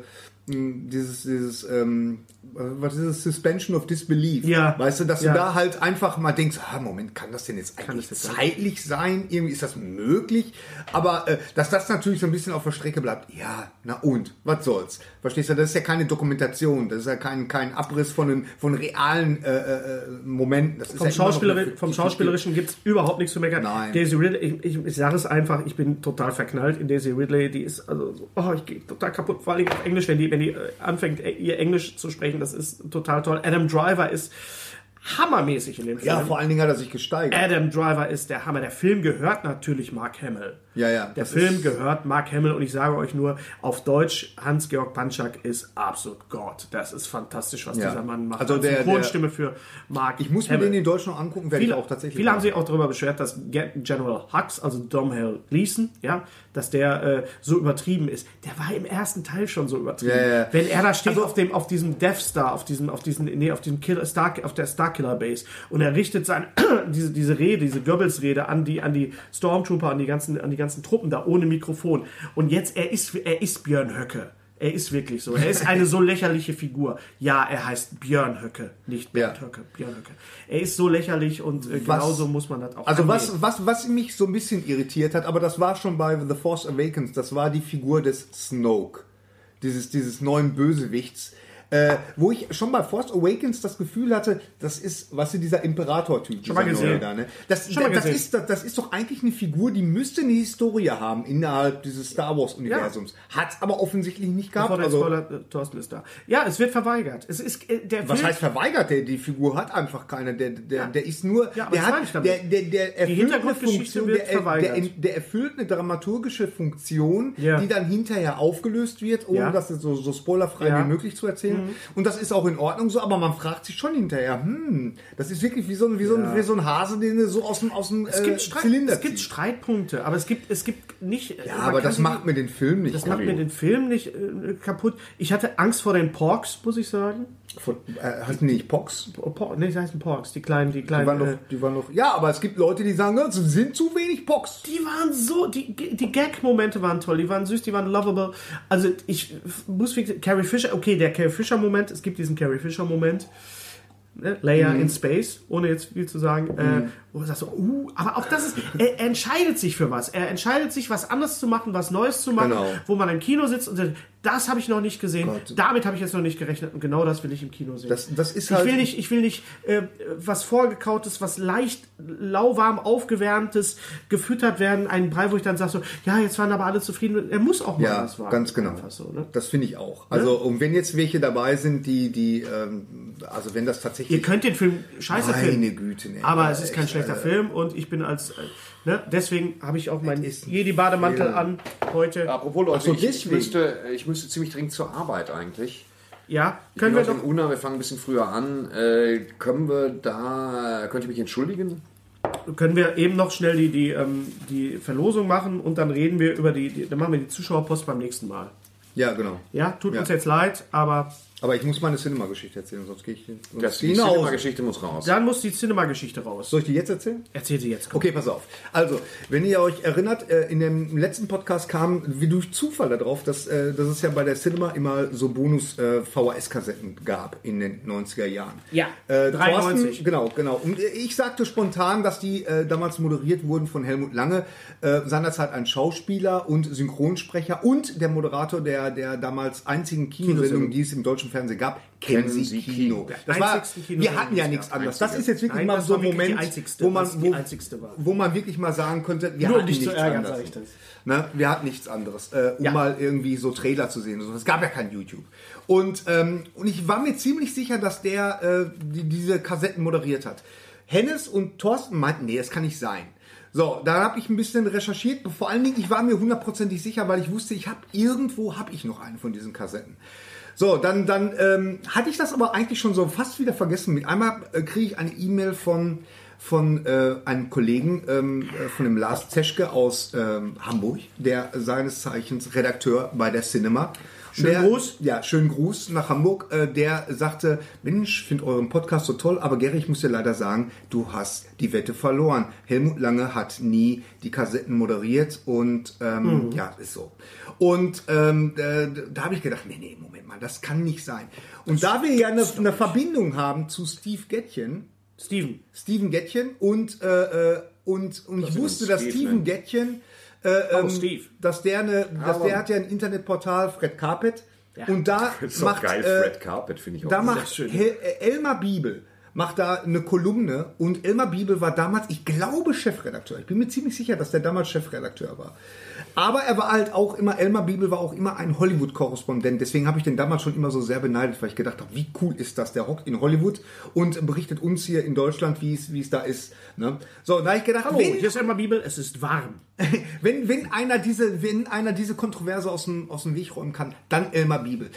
[SPEAKER 3] mh, dieses, dieses, ähm, was ist das? Suspension of Disbelief.
[SPEAKER 1] Ja.
[SPEAKER 3] Weißt du, dass
[SPEAKER 1] Ja.
[SPEAKER 3] du da halt einfach mal denkst, ah, Moment, kann das denn jetzt eigentlich
[SPEAKER 1] das jetzt sein?
[SPEAKER 3] zeitlich sein? Irgendwie ist das möglich? Aber äh, dass das natürlich so ein bisschen auf der Strecke bleibt, ja, na und, was soll's? Verstehst du, das ist ja keine Dokumentation, das ist ja kein, kein Abriss von, einem, von realen äh, äh, äh, Momenten. Das ist
[SPEAKER 1] Vom,
[SPEAKER 3] ja immer noch eine
[SPEAKER 1] Schauspielerin, vom
[SPEAKER 3] fiktive
[SPEAKER 1] Schauspielerischen gibt es überhaupt nichts zu meckern.
[SPEAKER 3] Nein.
[SPEAKER 1] Daisy Ridley, ich, ich, ich sage es einfach, ich bin total verknallt in Daisy Ridley. Die ist, also, so, oh, ich gehe total kaputt, vor allem auf Englisch, wenn die, wenn die äh, anfängt, äh, ihr Englisch zu sprechen, das ist total toll. Adam Driver ist hammermäßig in dem Film.
[SPEAKER 3] Ja, vor allen Dingen hat er sich gesteigert.
[SPEAKER 1] Adam Driver ist der Hammer. Der Film gehört natürlich Mark Hamill.
[SPEAKER 3] Ja, ja,
[SPEAKER 1] Der
[SPEAKER 3] das
[SPEAKER 1] Film
[SPEAKER 3] ist-
[SPEAKER 1] gehört Mark Hamill und ich sage euch nur, auf Deutsch, Hans-Georg Panschak ist absolut Gott. Das ist fantastisch, was
[SPEAKER 3] Ja.
[SPEAKER 1] dieser Mann macht.
[SPEAKER 3] Also
[SPEAKER 1] Als
[SPEAKER 3] der- der-
[SPEAKER 1] Synchronstimme für Mark
[SPEAKER 3] Ich muss mir
[SPEAKER 1] Hamill.
[SPEAKER 3] den in Deutsch noch angucken, werde ich
[SPEAKER 1] Viele,
[SPEAKER 3] auch tatsächlich.
[SPEAKER 1] viele haben sich auch darüber beschwert, dass Ge- General Hux, also Domhnall Gleeson, ja, dass der äh, so übertrieben ist. Der war im ersten Teil schon so übertrieben.
[SPEAKER 3] Ja, ja, ja.
[SPEAKER 1] Wenn er da steht
[SPEAKER 3] Also
[SPEAKER 1] auf dem, auf diesem Death Star, auf diesem, auf diesem, nee, auf diesem Killer, Star, auf der Starkiller Base und er richtet sein diese, diese Rede, diese Goebbels Rede an die, an die Stormtrooper, an die ganzen, an die ganzen Truppen da ohne Mikrofon. Und jetzt er ist, er ist Björn Höcke. Er ist wirklich so. Er ist eine so lächerliche Figur. Ja, er heißt Björn Höcke, nicht Bernd
[SPEAKER 3] Ja.
[SPEAKER 1] Höcke. Björn Höcke. Er ist so lächerlich und äh,
[SPEAKER 3] Was-
[SPEAKER 1] genauso muss man das auch
[SPEAKER 3] Also
[SPEAKER 1] angehen.
[SPEAKER 3] was, was, was mich so ein bisschen irritiert hat, aber das war schon bei The Force Awakens, das war die Figur des Snoke, dieses, dieses neuen Bösewichts, äh, wo ich schon bei Force Awakens das Gefühl hatte, das ist, was ist dieser Imperator-Typ, dieser
[SPEAKER 1] mal gesehen.
[SPEAKER 3] Neue da, ne? Das,
[SPEAKER 1] Schon mal
[SPEAKER 3] das,
[SPEAKER 1] gesehen.
[SPEAKER 3] ist, das, das ist doch eigentlich eine Figur, die müsste eine Historie haben innerhalb dieses Star Wars-Universums. Hat aber offensichtlich nicht gehabt.
[SPEAKER 1] Bevor der
[SPEAKER 3] Also,
[SPEAKER 1] Spoiler, äh, Thorsten ist da. Ja, es wird verweigert. Es ist äh, der
[SPEAKER 3] was
[SPEAKER 1] Film,
[SPEAKER 3] heißt verweigert? Der, die Figur hat einfach keine. Der, der, der ist nur.
[SPEAKER 1] Ja, aber
[SPEAKER 3] der
[SPEAKER 1] das meine ich
[SPEAKER 3] hat,
[SPEAKER 1] damit.
[SPEAKER 3] der, der, der erfüllt eine
[SPEAKER 1] Hintergrundgeschichte
[SPEAKER 3] Funktion.
[SPEAKER 1] wird
[SPEAKER 3] Der, der,
[SPEAKER 1] verweigert.
[SPEAKER 3] der erfüllt eine dramaturgische Funktion,
[SPEAKER 1] Ja.
[SPEAKER 3] die dann hinterher aufgelöst wird, ohne
[SPEAKER 1] Ja.
[SPEAKER 3] das jetzt so, so spoilerfrei
[SPEAKER 1] Ja. Mhm.
[SPEAKER 3] wie möglich zu erzählen. Und das ist auch in Ordnung so, aber man fragt sich schon hinterher, hm, das ist wirklich wie so ein, wie so ein, wie so ein Hase, den du so aus dem, aus dem
[SPEAKER 1] es
[SPEAKER 3] äh,
[SPEAKER 1] gibt, Streit,
[SPEAKER 3] Zylinder
[SPEAKER 1] es gibt
[SPEAKER 3] ziehst.
[SPEAKER 1] Streitpunkte, aber es gibt, es gibt nicht.
[SPEAKER 3] Ja, aber das macht Oh mir den Film nicht.
[SPEAKER 1] Das macht mir den Film nicht äh, kaputt. Ich hatte Angst vor den Porks, muss ich sagen.
[SPEAKER 3] Von, äh, heißen die nicht Pox?
[SPEAKER 1] Oh, Por nee, das heißen Porks, die kleinen, die
[SPEAKER 3] Die
[SPEAKER 1] kleinen.
[SPEAKER 3] waren,
[SPEAKER 1] äh,
[SPEAKER 3] doch, die waren doch. Ja, aber es gibt Leute, die sagen, es sind zu wenig Pox.
[SPEAKER 1] die waren so, die, die Gag-Momente waren toll, die waren süß, die waren lovable. Also ich muss wirklich, Carrie Fisher, okay, der Carrie Fisher-Moment, es gibt diesen Carrie Fisher-Moment, ne, Leia
[SPEAKER 3] Mhm.
[SPEAKER 1] in Space, ohne jetzt viel zu sagen, äh, wo du sagst, so, uh, aber auch das ist, er, er entscheidet sich für was, er entscheidet sich, was anders zu machen, was Neues zu machen,
[SPEAKER 3] Genau.
[SPEAKER 1] wo man im Kino sitzt und sagt, das habe ich noch nicht gesehen, damit habe ich jetzt noch nicht gerechnet und genau das will ich im Kino sehen.
[SPEAKER 3] Das- das ist
[SPEAKER 1] ich
[SPEAKER 3] halt-
[SPEAKER 1] will nicht, ich will nicht äh, was vorgekautes, was leicht lauwarm aufgewärmtes gefüttert werden, einen Brei, wo ich dann sage so, ja, jetzt waren aber alle zufrieden. mit- Er muss auch mal
[SPEAKER 3] Ja,
[SPEAKER 1] was wagen.
[SPEAKER 3] ganz genau.
[SPEAKER 1] Einfach So, ne?
[SPEAKER 3] Das finde ich auch. Also, und wenn jetzt welche dabei sind, die, die, ähm, also wenn das tatsächlich.
[SPEAKER 1] Ihr könnt den Film scheiße
[SPEAKER 3] Meine
[SPEAKER 1] filmen,
[SPEAKER 3] Güte, ne. nee.
[SPEAKER 1] aber es ist kein
[SPEAKER 3] Echt,
[SPEAKER 1] schlechter
[SPEAKER 3] Alter.
[SPEAKER 1] Film und ich bin als äh, ne? deswegen habe ich auch meinen
[SPEAKER 3] ist ein
[SPEAKER 1] Jedi Bademantel
[SPEAKER 3] Film.
[SPEAKER 1] an heute.
[SPEAKER 2] Apropos Leute,
[SPEAKER 3] so,
[SPEAKER 2] ich, ich,
[SPEAKER 3] deswegen.
[SPEAKER 2] müsste, ich müsste ziemlich dringend zur Arbeit eigentlich.
[SPEAKER 1] Ja,
[SPEAKER 2] Können
[SPEAKER 1] können wir
[SPEAKER 2] wir in
[SPEAKER 1] doch
[SPEAKER 2] Una, wir fangen ein bisschen früher an. Äh, können wir da, könnt ihr mich entschuldigen?
[SPEAKER 1] können wir eben noch schnell die die ähm, die Verlosung machen und dann reden wir über die, die dann machen wir die Zuschauerpost beim nächsten Mal.
[SPEAKER 3] Ja, genau.
[SPEAKER 1] Ja, tut
[SPEAKER 3] Ja.
[SPEAKER 1] uns jetzt leid, aber
[SPEAKER 3] Aber ich muss meine Cinema-Geschichte erzählen, sonst gehe ich hin.
[SPEAKER 2] Das die
[SPEAKER 3] die Cinema
[SPEAKER 2] Cinema-Geschichte muss raus.
[SPEAKER 1] dann muss die Cinema-Geschichte raus.
[SPEAKER 3] Soll ich die jetzt erzählen?
[SPEAKER 1] Erzähl sie jetzt. Komm.
[SPEAKER 3] Okay, pass auf. Also, wenn ihr euch erinnert, äh, in dem letzten Podcast kam wie durch Zufall darauf, dass, äh, dass es ja bei der Cinema immer so äh, Bonus-VHS-Kassetten gab in den 90er Jahren.
[SPEAKER 1] Ja,
[SPEAKER 3] äh,
[SPEAKER 1] 93.
[SPEAKER 3] Thorsten, genau, genau. Und äh, ich sagte spontan, dass die äh, damals moderiert wurden von Helmut Lange, äh, seinerzeit ein Schauspieler und Synchronsprecher und der Moderator der, der damals einzigen Kinosendung, die es im deutschen Fernsehen gab, Kennen Sie Kino. Das war,
[SPEAKER 1] einzigsten Kinosendung,
[SPEAKER 3] wir hatten ja
[SPEAKER 1] die es
[SPEAKER 3] nichts
[SPEAKER 1] gab.
[SPEAKER 3] anderes. Das ist jetzt wirklich
[SPEAKER 1] Nein,
[SPEAKER 3] mal
[SPEAKER 1] das
[SPEAKER 3] so
[SPEAKER 1] war
[SPEAKER 3] ein
[SPEAKER 1] wirklich die
[SPEAKER 3] Moment,
[SPEAKER 1] einzigste,
[SPEAKER 3] wo man
[SPEAKER 1] was die
[SPEAKER 3] wo,
[SPEAKER 1] einzigste war.
[SPEAKER 3] wo man wirklich mal sagen konnte, wir
[SPEAKER 1] Nur um
[SPEAKER 3] hatten
[SPEAKER 1] dich zu
[SPEAKER 3] nichts
[SPEAKER 1] ärgern,
[SPEAKER 3] anderes.
[SPEAKER 1] sag ich das.
[SPEAKER 3] Ne? Wir hatten nichts anderes, äh, um
[SPEAKER 1] Ja.
[SPEAKER 3] mal irgendwie so Trailer zu sehen. und so. Es gab ja kein YouTube. Und, ähm, und ich war mir ziemlich sicher, dass der äh, die, diese Kassetten moderiert hat. Hennes und Thorsten meinten, nee, das kann nicht sein. So, da habe ich ein bisschen recherchiert. Vor allen Dingen, ich war mir hundertprozentig sicher, weil ich wusste, ich habe irgendwo habe ich noch einen von diesen Kassetten. So, dann, dann ähm, hatte ich das aber eigentlich schon so fast wieder vergessen. Mit einmal äh, kriege ich eine E-Mail von von äh, einem Kollegen, ähm, äh, von dem Lars Zeschke aus ähm, Hamburg, der seines Zeichens Redakteur bei der Cinema
[SPEAKER 1] Schönen
[SPEAKER 3] der,
[SPEAKER 1] Gruß.
[SPEAKER 3] Ja, schönen Gruß nach Hamburg. Äh, der sagte, Mensch, find euren Podcast so toll, aber Gary, ich muss dir leider sagen, du hast die Wette verloren. Helmut Lange hat nie die Kassetten moderiert und
[SPEAKER 2] Mhm.
[SPEAKER 3] ähm, ja, ist so. Und ähm, äh, da habe ich gedacht, nee, nee, Moment mal, das kann nicht sein. Und da wir ja eine, eine Verbindung haben zu Steve Gettchen,
[SPEAKER 1] Steven.
[SPEAKER 3] Steven Gettchen und, äh, äh, und, und ich wusste, dass
[SPEAKER 2] Steve
[SPEAKER 3] Steven
[SPEAKER 2] nennen.
[SPEAKER 3] Gettchen, äh, ähm,
[SPEAKER 1] Steve.
[SPEAKER 3] dass der eine, dass der hat ja ein Internetportal Fred Carpet und da
[SPEAKER 2] Das ist
[SPEAKER 3] macht,
[SPEAKER 2] doch geil,
[SPEAKER 3] äh,
[SPEAKER 2] Fred Carpet, finde ich auch.
[SPEAKER 3] da
[SPEAKER 2] gut.
[SPEAKER 3] macht Hel äh, Elmar Biebel macht da eine Kolumne und Elmar Biebel war damals, ich glaube, Chefredakteur. Ich bin mir ziemlich sicher, dass der damals Chefredakteur war. Aber er war halt auch immer, Elmar Biebel war auch immer ein Hollywood-Korrespondent. Deswegen habe ich den damals schon immer so sehr beneidet, weil ich gedacht habe, wie cool ist das? Der hockt in Hollywood und berichtet uns hier in Deutschland, wie es wie es da ist. Ne? So, da habe ich gedacht,
[SPEAKER 1] Hallo,
[SPEAKER 3] wenn,
[SPEAKER 1] Oh, hier ist einmal Bibel, es ist warm.
[SPEAKER 3] wenn, wenn, einer diese, wenn einer diese Kontroverse aus dem, aus dem Weg räumen kann, dann Elmar Biebel.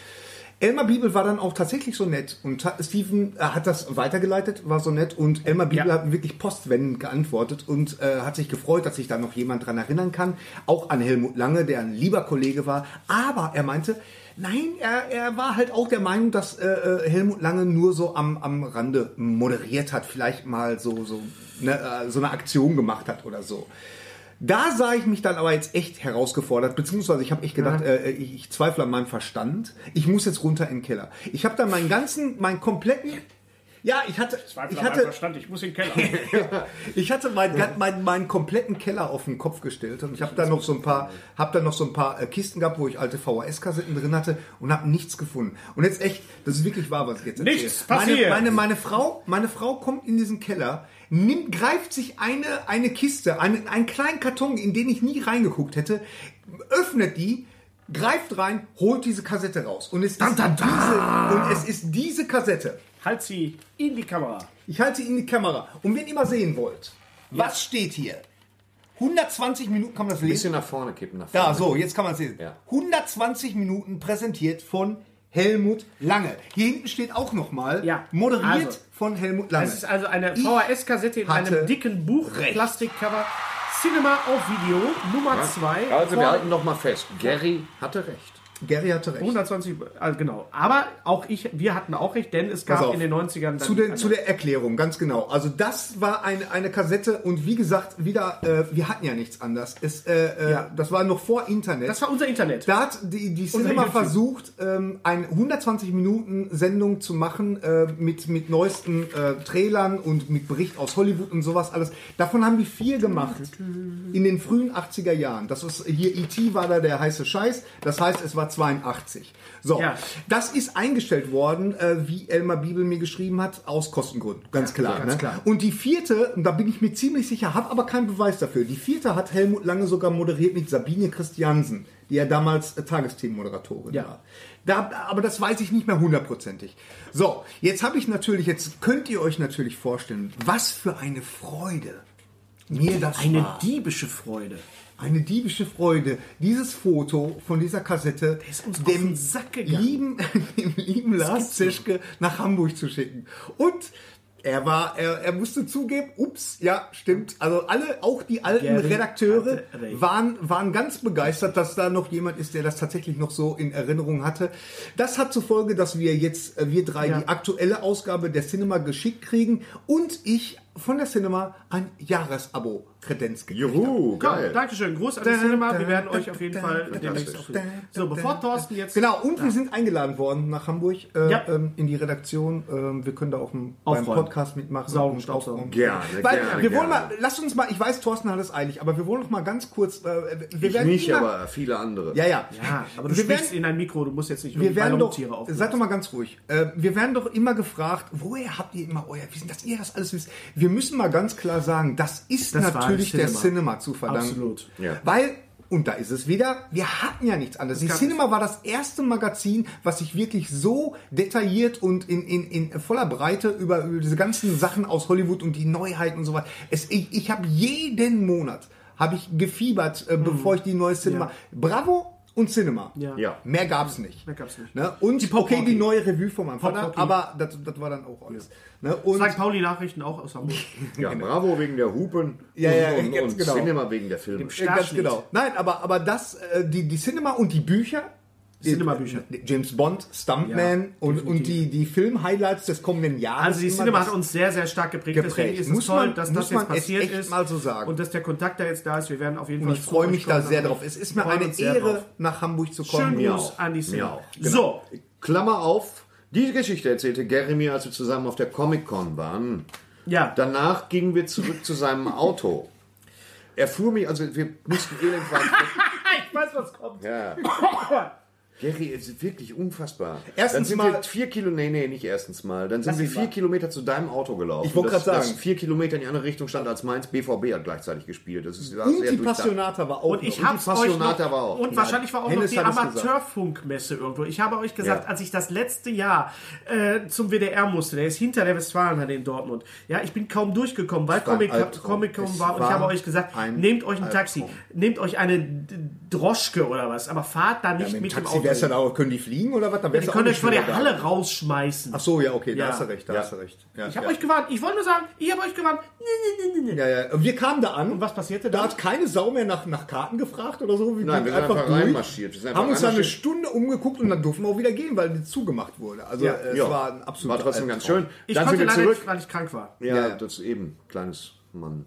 [SPEAKER 3] Elmar Biebel war dann auch tatsächlich so nett und hat, Steven äh, hat das weitergeleitet, war so nett und Elmar Biebel
[SPEAKER 1] Ja.
[SPEAKER 3] hat wirklich postwendend geantwortet und äh, hat sich gefreut, dass sich da noch jemand dran erinnern kann, auch an Helmut Lange, der ein lieber Kollege war, aber er meinte, nein, er, er war halt auch der Meinung, dass äh, äh, Helmut Lange nur so am, am Rande moderiert hat, vielleicht mal so, so, ne, äh, so eine Aktion gemacht hat oder so. Da sah ich mich dann aber jetzt echt herausgefordert, beziehungsweise ich habe echt gedacht, äh, ich, ich zweifle an meinem Verstand. Ich muss jetzt runter in den Keller. Ich habe dann meinen ganzen, meinen kompletten, ja, ich hatte, ich hatte,
[SPEAKER 1] Verstand, ich muss in den Keller.
[SPEAKER 3] ich hatte meinen, gan- meinen, meinen kompletten Keller auf den Kopf gestellt und ich habe da noch so ein paar, habe da noch so ein paar äh, Kisten gehabt, wo ich alte VHS-Kassetten drin hatte und habe nichts gefunden. Und jetzt echt, das ist wirklich wahr, was ich jetzt erzähle.
[SPEAKER 1] Nichts passiert.
[SPEAKER 3] Meine, meine, meine Frau, meine Frau kommt in diesen Keller, nimmt, greift sich eine, eine Kiste, einen, einen kleinen Karton, in den ich nie reingeguckt hätte, öffnet die, greift rein, holt diese Kassette raus und es ist diese, und es ist diese Kassette.
[SPEAKER 1] halt sie in die Kamera.
[SPEAKER 3] Ich halte ihn in die Kamera. Und wenn ihr mal sehen wollt, was steht hier? 120 Minuten kann man das
[SPEAKER 2] Ein
[SPEAKER 3] lesen.
[SPEAKER 2] bisschen nach vorne kippen. Nach vorne.
[SPEAKER 3] Da, so, jetzt kann man es lesen.
[SPEAKER 2] Ja.
[SPEAKER 3] 120 Minuten präsentiert von Helmut Lange. Hier hinten steht auch nochmal,
[SPEAKER 1] Ja.
[SPEAKER 3] moderiert
[SPEAKER 1] Also.
[SPEAKER 3] von Helmut Lange.
[SPEAKER 1] Es ist also eine
[SPEAKER 3] Ich
[SPEAKER 1] VHS-Kassette in
[SPEAKER 3] hatte
[SPEAKER 1] einem dicken Buch,
[SPEAKER 3] recht.
[SPEAKER 1] Plastikcover. Cinema auf Video, Nummer 2.
[SPEAKER 2] Also, wir halten nochmal fest. Gary hatte recht.
[SPEAKER 3] Gary hatte recht.
[SPEAKER 1] 120, also genau. Aber auch ich, wir hatten auch recht, denn es
[SPEAKER 3] Pass
[SPEAKER 1] gab
[SPEAKER 3] auf.
[SPEAKER 1] in den 90ern dann
[SPEAKER 3] zu, der, zu der Erklärung, ganz genau. Also das war eine, eine Kassette und wie gesagt, wieder, äh, wir hatten ja nichts anders. Es, äh, äh,
[SPEAKER 1] Ja.
[SPEAKER 3] Das war noch vor Internet.
[SPEAKER 1] das war unser Internet.
[SPEAKER 3] Da hat die, die Cinema
[SPEAKER 1] YouTube.
[SPEAKER 3] versucht, ähm, eine 120-Minuten-Sendung zu machen äh, mit, mit neuesten äh, Trailern und mit Bericht aus Hollywood und sowas alles. Davon haben die vier gemacht in den frühen 80er Jahren. Das ist hier E.T. war da der heiße Scheiß. Das heißt, es war 82. So,
[SPEAKER 1] Ja.
[SPEAKER 3] das ist eingestellt worden, äh, wie Elmar Bibel mir geschrieben hat, aus Kostengründen. Ganz klar. ne?
[SPEAKER 1] klar.
[SPEAKER 3] Und die vierte, und da bin ich mir ziemlich sicher, habe aber keinen Beweis dafür. Die vierte hat Helmut Lange sogar moderiert mit Sabine Christiansen, die ja damals äh, Tagesthemenmoderatorin
[SPEAKER 1] Ja.
[SPEAKER 3] war. Da, aber das weiß ich nicht mehr hundertprozentig. So, jetzt habe ich natürlich, jetzt könnt ihr euch natürlich vorstellen, was für eine Freude mir das
[SPEAKER 1] Eine
[SPEAKER 3] war.
[SPEAKER 1] diebische Freude.
[SPEAKER 3] Eine diebische Freude. Dieses Foto von dieser Kassette
[SPEAKER 1] ist uns auf den Sack gegangen.
[SPEAKER 3] lieben, dem lieben Lars Zeschke nach Hamburg zu schicken. Und er war, er, er musste zugeben, ups, ja, stimmt. Also alle, auch die alten
[SPEAKER 1] Gary
[SPEAKER 3] Redakteure
[SPEAKER 1] hatte recht.
[SPEAKER 3] waren, waren ganz begeistert, dass da noch jemand ist, der das tatsächlich noch so in Erinnerung hatte. Das hat zur Folge, dass wir jetzt, äh, wir drei,
[SPEAKER 1] Ja.
[SPEAKER 3] die aktuelle Ausgabe der Cinema geschickt kriegen und ich von der Cinema ein Jahresabo-Kredenz gekriegt habe.
[SPEAKER 2] Juhu,
[SPEAKER 1] Ja,
[SPEAKER 2] geil.
[SPEAKER 1] Dankeschön, Gruß an die Cinema. Wir werden euch auf jeden Fall demnächst auf So, bevor Thorsten jetzt
[SPEAKER 3] Genau, und wir sind eingeladen worden nach Hamburg äh,
[SPEAKER 1] Ja.
[SPEAKER 3] ähm, in die Redaktion. Ähm, wir können da auch im, beim
[SPEAKER 1] Aufräumen.
[SPEAKER 3] Podcast mitmachen.
[SPEAKER 1] Saugen,
[SPEAKER 3] und
[SPEAKER 1] Staubsaugen.
[SPEAKER 3] aufräumen.
[SPEAKER 2] Gerne,
[SPEAKER 3] Weil
[SPEAKER 2] gerne,
[SPEAKER 3] wir wollen
[SPEAKER 2] gerne.
[SPEAKER 3] mal, lasst uns mal, ich weiß, Thorsten hat es eilig, aber wir wollen noch mal ganz kurz. Äh, wir
[SPEAKER 2] Ich
[SPEAKER 3] werden
[SPEAKER 2] nicht,
[SPEAKER 3] immer,
[SPEAKER 2] aber viele andere.
[SPEAKER 3] Ja, ja.
[SPEAKER 1] Ja, aber du
[SPEAKER 3] wir
[SPEAKER 1] sprichst
[SPEAKER 3] werden,
[SPEAKER 1] in ein Mikro, du musst jetzt nicht
[SPEAKER 3] wir
[SPEAKER 1] irgendwie
[SPEAKER 3] werden doch,
[SPEAKER 1] Ballontiere aufmachen.
[SPEAKER 3] seid doch mal ganz ruhig. Äh, wir werden doch immer gefragt, woher habt ihr immer euer Wissen, dass ihr das alles wisst. Wir müssen mal ganz klar sagen, das ist
[SPEAKER 1] Das war
[SPEAKER 3] natürlich
[SPEAKER 1] Cinema.
[SPEAKER 3] der Cinema zu verdanken.
[SPEAKER 1] Absolut.
[SPEAKER 2] Ja.
[SPEAKER 3] Weil, und da ist es wieder, wir hatten ja nichts anderes. Die
[SPEAKER 1] gab
[SPEAKER 3] Cinema war das erste Magazin, was sich wirklich so detailliert und in, in, in voller Breite über, über diese ganzen Sachen aus Hollywood und die Neuheiten und so weiter. Es, ich ich habe jeden Monat habe ich gefiebert, äh, bevor ich die neue Cinema. Bravo und Cinema.
[SPEAKER 1] Mhm. Ja.
[SPEAKER 2] Ja.
[SPEAKER 3] Mehr gab's nicht.
[SPEAKER 1] Mehr gab's nicht.
[SPEAKER 3] Ne? Und die okay, die neue Revue von meinem Vater,
[SPEAKER 1] Party.
[SPEAKER 3] aber das, das war dann auch alles. Ne? Und
[SPEAKER 1] St. Pauli Nachrichten auch aus Hamburg.
[SPEAKER 2] Ja, Bravo wegen der Hupen
[SPEAKER 3] Ja, ja,
[SPEAKER 2] und, und,
[SPEAKER 3] ganz
[SPEAKER 2] und
[SPEAKER 3] genau.
[SPEAKER 2] Cinema wegen der Filme.
[SPEAKER 3] Ja, ganz
[SPEAKER 1] Starschnitt.
[SPEAKER 3] genau. Nein, aber, aber das, äh, die, die Cinema und die Bücher,
[SPEAKER 1] Cinema-Bücher.
[SPEAKER 3] James Bond, Stuntman
[SPEAKER 1] Ja,
[SPEAKER 3] und,
[SPEAKER 1] definitiv.
[SPEAKER 3] und die, die Film-Highlights des kommenden Jahres.
[SPEAKER 1] Also die
[SPEAKER 3] immer
[SPEAKER 1] Cinema
[SPEAKER 3] das-
[SPEAKER 1] hat uns sehr, sehr stark geprägt.
[SPEAKER 3] geprägt.
[SPEAKER 1] Deswegen ist
[SPEAKER 3] Muss
[SPEAKER 1] es toll,
[SPEAKER 3] man-
[SPEAKER 1] dass
[SPEAKER 3] muss
[SPEAKER 1] das
[SPEAKER 3] man
[SPEAKER 1] jetzt
[SPEAKER 3] es
[SPEAKER 1] passiert
[SPEAKER 3] echt
[SPEAKER 1] ist.
[SPEAKER 3] mal so sagen.
[SPEAKER 1] Und dass der Kontakt da jetzt da ist. Wir werden auf jeden
[SPEAKER 3] Und
[SPEAKER 1] Fall
[SPEAKER 3] ich
[SPEAKER 1] zu
[SPEAKER 3] freue
[SPEAKER 1] euch
[SPEAKER 3] mich da
[SPEAKER 1] kommen.
[SPEAKER 3] sehr drauf. Es ist mir
[SPEAKER 1] Wir freuen
[SPEAKER 3] eine
[SPEAKER 1] uns sehr
[SPEAKER 3] Ehre,
[SPEAKER 1] drauf.
[SPEAKER 3] nach Hamburg zu kommen.
[SPEAKER 1] Schönen
[SPEAKER 3] Mir
[SPEAKER 1] Gruß
[SPEAKER 3] auch. Genau.
[SPEAKER 1] an die
[SPEAKER 2] Mir
[SPEAKER 1] Cinema.
[SPEAKER 2] auch.
[SPEAKER 1] So,
[SPEAKER 2] Klammer auf, diese Geschichte erzählte Gary mir, als wir zusammen auf der Comic-Con waren.
[SPEAKER 1] ja.
[SPEAKER 2] Danach gingen wir zurück zu seinem Auto. Er fuhr mich, also wir mussten elend weit weg.
[SPEAKER 1] ich weiß, was kommt.
[SPEAKER 2] Ja. Gary, es ist wirklich unfassbar.
[SPEAKER 3] Erstens
[SPEAKER 2] dann sind
[SPEAKER 3] mal-
[SPEAKER 2] wir vier Kilometer, nee, nee, nicht erstens mal. Dann sind wir
[SPEAKER 3] ihn
[SPEAKER 2] vier
[SPEAKER 3] mal.
[SPEAKER 2] Kilometer zu deinem Auto gelaufen.
[SPEAKER 3] Ich wollte
[SPEAKER 2] Das-
[SPEAKER 3] gerade
[SPEAKER 2] das
[SPEAKER 3] sagen.
[SPEAKER 2] vier Kilometer in die andere Richtung stand als meins. BVB hat gleichzeitig gespielt. Das ist war
[SPEAKER 3] Und
[SPEAKER 2] sehr
[SPEAKER 3] die
[SPEAKER 2] durchdacht.
[SPEAKER 3] Passionata war auch.
[SPEAKER 1] Und ich
[SPEAKER 3] noch.
[SPEAKER 1] hab's euch noch,
[SPEAKER 2] Passionate aber auch.
[SPEAKER 1] und
[SPEAKER 2] Ja,
[SPEAKER 1] wahrscheinlich war auch
[SPEAKER 3] Hennes
[SPEAKER 1] noch die
[SPEAKER 3] hat es gesagt.
[SPEAKER 1] Amateurfunkmesse irgendwo. Ich habe euch gesagt,
[SPEAKER 2] Ja.
[SPEAKER 1] als ich das letzte Jahr äh, zum WDR musste, der ist hinter der Westfalenhalle in Dortmund. Ja, ich bin kaum durchgekommen, weil
[SPEAKER 3] war ein
[SPEAKER 1] Comic
[SPEAKER 3] Albtraum.
[SPEAKER 1] Comic Con
[SPEAKER 3] Es
[SPEAKER 1] war und ich
[SPEAKER 3] war
[SPEAKER 1] habe euch gesagt,
[SPEAKER 3] ein
[SPEAKER 1] nehmt euch ein Taxi,
[SPEAKER 3] Albtraum.
[SPEAKER 1] nehmt euch eine D- Droschke oder was, aber fahrt da
[SPEAKER 3] Ja,
[SPEAKER 1] nicht
[SPEAKER 3] mit dem
[SPEAKER 1] mit dem
[SPEAKER 3] Taxi
[SPEAKER 1] Auto.
[SPEAKER 3] wär's dann auch, können die fliegen oder was? Dann
[SPEAKER 1] Ja,
[SPEAKER 3] wär's
[SPEAKER 1] die
[SPEAKER 3] auch
[SPEAKER 1] können euch
[SPEAKER 3] nicht
[SPEAKER 1] vor der
[SPEAKER 3] wieder da.
[SPEAKER 1] Halle rausschmeißen.
[SPEAKER 3] Ach so, ja, okay, da
[SPEAKER 1] Ja.
[SPEAKER 3] hast du recht, da
[SPEAKER 2] Ja.
[SPEAKER 3] hast du recht. Ja,
[SPEAKER 1] ich habe
[SPEAKER 3] ja.
[SPEAKER 1] euch gewarnt. Ich wollte nur sagen, ich habe euch gewarnt. Nee, nee, nee, nee, nee.
[SPEAKER 3] Ja, ja. Und Wir kamen da an.
[SPEAKER 1] Und was passierte
[SPEAKER 3] Da
[SPEAKER 1] dann?
[SPEAKER 3] hat keine Sau mehr nach, nach Karten gefragt oder so.
[SPEAKER 2] Nein, wir sind einfach
[SPEAKER 3] durch,
[SPEAKER 2] reinmarschiert. Wir sind einfach
[SPEAKER 3] haben uns dann eine
[SPEAKER 2] reinmarschiert.
[SPEAKER 3] Stunde umgeguckt und dann durften wir auch wieder gehen, weil die zugemacht wurde. Also
[SPEAKER 1] Ja.
[SPEAKER 3] äh, es
[SPEAKER 2] Ja,
[SPEAKER 3] war ein absoluter
[SPEAKER 2] War trotzdem ganz
[SPEAKER 3] Albtraum.
[SPEAKER 2] schön.
[SPEAKER 1] Ich
[SPEAKER 2] dann sind
[SPEAKER 1] konnte
[SPEAKER 2] wir
[SPEAKER 1] leider
[SPEAKER 2] zurück.
[SPEAKER 1] nicht, weil ich krank war.
[SPEAKER 2] Ja,
[SPEAKER 3] Ja, ja.
[SPEAKER 2] das eben. Kleines Mann.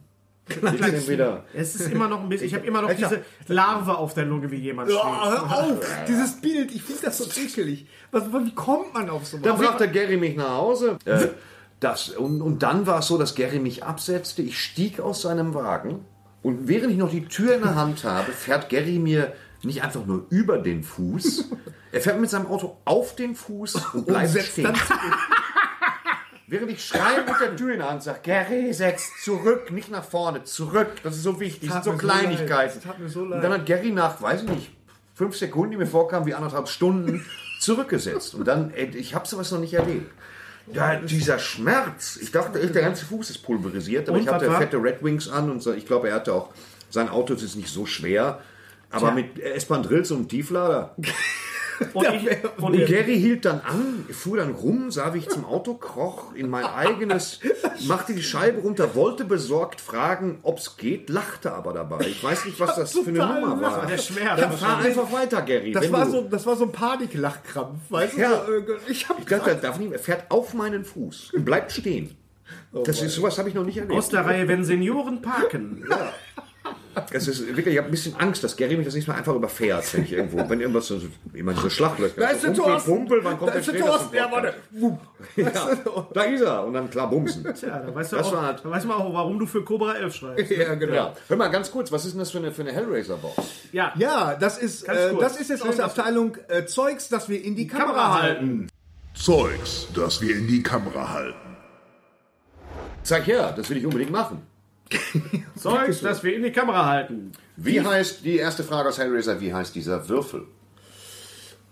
[SPEAKER 2] Kleines wieder.
[SPEAKER 1] Es ist immer noch ein bisschen. Ich habe immer noch
[SPEAKER 3] Alter.
[SPEAKER 1] diese Larve auf der Lunge, wie jemand steht.
[SPEAKER 3] Oh, hör auf! Dieses Bild, ich finde das so ekelig. Was, wie kommt man auf sowas?
[SPEAKER 2] Dann brachte Gary mich nach Hause. Äh, das, und, und dann war es so, dass Gary mich absetzte. Ich stieg aus seinem Wagen und während ich noch die Tür in der Hand habe, fährt Gary mir nicht einfach nur über den Fuß. Er fährt mit seinem Auto auf den Fuß und bleibt
[SPEAKER 3] setzt
[SPEAKER 2] stehen.
[SPEAKER 3] dann
[SPEAKER 2] Während ich schreie mit der Tür in der Hand sage, Gary, setz zurück, nicht nach vorne, zurück. Das ist so wichtig,
[SPEAKER 3] Tat
[SPEAKER 2] das sind
[SPEAKER 3] mir so
[SPEAKER 2] so
[SPEAKER 3] leid,
[SPEAKER 2] Kleinigkeiten.
[SPEAKER 3] das tat mir so
[SPEAKER 2] und
[SPEAKER 3] leid.
[SPEAKER 2] dann hat Gary nach, weiß ich nicht, fünf Sekunden, die mir vorkamen, wie anderthalb Stunden, zurückgesetzt. Und dann, ey, ich habe sowas noch nicht erlebt. Da, dieser Schmerz, ich dachte echt, der ganze Fuß ist pulverisiert, aber
[SPEAKER 1] Und
[SPEAKER 2] ich hatte
[SPEAKER 1] was war?
[SPEAKER 2] fette Red Wings an und so, ich glaube, er hatte auch, sein Auto ist jetzt nicht so schwer, aber mit S-Bahn-Drills und Tieflader.
[SPEAKER 1] Und ich, und
[SPEAKER 2] Und
[SPEAKER 1] ich,
[SPEAKER 2] Gary hielt dann an, fuhr dann rum, sah, wie ich zum Auto kroch, in mein eigenes, machte die Scheibe runter, wollte besorgt fragen, ob's geht, lachte aber dabei. Ich weiß nicht, was das für eine
[SPEAKER 3] total
[SPEAKER 2] Nummer
[SPEAKER 3] lachen.
[SPEAKER 2] war.
[SPEAKER 1] der Schmerz.
[SPEAKER 2] Dann fahr einfach weiter, Gary.
[SPEAKER 3] Das
[SPEAKER 2] wenn
[SPEAKER 3] war,
[SPEAKER 2] du-
[SPEAKER 3] so, das war so ein Paniklachkrampf, weißt du?
[SPEAKER 2] Ja.
[SPEAKER 3] So, äh, ich hab
[SPEAKER 2] ich dachte, er darf nicht mehr. Er fährt auf meinen Fuß und bleibt stehen.
[SPEAKER 3] Oh
[SPEAKER 2] Das ist, sowas habe ich noch nicht erlebt.
[SPEAKER 1] Aus der Reihe, wenn Senioren parken.
[SPEAKER 2] Das ist wirklich, ich habe ein bisschen Angst, dass Gary mich das nächste Mal einfach überfährt, wenn ich irgendwo, wenn irgendwas so, immer diese Schlachtlöcher.
[SPEAKER 3] Da ist der
[SPEAKER 2] Rumpel,
[SPEAKER 3] Thorsten.
[SPEAKER 2] Pumpel, wann kommt
[SPEAKER 3] Da ist
[SPEAKER 2] der
[SPEAKER 3] der
[SPEAKER 2] Schwede
[SPEAKER 3] Thorsten.
[SPEAKER 2] zum
[SPEAKER 3] Ja, warte. Wupp.
[SPEAKER 2] Podcast? Ja, da ist er. Und dann klar bumsen.
[SPEAKER 1] Ja, da weißt du,
[SPEAKER 2] Das
[SPEAKER 1] auch,
[SPEAKER 2] war halt-
[SPEAKER 1] da weiß man auch, warum du für Cobra 11 schreibst.
[SPEAKER 3] Ja, genau.
[SPEAKER 2] Ja. Hör mal ganz kurz, was ist denn das für eine, für eine Hellraiser-Box?
[SPEAKER 1] Ja.
[SPEAKER 3] Ja, das ist,
[SPEAKER 1] Ganz
[SPEAKER 3] äh,
[SPEAKER 1] kurz.
[SPEAKER 3] das ist jetzt aus der Abteilung äh, Zeugs, das wir in die, Kamera,
[SPEAKER 1] Kamera
[SPEAKER 3] halten.
[SPEAKER 5] Zeugs, das wir in die Kamera halten.
[SPEAKER 2] Sag her, das will ich unbedingt machen.
[SPEAKER 1] Zeugs, das wir in die Kamera halten.
[SPEAKER 2] Wie heißt, die erste Frage aus Hellraiser, wie heißt dieser Würfel?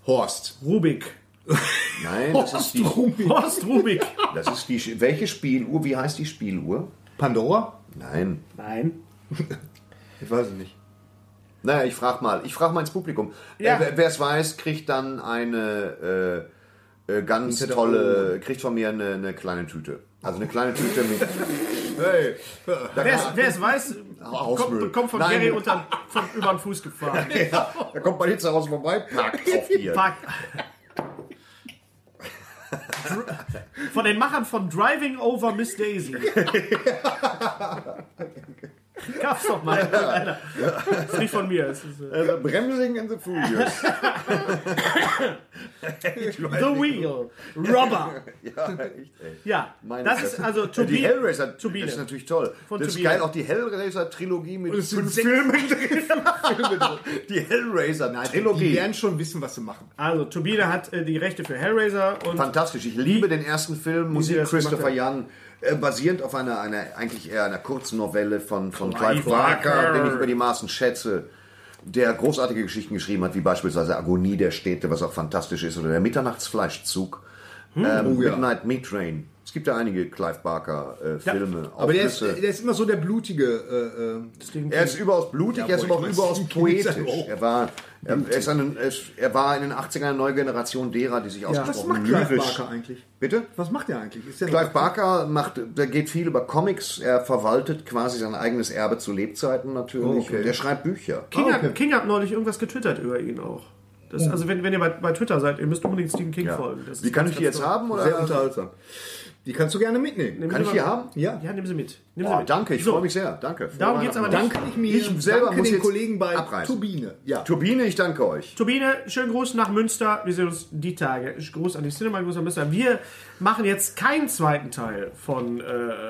[SPEAKER 3] Horst.
[SPEAKER 1] Rubik.
[SPEAKER 2] Nein, das ist die,
[SPEAKER 1] Horst Rubik.
[SPEAKER 2] das ist die, welche Spieluhr, wie heißt die Spieluhr?
[SPEAKER 3] Pandora?
[SPEAKER 2] Nein.
[SPEAKER 1] Nein.
[SPEAKER 3] Ich weiß es nicht.
[SPEAKER 2] Naja, ich frag mal, ich frag mal ins Publikum.
[SPEAKER 1] Ja.
[SPEAKER 2] Äh, wer- Wer es weiß, kriegt dann eine äh, äh, ganz tolle, kriegt von mir eine, eine kleine Tüte. Also eine kleine Tüte mit.
[SPEAKER 3] Hey.
[SPEAKER 1] Wer es- wer es weiß,
[SPEAKER 2] Hausmüll.
[SPEAKER 1] kommt, kommt von
[SPEAKER 2] Nein.
[SPEAKER 1] Gary unter, von, über den Fuß gefahren.
[SPEAKER 2] Ja, da kommt man Hitze raus vorbei, pack auf dir.
[SPEAKER 1] Park. Von den Machern von Driving Over Miss Daisy. Gab's doch mal. Alter. Ist nicht von mir. Es ist, äh,
[SPEAKER 2] Also Bremsing and the Furious.
[SPEAKER 1] The Wheel. Rubber.
[SPEAKER 2] ja, echt, ey.
[SPEAKER 1] Ja,
[SPEAKER 2] Meine
[SPEAKER 1] das ist
[SPEAKER 2] Fresse.
[SPEAKER 1] also
[SPEAKER 2] Die
[SPEAKER 1] Turbine.
[SPEAKER 2] Hellraiser
[SPEAKER 1] Turbine.
[SPEAKER 2] das ist natürlich toll.
[SPEAKER 1] Von
[SPEAKER 2] das ist
[SPEAKER 1] Turbine.
[SPEAKER 2] geil, auch die Hellraiser-Trilogie mit
[SPEAKER 3] es sind
[SPEAKER 2] fünf
[SPEAKER 3] sechs-
[SPEAKER 2] Filmen drin. die
[SPEAKER 3] Die
[SPEAKER 2] Hellraiser-Trilogie.
[SPEAKER 3] werden schon wissen, was sie machen.
[SPEAKER 1] Also Turbine hat äh, die Rechte für Hellraiser und
[SPEAKER 2] Fantastisch. Ich liebe den ersten Film, Musik
[SPEAKER 1] das
[SPEAKER 2] Christopher
[SPEAKER 1] gemacht
[SPEAKER 2] Young, äh, basierend auf einer, einer eigentlich eher einer kurzen Novelle von, von Clive
[SPEAKER 1] Clive
[SPEAKER 2] Barker,
[SPEAKER 1] Barker.
[SPEAKER 2] den ich über die Maßen schätze, der großartige Geschichten geschrieben hat, wie beispielsweise Agonie der Städte, was auch fantastisch ist, oder der Mitternachtsfleischzug,
[SPEAKER 3] Hm.
[SPEAKER 2] ähm,
[SPEAKER 3] Oh
[SPEAKER 2] Midnight Meat Train. Es gibt ja einige Clive Barker äh, Filme.
[SPEAKER 3] Aber der ist, äh,
[SPEAKER 2] Aufrisse.
[SPEAKER 3] der ist immer so der blutige. Äh, äh,
[SPEAKER 2] Er ist überaus blutig, er ist aber auch überaus poetisch.
[SPEAKER 3] oh.
[SPEAKER 2] Er war, er, er, ist eine, er ist- er war in den 80ern eine neue Generation derer, die sich
[SPEAKER 3] was
[SPEAKER 2] ausgesprochen
[SPEAKER 3] macht Clive
[SPEAKER 2] lyrisch-
[SPEAKER 3] Barker eigentlich?
[SPEAKER 2] Bitte?
[SPEAKER 3] Was macht der eigentlich? Ist der
[SPEAKER 2] Clive Barker macht, der geht viel über Comics, er verwaltet quasi sein eigenes Erbe zu Lebzeiten natürlich.
[SPEAKER 3] Okay.
[SPEAKER 2] Und er schreibt Bücher.
[SPEAKER 1] King,
[SPEAKER 3] Ah, okay.
[SPEAKER 1] hat, King hat neulich irgendwas getwittert über ihn auch. Das, also wenn, wenn ihr bei, bei Twitter seid, ihr müsst unbedingt Stephen King
[SPEAKER 2] Oh. Ja.
[SPEAKER 1] folgen. Das
[SPEAKER 2] Wie
[SPEAKER 1] ist
[SPEAKER 2] kann
[SPEAKER 1] ganz,
[SPEAKER 2] ich die
[SPEAKER 1] ganz
[SPEAKER 2] jetzt
[SPEAKER 1] toll.
[SPEAKER 2] haben? Oder?
[SPEAKER 3] Sehr unterhaltsam. Die kannst du gerne mitnehmen.
[SPEAKER 1] Nimm
[SPEAKER 2] Kann
[SPEAKER 1] sie
[SPEAKER 2] ich
[SPEAKER 1] mal
[SPEAKER 2] die
[SPEAKER 1] mit.
[SPEAKER 3] Ja.
[SPEAKER 2] haben?
[SPEAKER 1] Ja, nimm sie mit. Nimm sie
[SPEAKER 2] Oh,
[SPEAKER 1] mit.
[SPEAKER 2] danke, ich
[SPEAKER 1] So.
[SPEAKER 2] freue mich sehr. Danke.
[SPEAKER 1] Darum geht's aber nicht.
[SPEAKER 3] Danke ich mir.
[SPEAKER 2] Ich selber
[SPEAKER 3] danke
[SPEAKER 2] muss
[SPEAKER 3] den
[SPEAKER 2] jetzt
[SPEAKER 3] Kollegen bei
[SPEAKER 2] abreißen.
[SPEAKER 3] Turbine. Ja.
[SPEAKER 2] Turbine, ich danke euch.
[SPEAKER 1] Turbine, schönen Gruß nach Münster. Wir sehen uns die Tage. Gruß an die Cinema, Gruß an Münster. Wir machen jetzt keinen zweiten Teil von äh,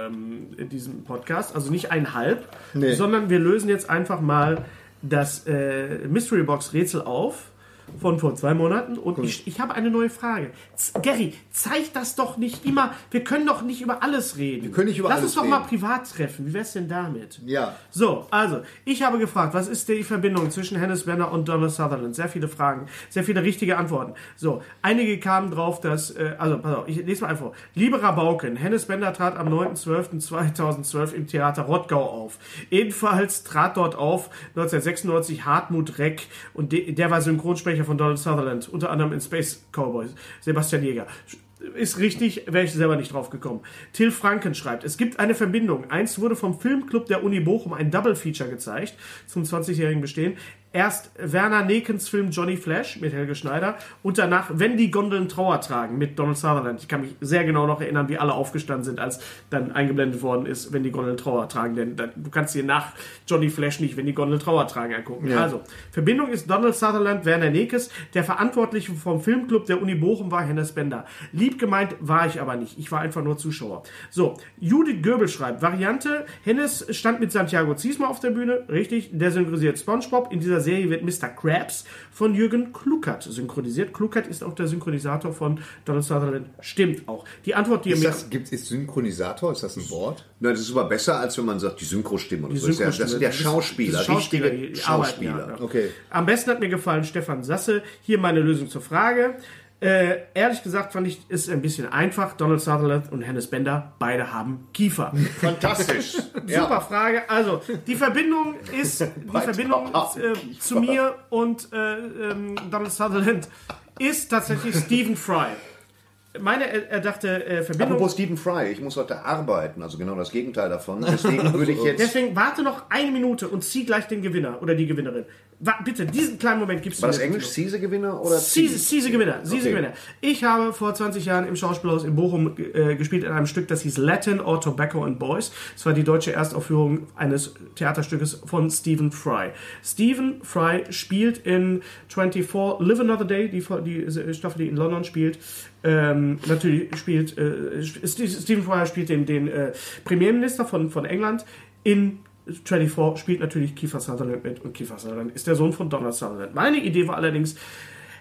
[SPEAKER 1] ähm, diesem Podcast, also nicht einhalb,
[SPEAKER 3] Nee.
[SPEAKER 1] sondern wir lösen jetzt einfach mal das äh, Mystery Box Rätsel auf von vor zwei Monaten. Und ich, ich habe eine neue Frage. Z Gary, zeig das doch nicht immer. Wir können doch nicht über alles reden. Wir
[SPEAKER 3] können nicht über
[SPEAKER 1] Lass
[SPEAKER 3] alles
[SPEAKER 1] uns doch
[SPEAKER 3] reden.
[SPEAKER 1] mal privat treffen. Wie wär's denn damit?
[SPEAKER 3] Ja.
[SPEAKER 1] So, also, ich habe gefragt, was ist die Verbindung zwischen Hannes Werner und Donald Sutherland? Sehr viele Fragen, sehr viele richtige Antworten. So, einige kamen drauf, dass, äh, also, pass auf, ich lese mal einfach. vor. Liebe Rabauken, Hennes Bender trat am 9.12.2012 im Theater Rottgau auf. Ebenfalls trat dort auf 1996 Hartmut Reck und de der war Synchronsprecher von Donald Sutherland, unter anderem in Space Cowboys, Sebastian Jäger. Ist richtig, wäre ich selber nicht drauf gekommen. Till Franken schreibt, es gibt eine Verbindung. Einst wurde vom Filmclub der Uni Bochum ein Double-Feature gezeigt zum 20-jährigen Bestehen. Erst Werner Nekens Film Johnny Flash mit Helge Schneider und danach Wenn die Gondeln Trauer tragen mit Donald Sutherland. Ich kann mich sehr genau noch erinnern, wie alle aufgestanden sind, als dann eingeblendet worden ist, Wenn die Gondeln Trauer tragen. Denn dann, du kannst dir nach Johnny Flash nicht Wenn die Gondeln Trauer tragen angucken. Also, Verbindung ist Donald Sutherland, Werner Nekes, der Verantwortliche vom Filmclub der Uni Bochum war Hennes Bender. Lieb gemeint war ich aber nicht. Ich war einfach nur Zuschauer. So, Judith Göbel schreibt, Variante, Hennes stand mit Santiago Ziesma auf der Bühne, richtig, der synchronisiert Spongebob. In dieser Serie wird Mr. Krabs von Jürgen Kluckert synchronisiert. Kluckert ist auch der Synchronisator von Donald Sutherland. Stimmt auch. Die Antwort, die ihr
[SPEAKER 3] Ist,
[SPEAKER 1] mir...
[SPEAKER 3] das, gibt's, ist Synchronisator, ist das ein Wort?
[SPEAKER 2] Na, das ist aber besser, als wenn man sagt, die Synchrostimme. Oder
[SPEAKER 1] Die
[SPEAKER 2] so. Das ist ja- Das sind
[SPEAKER 1] Synchrostimme,
[SPEAKER 2] ja
[SPEAKER 1] das ist-
[SPEAKER 2] Schauspieler,
[SPEAKER 1] das sind Schauspieler,
[SPEAKER 2] richtige
[SPEAKER 1] die arbeiten,
[SPEAKER 2] Schauspieler.
[SPEAKER 1] ja, ja.
[SPEAKER 3] Okay.
[SPEAKER 1] Am besten hat mir gefallen Stefan Sasse. Hier meine Lösung zur Frage. Äh, ehrlich gesagt fand ich es ein bisschen einfach. Donald Sutherland und Hannes Bender, beide haben Kiefer.
[SPEAKER 2] Fantastisch.
[SPEAKER 1] Super Frage. Also, die Verbindung ist, die Verbindung
[SPEAKER 2] haben
[SPEAKER 1] äh, zu mir und äh, ähm, Donald Sutherland ist tatsächlich Stephen Fry. Meine er- erdachte äh, Verbindung.
[SPEAKER 2] Apropos Stephen Fry, ich muss heute arbeiten, also genau das Gegenteil davon. Deswegen würde ich jetzt.
[SPEAKER 1] Deswegen warte noch eine Minute und zieh gleich den Gewinner oder die Gewinnerin. Wa bitte, diesen kleinen Moment gibst
[SPEAKER 2] War
[SPEAKER 1] du
[SPEAKER 2] das
[SPEAKER 1] mir.
[SPEAKER 2] Englisch? Seese-Gewinner oder
[SPEAKER 1] Siese, Siese Gewinner, Siese
[SPEAKER 2] Okay.
[SPEAKER 1] Gewinner. Ich habe vor 20 Jahren im Schauspielhaus in Bochum äh, gespielt in einem Stück, das hieß Latin or Tobacco and Boys. Es war die deutsche Erstaufführung eines Theaterstückes von Stephen Fry. Stephen Fry spielt in 24 Live Another Day, die, die Staffel, die in London spielt. Ähm, natürlich spielt äh, St- Stephen Fry spielt den, den äh, Premierminister von, von England in 24 spielt natürlich Kiefer Sutherland mit und Kiefer Sutherland ist der Sohn von Donald Sutherland. Meine Idee war allerdings,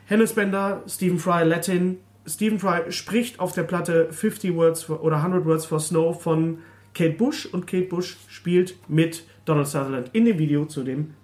[SPEAKER 1] Hennes Bender, Stephen Fry, Latin. Stephen Fry spricht auf der Platte 50 Words for, oder 100 Words for Snow von Kate Bush und Kate Bush spielt mit Donald Sutherland in dem Video zu dem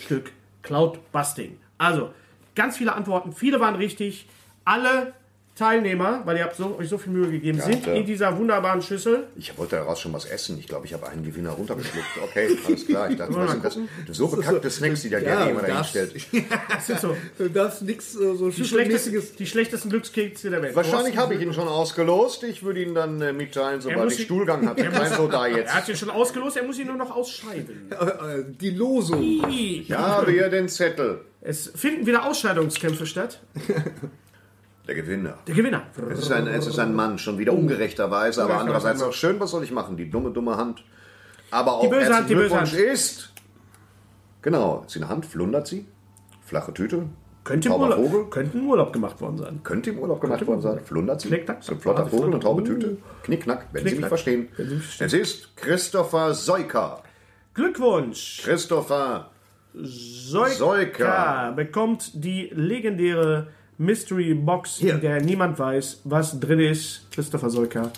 [SPEAKER 1] Stück Cloud Busting. Also, ganz viele Antworten, viele waren richtig. Alle Teilnehmer, weil ihr habt so, euch so viel Mühe gegeben, sind
[SPEAKER 2] ja.
[SPEAKER 1] in dieser wunderbaren Schüssel.
[SPEAKER 2] Ich wollte daraus schon was essen. Ich glaube, ich habe einen Gewinner runtergeschluckt. Okay, alles klar. Ich dachte, was sind das? So bekackte Snacks, die da gerne jemand dahinstellt.
[SPEAKER 1] Das sind so
[SPEAKER 3] Du darfst nichts äh, so
[SPEAKER 1] die,
[SPEAKER 3] schüsselmäßiges.
[SPEAKER 1] schlechtesten, die schlechtesten Glückskekse der Welt.
[SPEAKER 2] Wahrscheinlich habe ich ihn schon ausgelost. Ich würde ihn dann äh, mitteilen, sobald
[SPEAKER 1] muss
[SPEAKER 2] ich
[SPEAKER 1] ihn-
[SPEAKER 2] Stuhlgang hatte. Klein so da jetzt.
[SPEAKER 1] Er hat sie schon ausgelost, er muss sie nur noch ausscheiden.
[SPEAKER 3] Äh, die Losung.
[SPEAKER 2] Ich habe hier den Zettel.
[SPEAKER 1] Es finden wieder Ausscheidungskämpfe statt.
[SPEAKER 2] Der Gewinner.
[SPEAKER 1] Der Gewinner.
[SPEAKER 2] Es ist ein, es ist ein Mann, schon
[SPEAKER 1] Oh.
[SPEAKER 2] wieder ungerechterweise, aber andererseits auch schön. Was soll ich machen? Die dumme, dumme Hand. Aber auch
[SPEAKER 1] Die böse
[SPEAKER 2] herzlichen
[SPEAKER 1] Hand, die böse
[SPEAKER 2] Glückwunsch
[SPEAKER 1] Hand.
[SPEAKER 2] ist. Genau, ist sie eine Hand, flundert sie. Flache Tüte.
[SPEAKER 1] Könnte im,
[SPEAKER 2] Tauber
[SPEAKER 1] Urlaub,
[SPEAKER 2] Vogel.
[SPEAKER 1] könnte im Urlaub gemacht worden sein.
[SPEAKER 2] Könnte im Urlaub gemacht worden sein. Flundert sie.
[SPEAKER 1] Knick, knack,
[SPEAKER 2] so ein flotter
[SPEAKER 1] knack,
[SPEAKER 2] Vogel, eine taube
[SPEAKER 1] knack.
[SPEAKER 2] Tüte. Knickknack, wenn Sie mich
[SPEAKER 1] knack.
[SPEAKER 2] verstehen. Es ist Christopher Seuker.
[SPEAKER 1] Glückwunsch!
[SPEAKER 2] Christopher
[SPEAKER 1] Soika,
[SPEAKER 2] Soika.
[SPEAKER 1] bekommt die legendäre Mystery Box, in der niemand weiß, was drin ist. Christopher Soika.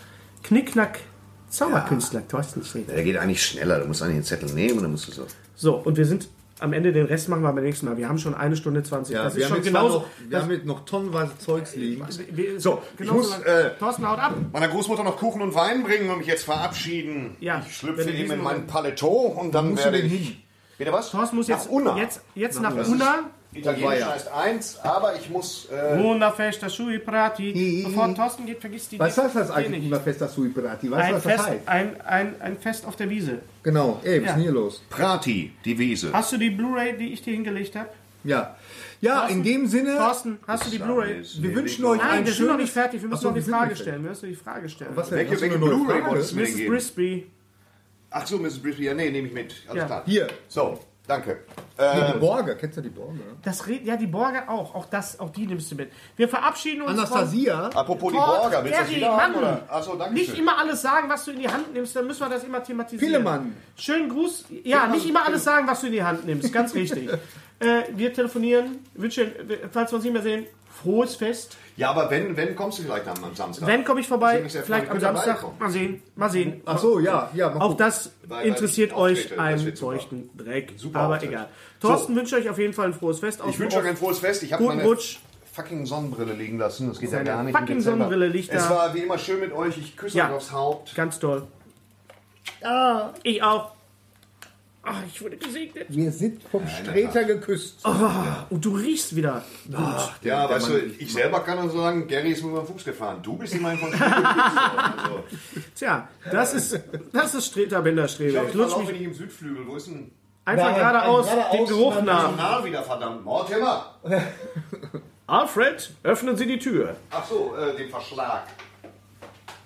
[SPEAKER 1] Knickknack. Zauberkünstler, Thorsten Schäfer.
[SPEAKER 2] Der geht eigentlich schneller. Du musst eigentlich den Zettel nehmen und dann musst du so.
[SPEAKER 1] So, und wir sind am Ende, den Rest machen wir beim nächsten Mal. Wir haben schon eine Stunde 20.
[SPEAKER 3] Ja,
[SPEAKER 1] das
[SPEAKER 3] wir
[SPEAKER 1] ist
[SPEAKER 3] haben
[SPEAKER 1] schon genau
[SPEAKER 3] jetzt zwar
[SPEAKER 1] genauso.
[SPEAKER 3] noch, wir haben jetzt noch tonnenweise Zeugs liegen.
[SPEAKER 2] So, ich
[SPEAKER 1] genauso
[SPEAKER 2] muss,
[SPEAKER 1] lang-
[SPEAKER 2] äh,
[SPEAKER 1] Thorsten, haut ab!
[SPEAKER 2] Meiner Großmutter noch Kuchen und Wein bringen und mich jetzt verabschieden.
[SPEAKER 1] Ja,
[SPEAKER 2] ich
[SPEAKER 1] wenn
[SPEAKER 2] schlüpfe
[SPEAKER 1] du
[SPEAKER 2] eben
[SPEAKER 1] diesen
[SPEAKER 2] in mein
[SPEAKER 1] Moment-
[SPEAKER 2] Paletot und dann
[SPEAKER 3] musst du
[SPEAKER 2] werde
[SPEAKER 3] denn
[SPEAKER 2] ich.
[SPEAKER 3] hin?
[SPEAKER 2] Wieder was?
[SPEAKER 1] Thorsten muss jetzt,
[SPEAKER 2] Nach Unna.
[SPEAKER 1] jetzt, jetzt nach Unna.
[SPEAKER 2] Italienisch heißt eins, aber ich muss. Äh,
[SPEAKER 1] Unna festa sui prati. Bevor Thorsten geht, vergiss die
[SPEAKER 3] Was heißt das
[SPEAKER 1] Szene
[SPEAKER 3] eigentlich,
[SPEAKER 1] nicht.
[SPEAKER 3] unser Festa Sui Pirati? Weißt du,
[SPEAKER 1] Ein
[SPEAKER 3] was das
[SPEAKER 1] Fest,
[SPEAKER 3] heißt?
[SPEAKER 1] ein, ein, ein Fest auf der Wiese.
[SPEAKER 3] Genau. Ey, was ist
[SPEAKER 1] Ja.
[SPEAKER 3] denn hier los?
[SPEAKER 2] Prati, die Wiese.
[SPEAKER 1] Hast du die Blu-ray, die ich dir hingelegt habe?
[SPEAKER 3] Ja. Ja, in dem Sinne,
[SPEAKER 1] Thorsten, hast du die Blu-ray?
[SPEAKER 3] wir wünschen euch
[SPEAKER 1] Nein,
[SPEAKER 3] ein
[SPEAKER 1] wir sind noch
[SPEAKER 3] schönes...
[SPEAKER 1] nicht fertig. Wir müssen
[SPEAKER 3] Ach so,
[SPEAKER 1] noch die
[SPEAKER 3] wir sind
[SPEAKER 1] Frage
[SPEAKER 3] nicht fertig.
[SPEAKER 1] stellen. Wir müssen die Frage stellen.
[SPEAKER 3] Was denn?
[SPEAKER 2] Welche-
[SPEAKER 3] Hast du eine
[SPEAKER 2] welche
[SPEAKER 3] neue
[SPEAKER 2] Blu-ray
[SPEAKER 3] Frage?
[SPEAKER 2] wolltest du mir
[SPEAKER 1] Mrs.
[SPEAKER 2] geben?
[SPEAKER 1] Brisby.
[SPEAKER 2] Ach so, Mrs. Brisby, ja, nee, nehme ich mit. Alles
[SPEAKER 1] Ja.
[SPEAKER 2] klar.
[SPEAKER 3] Hier.
[SPEAKER 2] So, danke. Äh,
[SPEAKER 3] Die Borge, kennst du die Borge?
[SPEAKER 1] Das red, ja, die Borger auch. Auch, das, auch die nimmst du mit. Wir verabschieden uns.
[SPEAKER 3] Anastasia?
[SPEAKER 2] Apropos die
[SPEAKER 1] von-
[SPEAKER 2] Borger, willst du das
[SPEAKER 1] Gary,
[SPEAKER 2] wieder haben?
[SPEAKER 1] Mann,
[SPEAKER 2] Oder? Ach so, danke
[SPEAKER 1] Nicht
[SPEAKER 2] schön.
[SPEAKER 1] immer alles sagen, was du in die Hand nimmst, dann müssen wir das immer thematisieren.
[SPEAKER 3] Pillemann.
[SPEAKER 1] Schönen Gruß. Ja, nicht immer alles sagen, was du in die Hand nimmst. Ganz richtig. äh, wir telefonieren. Wünsche, falls wir uns nicht mehr sehen, frohes Fest.
[SPEAKER 2] Ja, aber wenn, wenn kommst du vielleicht am, am Samstag?
[SPEAKER 1] Wenn komme ich
[SPEAKER 2] Deswegen
[SPEAKER 1] vorbei,
[SPEAKER 2] ist ja
[SPEAKER 1] vielleicht am
[SPEAKER 2] Frank Günther beigekommen.
[SPEAKER 1] Samstag. Mal sehen, mal sehen.
[SPEAKER 3] Ach so, ja, ja. mach
[SPEAKER 1] Auch
[SPEAKER 3] gut.
[SPEAKER 1] das
[SPEAKER 2] Mhm. Oh. Weil- weil
[SPEAKER 1] interessiert
[SPEAKER 2] ich
[SPEAKER 1] euch
[SPEAKER 2] auftrete, das
[SPEAKER 1] einen
[SPEAKER 2] wird super.
[SPEAKER 1] feuchten Dreck.
[SPEAKER 2] Super
[SPEAKER 1] Aber
[SPEAKER 2] Auftritt.
[SPEAKER 1] egal. Thorsten wünsche euch auf jeden Fall ein frohes Fest. Auf
[SPEAKER 2] Ich wünsche euch ein frohes Fest. Ich habe
[SPEAKER 1] Guten
[SPEAKER 2] meine
[SPEAKER 1] Rutsch.
[SPEAKER 2] fucking Sonnenbrille liegen lassen. Das geht
[SPEAKER 1] Seine
[SPEAKER 2] ja gar nicht. im
[SPEAKER 1] fucking
[SPEAKER 2] Dezember.
[SPEAKER 1] Sonnenbrille liegt
[SPEAKER 2] Es
[SPEAKER 1] da.
[SPEAKER 2] war wie immer schön mit euch. Ich küsse
[SPEAKER 1] Ja.
[SPEAKER 2] euch aufs Haupt.
[SPEAKER 1] Ganz toll. Ich auch. Ach, ich wurde gesegnet.
[SPEAKER 3] Wir sind vom Streter geküsst.
[SPEAKER 1] Und du riechst wieder.
[SPEAKER 2] Ja, weißt du, ich selber kann nur sagen, Gary ist mit meinem Fuchs gefahren. Du bist immerhin von Schule also,
[SPEAKER 1] Tja, das ist, das ist Streter
[SPEAKER 2] Ich
[SPEAKER 1] Bänderstrebe.
[SPEAKER 2] glaube,
[SPEAKER 1] Ich
[SPEAKER 2] ich
[SPEAKER 1] lutsch
[SPEAKER 2] laufe
[SPEAKER 1] mich
[SPEAKER 2] nicht im Südflügel. Wo ist denn
[SPEAKER 1] einfach
[SPEAKER 3] Nein,
[SPEAKER 1] geradeaus
[SPEAKER 3] geradeaus
[SPEAKER 1] den Geruch
[SPEAKER 3] und
[SPEAKER 1] nach.
[SPEAKER 2] Personal wieder, verdammt? Mortimer!
[SPEAKER 1] Alfred, öffnen Sie die Tür.
[SPEAKER 2] Ach so, äh, den Verschlag.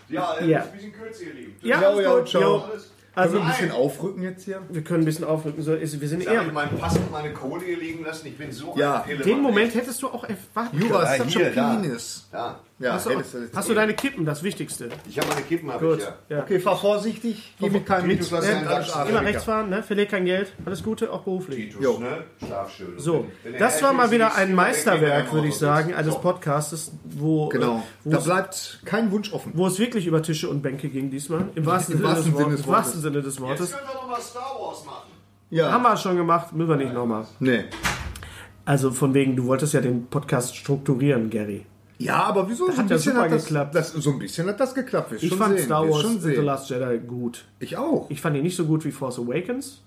[SPEAKER 2] Ja, äh,
[SPEAKER 1] Ja.
[SPEAKER 2] ist ein bisschen kürzer, ihr Lieben.
[SPEAKER 1] Ja,
[SPEAKER 3] Ja,
[SPEAKER 1] alles
[SPEAKER 3] ja,
[SPEAKER 1] gut.
[SPEAKER 3] ciao.
[SPEAKER 1] Jo.
[SPEAKER 2] Alles.
[SPEAKER 1] Also,
[SPEAKER 3] Ein bisschen aufrücken jetzt hier.
[SPEAKER 1] wir können ein bisschen aufrücken. So, ist, wir sind
[SPEAKER 2] Ich habe
[SPEAKER 1] eher.
[SPEAKER 2] meinen Pass und meine Kohle hier liegen lassen. Ich bin so
[SPEAKER 3] Ja,
[SPEAKER 2] ein Pillemann.
[SPEAKER 1] Den Moment hättest du auch erwartet.
[SPEAKER 3] Jura,
[SPEAKER 2] Ja,
[SPEAKER 3] such
[SPEAKER 2] hier,
[SPEAKER 3] a
[SPEAKER 2] da.
[SPEAKER 3] penis.
[SPEAKER 2] Ja,
[SPEAKER 3] Ja,
[SPEAKER 1] Hast du,
[SPEAKER 3] hättest du-
[SPEAKER 1] hast du deine Kippen, das Wichtigste.
[SPEAKER 2] ich habe meine Kippen, habe
[SPEAKER 1] Gut.
[SPEAKER 2] ich ja.
[SPEAKER 1] Ja.
[SPEAKER 3] eh- Okay, fahr vorsichtig. Geh mit keinem
[SPEAKER 2] Titus, lass
[SPEAKER 3] Hemd
[SPEAKER 2] deinen
[SPEAKER 3] an.
[SPEAKER 2] Dachs
[SPEAKER 3] Ah,
[SPEAKER 2] stehen.
[SPEAKER 1] Immer rechts fahren, ne? Verlier kein Geld. Alles Gute, auch beruflich.
[SPEAKER 2] Titus,
[SPEAKER 3] Jo.
[SPEAKER 2] ne? Schlaf schön.
[SPEAKER 1] So,
[SPEAKER 2] Wenn der
[SPEAKER 1] das war
[SPEAKER 2] Herr
[SPEAKER 1] mal
[SPEAKER 2] ist,
[SPEAKER 1] wieder
[SPEAKER 2] ist
[SPEAKER 1] ein
[SPEAKER 2] der Weg,
[SPEAKER 1] Meisterwerk,
[SPEAKER 2] der
[SPEAKER 1] würde ich
[SPEAKER 2] im
[SPEAKER 1] sagen, Also
[SPEAKER 2] Auto
[SPEAKER 1] eines
[SPEAKER 2] sitzt. So.
[SPEAKER 1] Podcastes, wo,
[SPEAKER 3] Genau.
[SPEAKER 1] äh,
[SPEAKER 3] Da
[SPEAKER 1] wo, es,
[SPEAKER 3] bleibt kein Wunsch offen.
[SPEAKER 1] wo es wirklich über Tische und Bänke ging diesmal. Im wahrsten,
[SPEAKER 3] Im
[SPEAKER 1] Sinne,
[SPEAKER 3] wahrsten
[SPEAKER 1] des Wor-
[SPEAKER 3] Sinne des
[SPEAKER 1] im wahrsten Sinne des
[SPEAKER 2] Jetzt
[SPEAKER 1] Wortes.
[SPEAKER 2] können wir doch mal Star Wars machen.
[SPEAKER 1] Haben
[SPEAKER 3] Ja.
[SPEAKER 1] wir schon gemacht, müssen wir nicht nochmal.
[SPEAKER 3] Nee.
[SPEAKER 1] Also von wegen, du wolltest ja den Podcast strukturieren, Gary.
[SPEAKER 3] Ja, aber wieso? So
[SPEAKER 1] hat
[SPEAKER 3] ein
[SPEAKER 1] ja
[SPEAKER 3] bisschen
[SPEAKER 1] super
[SPEAKER 3] hat das,
[SPEAKER 1] geklappt.
[SPEAKER 3] das so ein bisschen hat das geklappt. Wir
[SPEAKER 1] Ich
[SPEAKER 3] schon
[SPEAKER 1] fand
[SPEAKER 3] sehen.
[SPEAKER 1] Star
[SPEAKER 3] wir
[SPEAKER 1] Wars
[SPEAKER 3] schon
[SPEAKER 1] The
[SPEAKER 3] sehen.
[SPEAKER 1] Last Jedi gut.
[SPEAKER 3] Ich auch.
[SPEAKER 1] Ich fand ihn nicht so gut wie Force Awakens.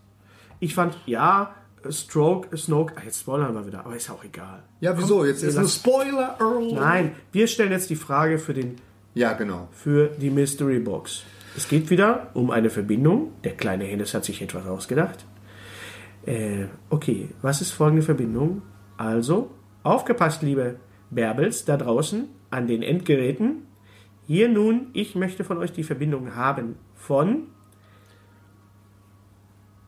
[SPEAKER 1] Ich fand, ja, Stroke, Snoke, ah, jetzt spoilern wir wieder, aber ist auch egal.
[SPEAKER 3] ja, wieso? Jetzt ist ein
[SPEAKER 1] lass-
[SPEAKER 3] Spoiler.
[SPEAKER 1] Nein, wir stellen jetzt die Frage für den
[SPEAKER 3] Ja, genau.
[SPEAKER 1] für die Mystery Box. Es geht wieder um eine Verbindung. Der kleine Hennes hat sich etwas ausgedacht. Äh, okay, was ist folgende Verbindung? Also, aufgepasst, liebe Bärbels da draußen an den Endgeräten. Hier nun, ich möchte von euch die Verbindung haben von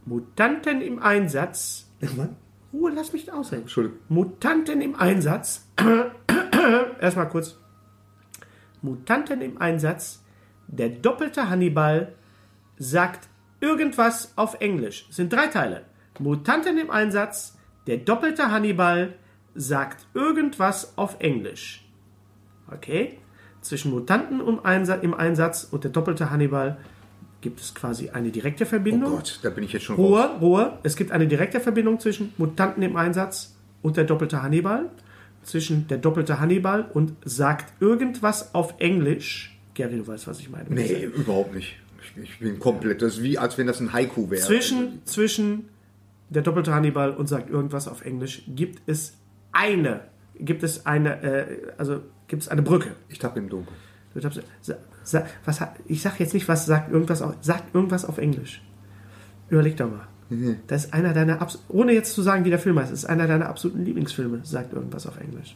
[SPEAKER 1] Mutanten im Einsatz. Ruhe, lass mich ausreden.
[SPEAKER 3] Entschuldigung.
[SPEAKER 1] Mutanten im Einsatz. Erstmal kurz. Mutanten im Einsatz, der doppelte Hannibal sagt irgendwas auf Englisch. Sind drei Teile. Mutanten im Einsatz, der doppelte Hannibal sagt irgendwas auf Englisch. Okay? Zwischen Mutanten im Einsatz, im Einsatz und der doppelte Hannibal gibt es quasi eine direkte Verbindung.
[SPEAKER 3] Oh Gott, da bin ich jetzt schon raus.
[SPEAKER 1] Ruhe, Ruhe. Es gibt eine direkte Verbindung zwischen Mutanten im Einsatz und der doppelte Hannibal. Zwischen der doppelte Hannibal und sagt irgendwas auf Englisch. Gary, du weißt, was ich meine.
[SPEAKER 3] Nee, überhaupt nicht. Ich, ich bin komplett. Das ist wie, als wenn das ein Haiku wäre.
[SPEAKER 1] Zwischen, zwischen der doppelte Hannibal und sagt irgendwas auf Englisch gibt es eine, gibt es eine, äh, also gibt es eine Brücke.
[SPEAKER 3] Ich tappe im Dunkeln.
[SPEAKER 1] Du tappst- sa, sa, was, hat- ich sag jetzt nicht, was sagt irgendwas auf, sagt irgendwas auf Englisch. Überleg doch mal.
[SPEAKER 3] Mhm.
[SPEAKER 1] Das ist einer deiner, abs- ohne jetzt zu sagen, wie der Film heißt, ist einer deiner absoluten Lieblingsfilme, sagt irgendwas auf Englisch.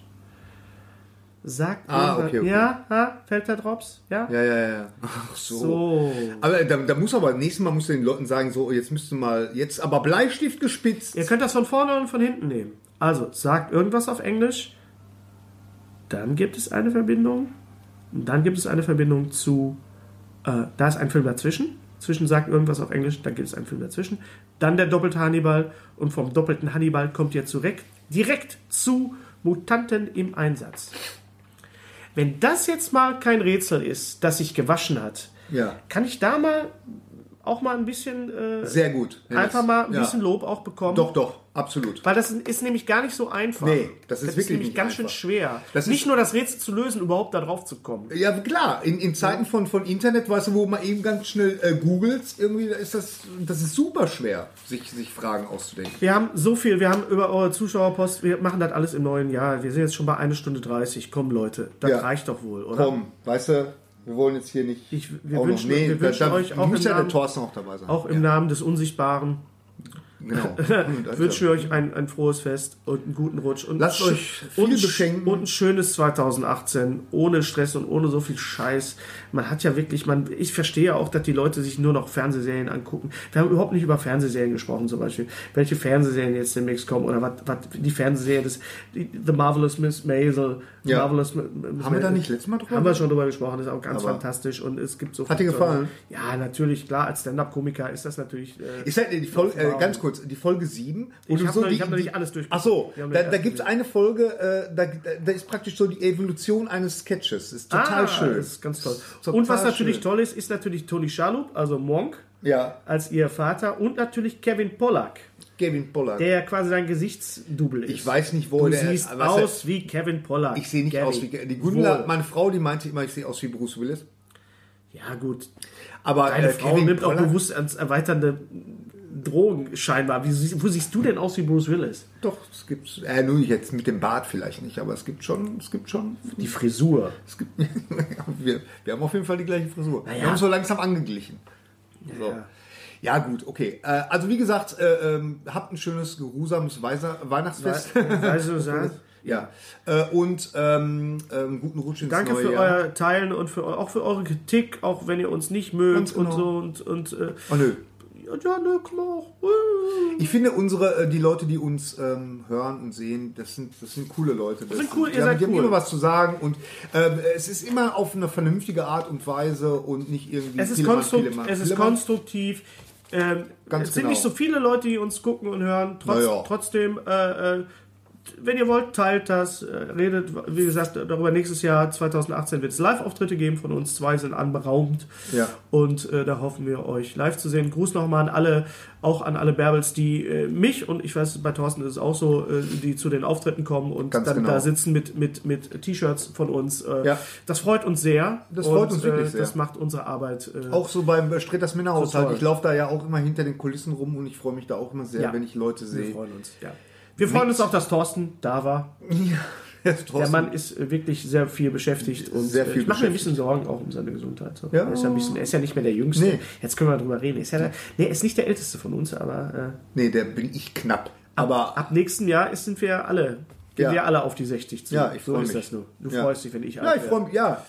[SPEAKER 1] Sagt
[SPEAKER 3] Ah,
[SPEAKER 1] irgendwas-
[SPEAKER 3] okay, okay.
[SPEAKER 1] Ja, ha, fällt da Drops? Ja?
[SPEAKER 3] Ja, ja, ja. Ach so.
[SPEAKER 1] So.
[SPEAKER 3] Aber da, da muss aber, nächstes Mal musst du den Leuten sagen, so, jetzt müsst ihr mal, jetzt aber Bleistift gespitzt.
[SPEAKER 1] Ihr könnt das von vorne und von hinten nehmen. Also, sagt irgendwas auf Englisch, dann gibt es eine Verbindung, und dann gibt es eine Verbindung zu, äh, da ist ein Film dazwischen, zwischen sagt irgendwas auf Englisch, dann gibt es einen Film dazwischen, dann der doppelte Hannibal und vom doppelten Hannibal kommt ihr direkt, direkt zu Mutanten im Einsatz. Wenn das jetzt mal kein Rätsel ist, das sich gewaschen hat,
[SPEAKER 3] Ja.
[SPEAKER 1] kann ich da mal auch mal ein bisschen äh,
[SPEAKER 3] Sehr gut. Wenn
[SPEAKER 1] einfach
[SPEAKER 3] das-
[SPEAKER 1] mal ein
[SPEAKER 3] ja.
[SPEAKER 1] bisschen Lob auch bekommen.
[SPEAKER 3] Doch, doch, absolut.
[SPEAKER 1] Weil das ist nämlich gar nicht so einfach.
[SPEAKER 3] Nee, das ist wirklich
[SPEAKER 1] nämlich
[SPEAKER 3] nicht
[SPEAKER 1] ganz schön
[SPEAKER 3] einfach.
[SPEAKER 1] schwer.
[SPEAKER 3] Das
[SPEAKER 1] nicht
[SPEAKER 3] ist-
[SPEAKER 1] nur das Rätsel zu lösen, überhaupt da drauf zu kommen.
[SPEAKER 3] Ja, klar, in, in Zeiten von, von Internet, weißt du, wo man eben ganz schnell äh, googelt, irgendwie da ist das, das ist super schwer, sich, sich Fragen auszudenken.
[SPEAKER 1] Wir haben so viel, wir haben über eure Zuschauerpost, wir machen das alles im neuen Jahr. Wir sind jetzt schon bei 1 Stunde 30. Komm Leute, das
[SPEAKER 3] Ja.
[SPEAKER 1] reicht doch wohl, oder?
[SPEAKER 3] Komm, weißt du, wir wollen jetzt hier nicht.
[SPEAKER 1] Ich- wir wünschen- wir
[SPEAKER 3] da-
[SPEAKER 1] wünschen
[SPEAKER 3] da
[SPEAKER 1] euch auch
[SPEAKER 3] muss
[SPEAKER 1] im
[SPEAKER 3] ja der
[SPEAKER 1] Namen-
[SPEAKER 3] Thorsten auch dabei sein.
[SPEAKER 1] Auch im Namen des Unsichtbaren.
[SPEAKER 3] Genau.
[SPEAKER 1] Wünschen wir euch ein, ein frohes Fest und einen guten Rutsch. Und
[SPEAKER 3] Lasst
[SPEAKER 1] sch-
[SPEAKER 3] euch viel
[SPEAKER 1] und, sch-
[SPEAKER 3] beschenken.
[SPEAKER 1] Und ein schönes 2018, ohne Stress und ohne so viel Scheiß. Man hat ja wirklich, man, ich verstehe ja auch, dass die Leute sich nur noch Fernsehserien angucken. Wir haben überhaupt nicht über Fernsehserien gesprochen, zum Beispiel. Welche Fernsehserien jetzt demnächst kommen oder was, was die Fernsehserie des die, The Marvelous Miss Maisel.
[SPEAKER 3] Ja.
[SPEAKER 1] Marvelous Mi- Miss
[SPEAKER 3] Haben wir da
[SPEAKER 1] Maisel.
[SPEAKER 3] nicht letztes Mal drüber
[SPEAKER 1] Haben wir schon drüber gesprochen, das ist auch ganz
[SPEAKER 3] Aber-
[SPEAKER 1] fantastisch und es gibt so
[SPEAKER 3] Hat dir
[SPEAKER 1] viele tolle-
[SPEAKER 3] gefallen?
[SPEAKER 1] Ja, natürlich, klar, als Stand-Up-Komiker ist das natürlich. äh,
[SPEAKER 3] Ist halt die Folge, äh, ganz kurz, die Folge 7. wo
[SPEAKER 1] Ich
[SPEAKER 3] du
[SPEAKER 1] hab noch- ich hab noch nicht alles durchgeguckt.
[SPEAKER 3] Ach so,
[SPEAKER 1] Wir haben
[SPEAKER 3] da,
[SPEAKER 1] noch
[SPEAKER 3] da
[SPEAKER 1] nicht
[SPEAKER 3] gibt es
[SPEAKER 1] alles
[SPEAKER 3] eine Folge, äh, da, da da ist praktisch so die Evolution eines Sketches. Ist total
[SPEAKER 1] Ah,
[SPEAKER 3] schön.
[SPEAKER 1] Das ist ganz toll.
[SPEAKER 3] Total
[SPEAKER 1] und was natürlich
[SPEAKER 3] schön.
[SPEAKER 1] toll ist, ist natürlich Toni Schalup, also Monk,
[SPEAKER 3] Ja,
[SPEAKER 1] als ihr Vater und natürlich Kevin Pollack,
[SPEAKER 3] Kevin Pollack.
[SPEAKER 1] der ja quasi sein Gesichtsdouble ist.
[SPEAKER 3] ich weiß nicht, wo
[SPEAKER 1] du
[SPEAKER 3] der
[SPEAKER 1] siehst
[SPEAKER 3] was er-
[SPEAKER 1] aus wie Kevin Pollack.
[SPEAKER 3] Ich sehe nicht
[SPEAKER 1] Gary.
[SPEAKER 3] aus wie die Gundula,
[SPEAKER 1] Wohl.
[SPEAKER 3] meine Frau, die meinte immer, ich sehe aus wie Bruce Willis.
[SPEAKER 1] Ja, gut.
[SPEAKER 3] Aber
[SPEAKER 1] Deine
[SPEAKER 3] äh,
[SPEAKER 1] Frau
[SPEAKER 3] Kevin
[SPEAKER 1] nimmt auch
[SPEAKER 3] Pollak-
[SPEAKER 1] bewusst ans erweiternde Drogen scheinbar. Wie, sie- wo siehst du denn aus wie Bruce Willis?
[SPEAKER 3] Doch, es gibt äh, nun jetzt mit dem Bart vielleicht nicht, aber es gibt schon, es gibt schon,
[SPEAKER 1] Die Frisur.
[SPEAKER 3] es gibt, wir, wir haben auf jeden Fall die gleiche Frisur.
[SPEAKER 1] Naja.
[SPEAKER 3] Wir haben so langsam angeglichen. So. Ja. gut, okay. Äh, also wie gesagt, äh, ähm, habt ein schönes, geruhsames Weiser Weihnachtsfest.
[SPEAKER 1] Weißt du, sag-
[SPEAKER 3] ja. Äh, und ähm, ähm, guten Rutsch ins
[SPEAKER 1] Danke
[SPEAKER 3] neue
[SPEAKER 1] für
[SPEAKER 3] Jahr.
[SPEAKER 1] euer Teilen und für eu auch für eure Kritik, auch wenn ihr uns nicht mögt
[SPEAKER 3] Ganz genau.
[SPEAKER 1] und so und, und äh,
[SPEAKER 3] oh, nö.
[SPEAKER 1] ja, ne, komm auch. Äh.
[SPEAKER 3] Ich finde unsere, äh, die Leute, die uns ähm, hören und sehen, das sind, das sind coole Leute. Das,
[SPEAKER 1] sind cool,
[SPEAKER 3] die
[SPEAKER 1] ihr
[SPEAKER 3] haben,
[SPEAKER 1] seid
[SPEAKER 3] die haben
[SPEAKER 1] cool.
[SPEAKER 3] immer was zu sagen und ähm, es ist immer auf eine vernünftige Art und Weise und nicht irgendwie.
[SPEAKER 1] Es ist,
[SPEAKER 3] Pillemann,
[SPEAKER 1] konstrukt,
[SPEAKER 3] Pillemann,
[SPEAKER 1] es ist
[SPEAKER 3] Pillemann.
[SPEAKER 1] konstruktiv. Ähm,
[SPEAKER 3] Ganz
[SPEAKER 1] es sind
[SPEAKER 3] genau.
[SPEAKER 1] nicht so viele Leute, die uns gucken und hören. Trotz,
[SPEAKER 3] Naja.
[SPEAKER 1] Trotzdem, äh, äh, wenn ihr wollt, teilt das. Äh, redet, wie gesagt, darüber nächstes Jahr 2018 wird es Live-Auftritte geben von uns. Zwei sind anberaumt.
[SPEAKER 3] Ja.
[SPEAKER 1] Und äh, da hoffen wir, euch live zu sehen. Gruß nochmal an alle, auch an alle Bärbels, die äh, mich und ich weiß, bei Thorsten ist es auch so, äh, die zu den Auftritten kommen und
[SPEAKER 3] Ganz
[SPEAKER 1] dann
[SPEAKER 3] genau.
[SPEAKER 1] da sitzen mit, mit, mit T-Shirts von uns. Äh,
[SPEAKER 3] Ja.
[SPEAKER 1] Das freut uns sehr.
[SPEAKER 3] Das freut uns wirklich
[SPEAKER 1] äh, Das
[SPEAKER 3] sehr.
[SPEAKER 1] macht unsere Arbeit. Äh,
[SPEAKER 3] Auch so beim Stretters Männerhaushalt.
[SPEAKER 1] Total.
[SPEAKER 3] Ich laufe da ja auch immer hinter den Kulissen rum und ich freue mich da auch immer sehr,
[SPEAKER 1] Ja.
[SPEAKER 3] wenn ich Leute
[SPEAKER 1] Wir
[SPEAKER 3] sehe.
[SPEAKER 1] freuen uns, ja. Wir freuen uns auch, dass Thorsten da war.
[SPEAKER 3] Der ist
[SPEAKER 1] Der
[SPEAKER 3] trotzdem-
[SPEAKER 1] Mann ist äh, wirklich sehr viel beschäftigt und
[SPEAKER 3] Sehr
[SPEAKER 1] äh,
[SPEAKER 3] viel
[SPEAKER 1] ich mache mir ein
[SPEAKER 3] beschäftigt.
[SPEAKER 1] bisschen Sorgen auch um seine Gesundheit. So.
[SPEAKER 3] Ja.
[SPEAKER 1] Er, ist ja ein bisschen, er ist ja nicht mehr der Jüngste.
[SPEAKER 3] Nee.
[SPEAKER 1] Jetzt können wir drüber reden. Er Ist ja der, nee, er ist nicht der Älteste von uns, aber
[SPEAKER 3] Nee, der bin ich knapp.
[SPEAKER 1] äh,
[SPEAKER 3] Aber
[SPEAKER 1] ab nächsten Jahr sind wir alle, gehen
[SPEAKER 3] Ja.
[SPEAKER 1] wir alle auf die 60 zu.
[SPEAKER 3] Ja, ich
[SPEAKER 1] so
[SPEAKER 3] freu
[SPEAKER 1] ist
[SPEAKER 3] mich.
[SPEAKER 1] das nur. Du
[SPEAKER 3] Ja.
[SPEAKER 1] freust dich, wenn ich
[SPEAKER 3] ja,
[SPEAKER 1] alt
[SPEAKER 3] ich
[SPEAKER 1] werde.
[SPEAKER 3] freue mich, ja.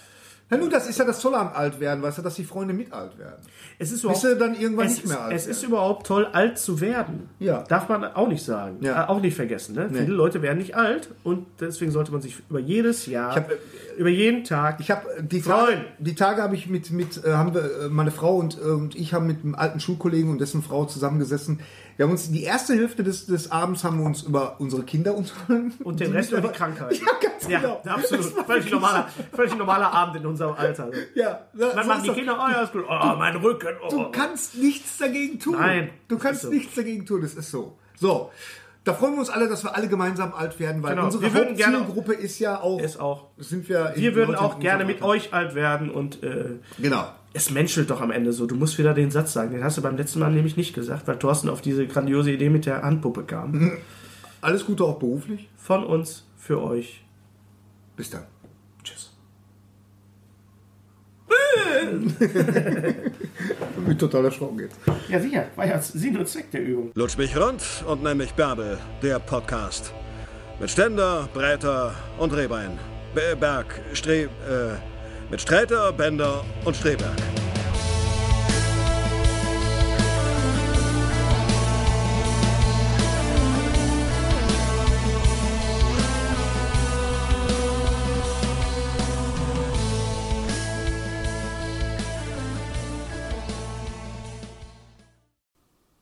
[SPEAKER 3] Na nun, das ist ja das Tolle am Altwerden, weißt du, dass die Freunde mit alt werden.
[SPEAKER 1] Es ist
[SPEAKER 3] Bist
[SPEAKER 1] überhaupt,
[SPEAKER 3] du dann irgendwann
[SPEAKER 1] es
[SPEAKER 3] nicht mehr
[SPEAKER 1] ist,
[SPEAKER 3] alt
[SPEAKER 1] Es ist
[SPEAKER 3] werden?
[SPEAKER 1] überhaupt toll, alt zu werden.
[SPEAKER 3] Ja.
[SPEAKER 1] Darf man auch nicht sagen.
[SPEAKER 3] Ja.
[SPEAKER 1] Äh, auch nicht vergessen. Ne?
[SPEAKER 3] Nee.
[SPEAKER 1] Viele Leute werden nicht alt und deswegen sollte man sich über jedes Jahr,
[SPEAKER 3] Ich hab, äh,
[SPEAKER 1] über jeden Tag.
[SPEAKER 3] Ich habe die
[SPEAKER 1] Freuen.
[SPEAKER 3] Tage, die Tage habe ich mit mit äh, haben wir äh, meine Frau und, äh, und ich haben mit einem alten Schulkollegen und dessen Frau zusammengesessen. Wir haben uns die erste Hälfte des, des Abends haben wir uns über unsere Kinder unterhalten
[SPEAKER 1] und den Rest über die Krankheiten.
[SPEAKER 3] Ja, ganz genau. Das
[SPEAKER 1] absolut.
[SPEAKER 3] war
[SPEAKER 1] Völlig
[SPEAKER 3] wirklich
[SPEAKER 1] normaler, völlig normaler Abend in unserem Alter.
[SPEAKER 3] Ja, so
[SPEAKER 1] Dann machen
[SPEAKER 3] ist
[SPEAKER 1] die
[SPEAKER 3] das.
[SPEAKER 1] Kinder, oh ja, ist gut, oh, mein Rücken, oh.
[SPEAKER 3] Du kannst nichts dagegen tun.
[SPEAKER 1] Nein,
[SPEAKER 3] Du
[SPEAKER 1] das
[SPEAKER 3] kannst
[SPEAKER 1] ist so.
[SPEAKER 3] nichts dagegen tun, das ist so. So. Da freuen wir uns alle, dass wir alle gemeinsam alt werden, weil
[SPEAKER 1] Genau.
[SPEAKER 3] unsere
[SPEAKER 1] Wir würden gerne-
[SPEAKER 3] Hauptzielgruppe ist ja auch,
[SPEAKER 1] Ist auch-
[SPEAKER 3] sind wir,
[SPEAKER 1] wir
[SPEAKER 3] in-
[SPEAKER 1] würden
[SPEAKER 3] Leute
[SPEAKER 1] auch
[SPEAKER 3] in
[SPEAKER 1] gerne
[SPEAKER 3] unserem
[SPEAKER 1] mit
[SPEAKER 3] Alter.
[SPEAKER 1] euch alt werden und äh,
[SPEAKER 3] Genau.
[SPEAKER 1] es menschelt doch am Ende so. Du musst wieder den Satz sagen. Den hast du beim letzten Mal nämlich nicht gesagt, weil Thorsten auf diese grandiose Idee mit der Handpuppe
[SPEAKER 3] Mhm.
[SPEAKER 1] kam.
[SPEAKER 3] Alles Gute auch beruflich.
[SPEAKER 1] Von uns für euch.
[SPEAKER 3] Bis dann. Tschüss. Ich bin total erschrocken jetzt.
[SPEAKER 1] Ja, sicher. War ja Sinn und Zweck der Übung.
[SPEAKER 8] Lutsch mich rund und nenn mich Bärbel, der Podcast. Mit Ständer, Breiter und Rehbein. Be- Berg, Stre... Äh, mit Streiter, Bender und Streberg.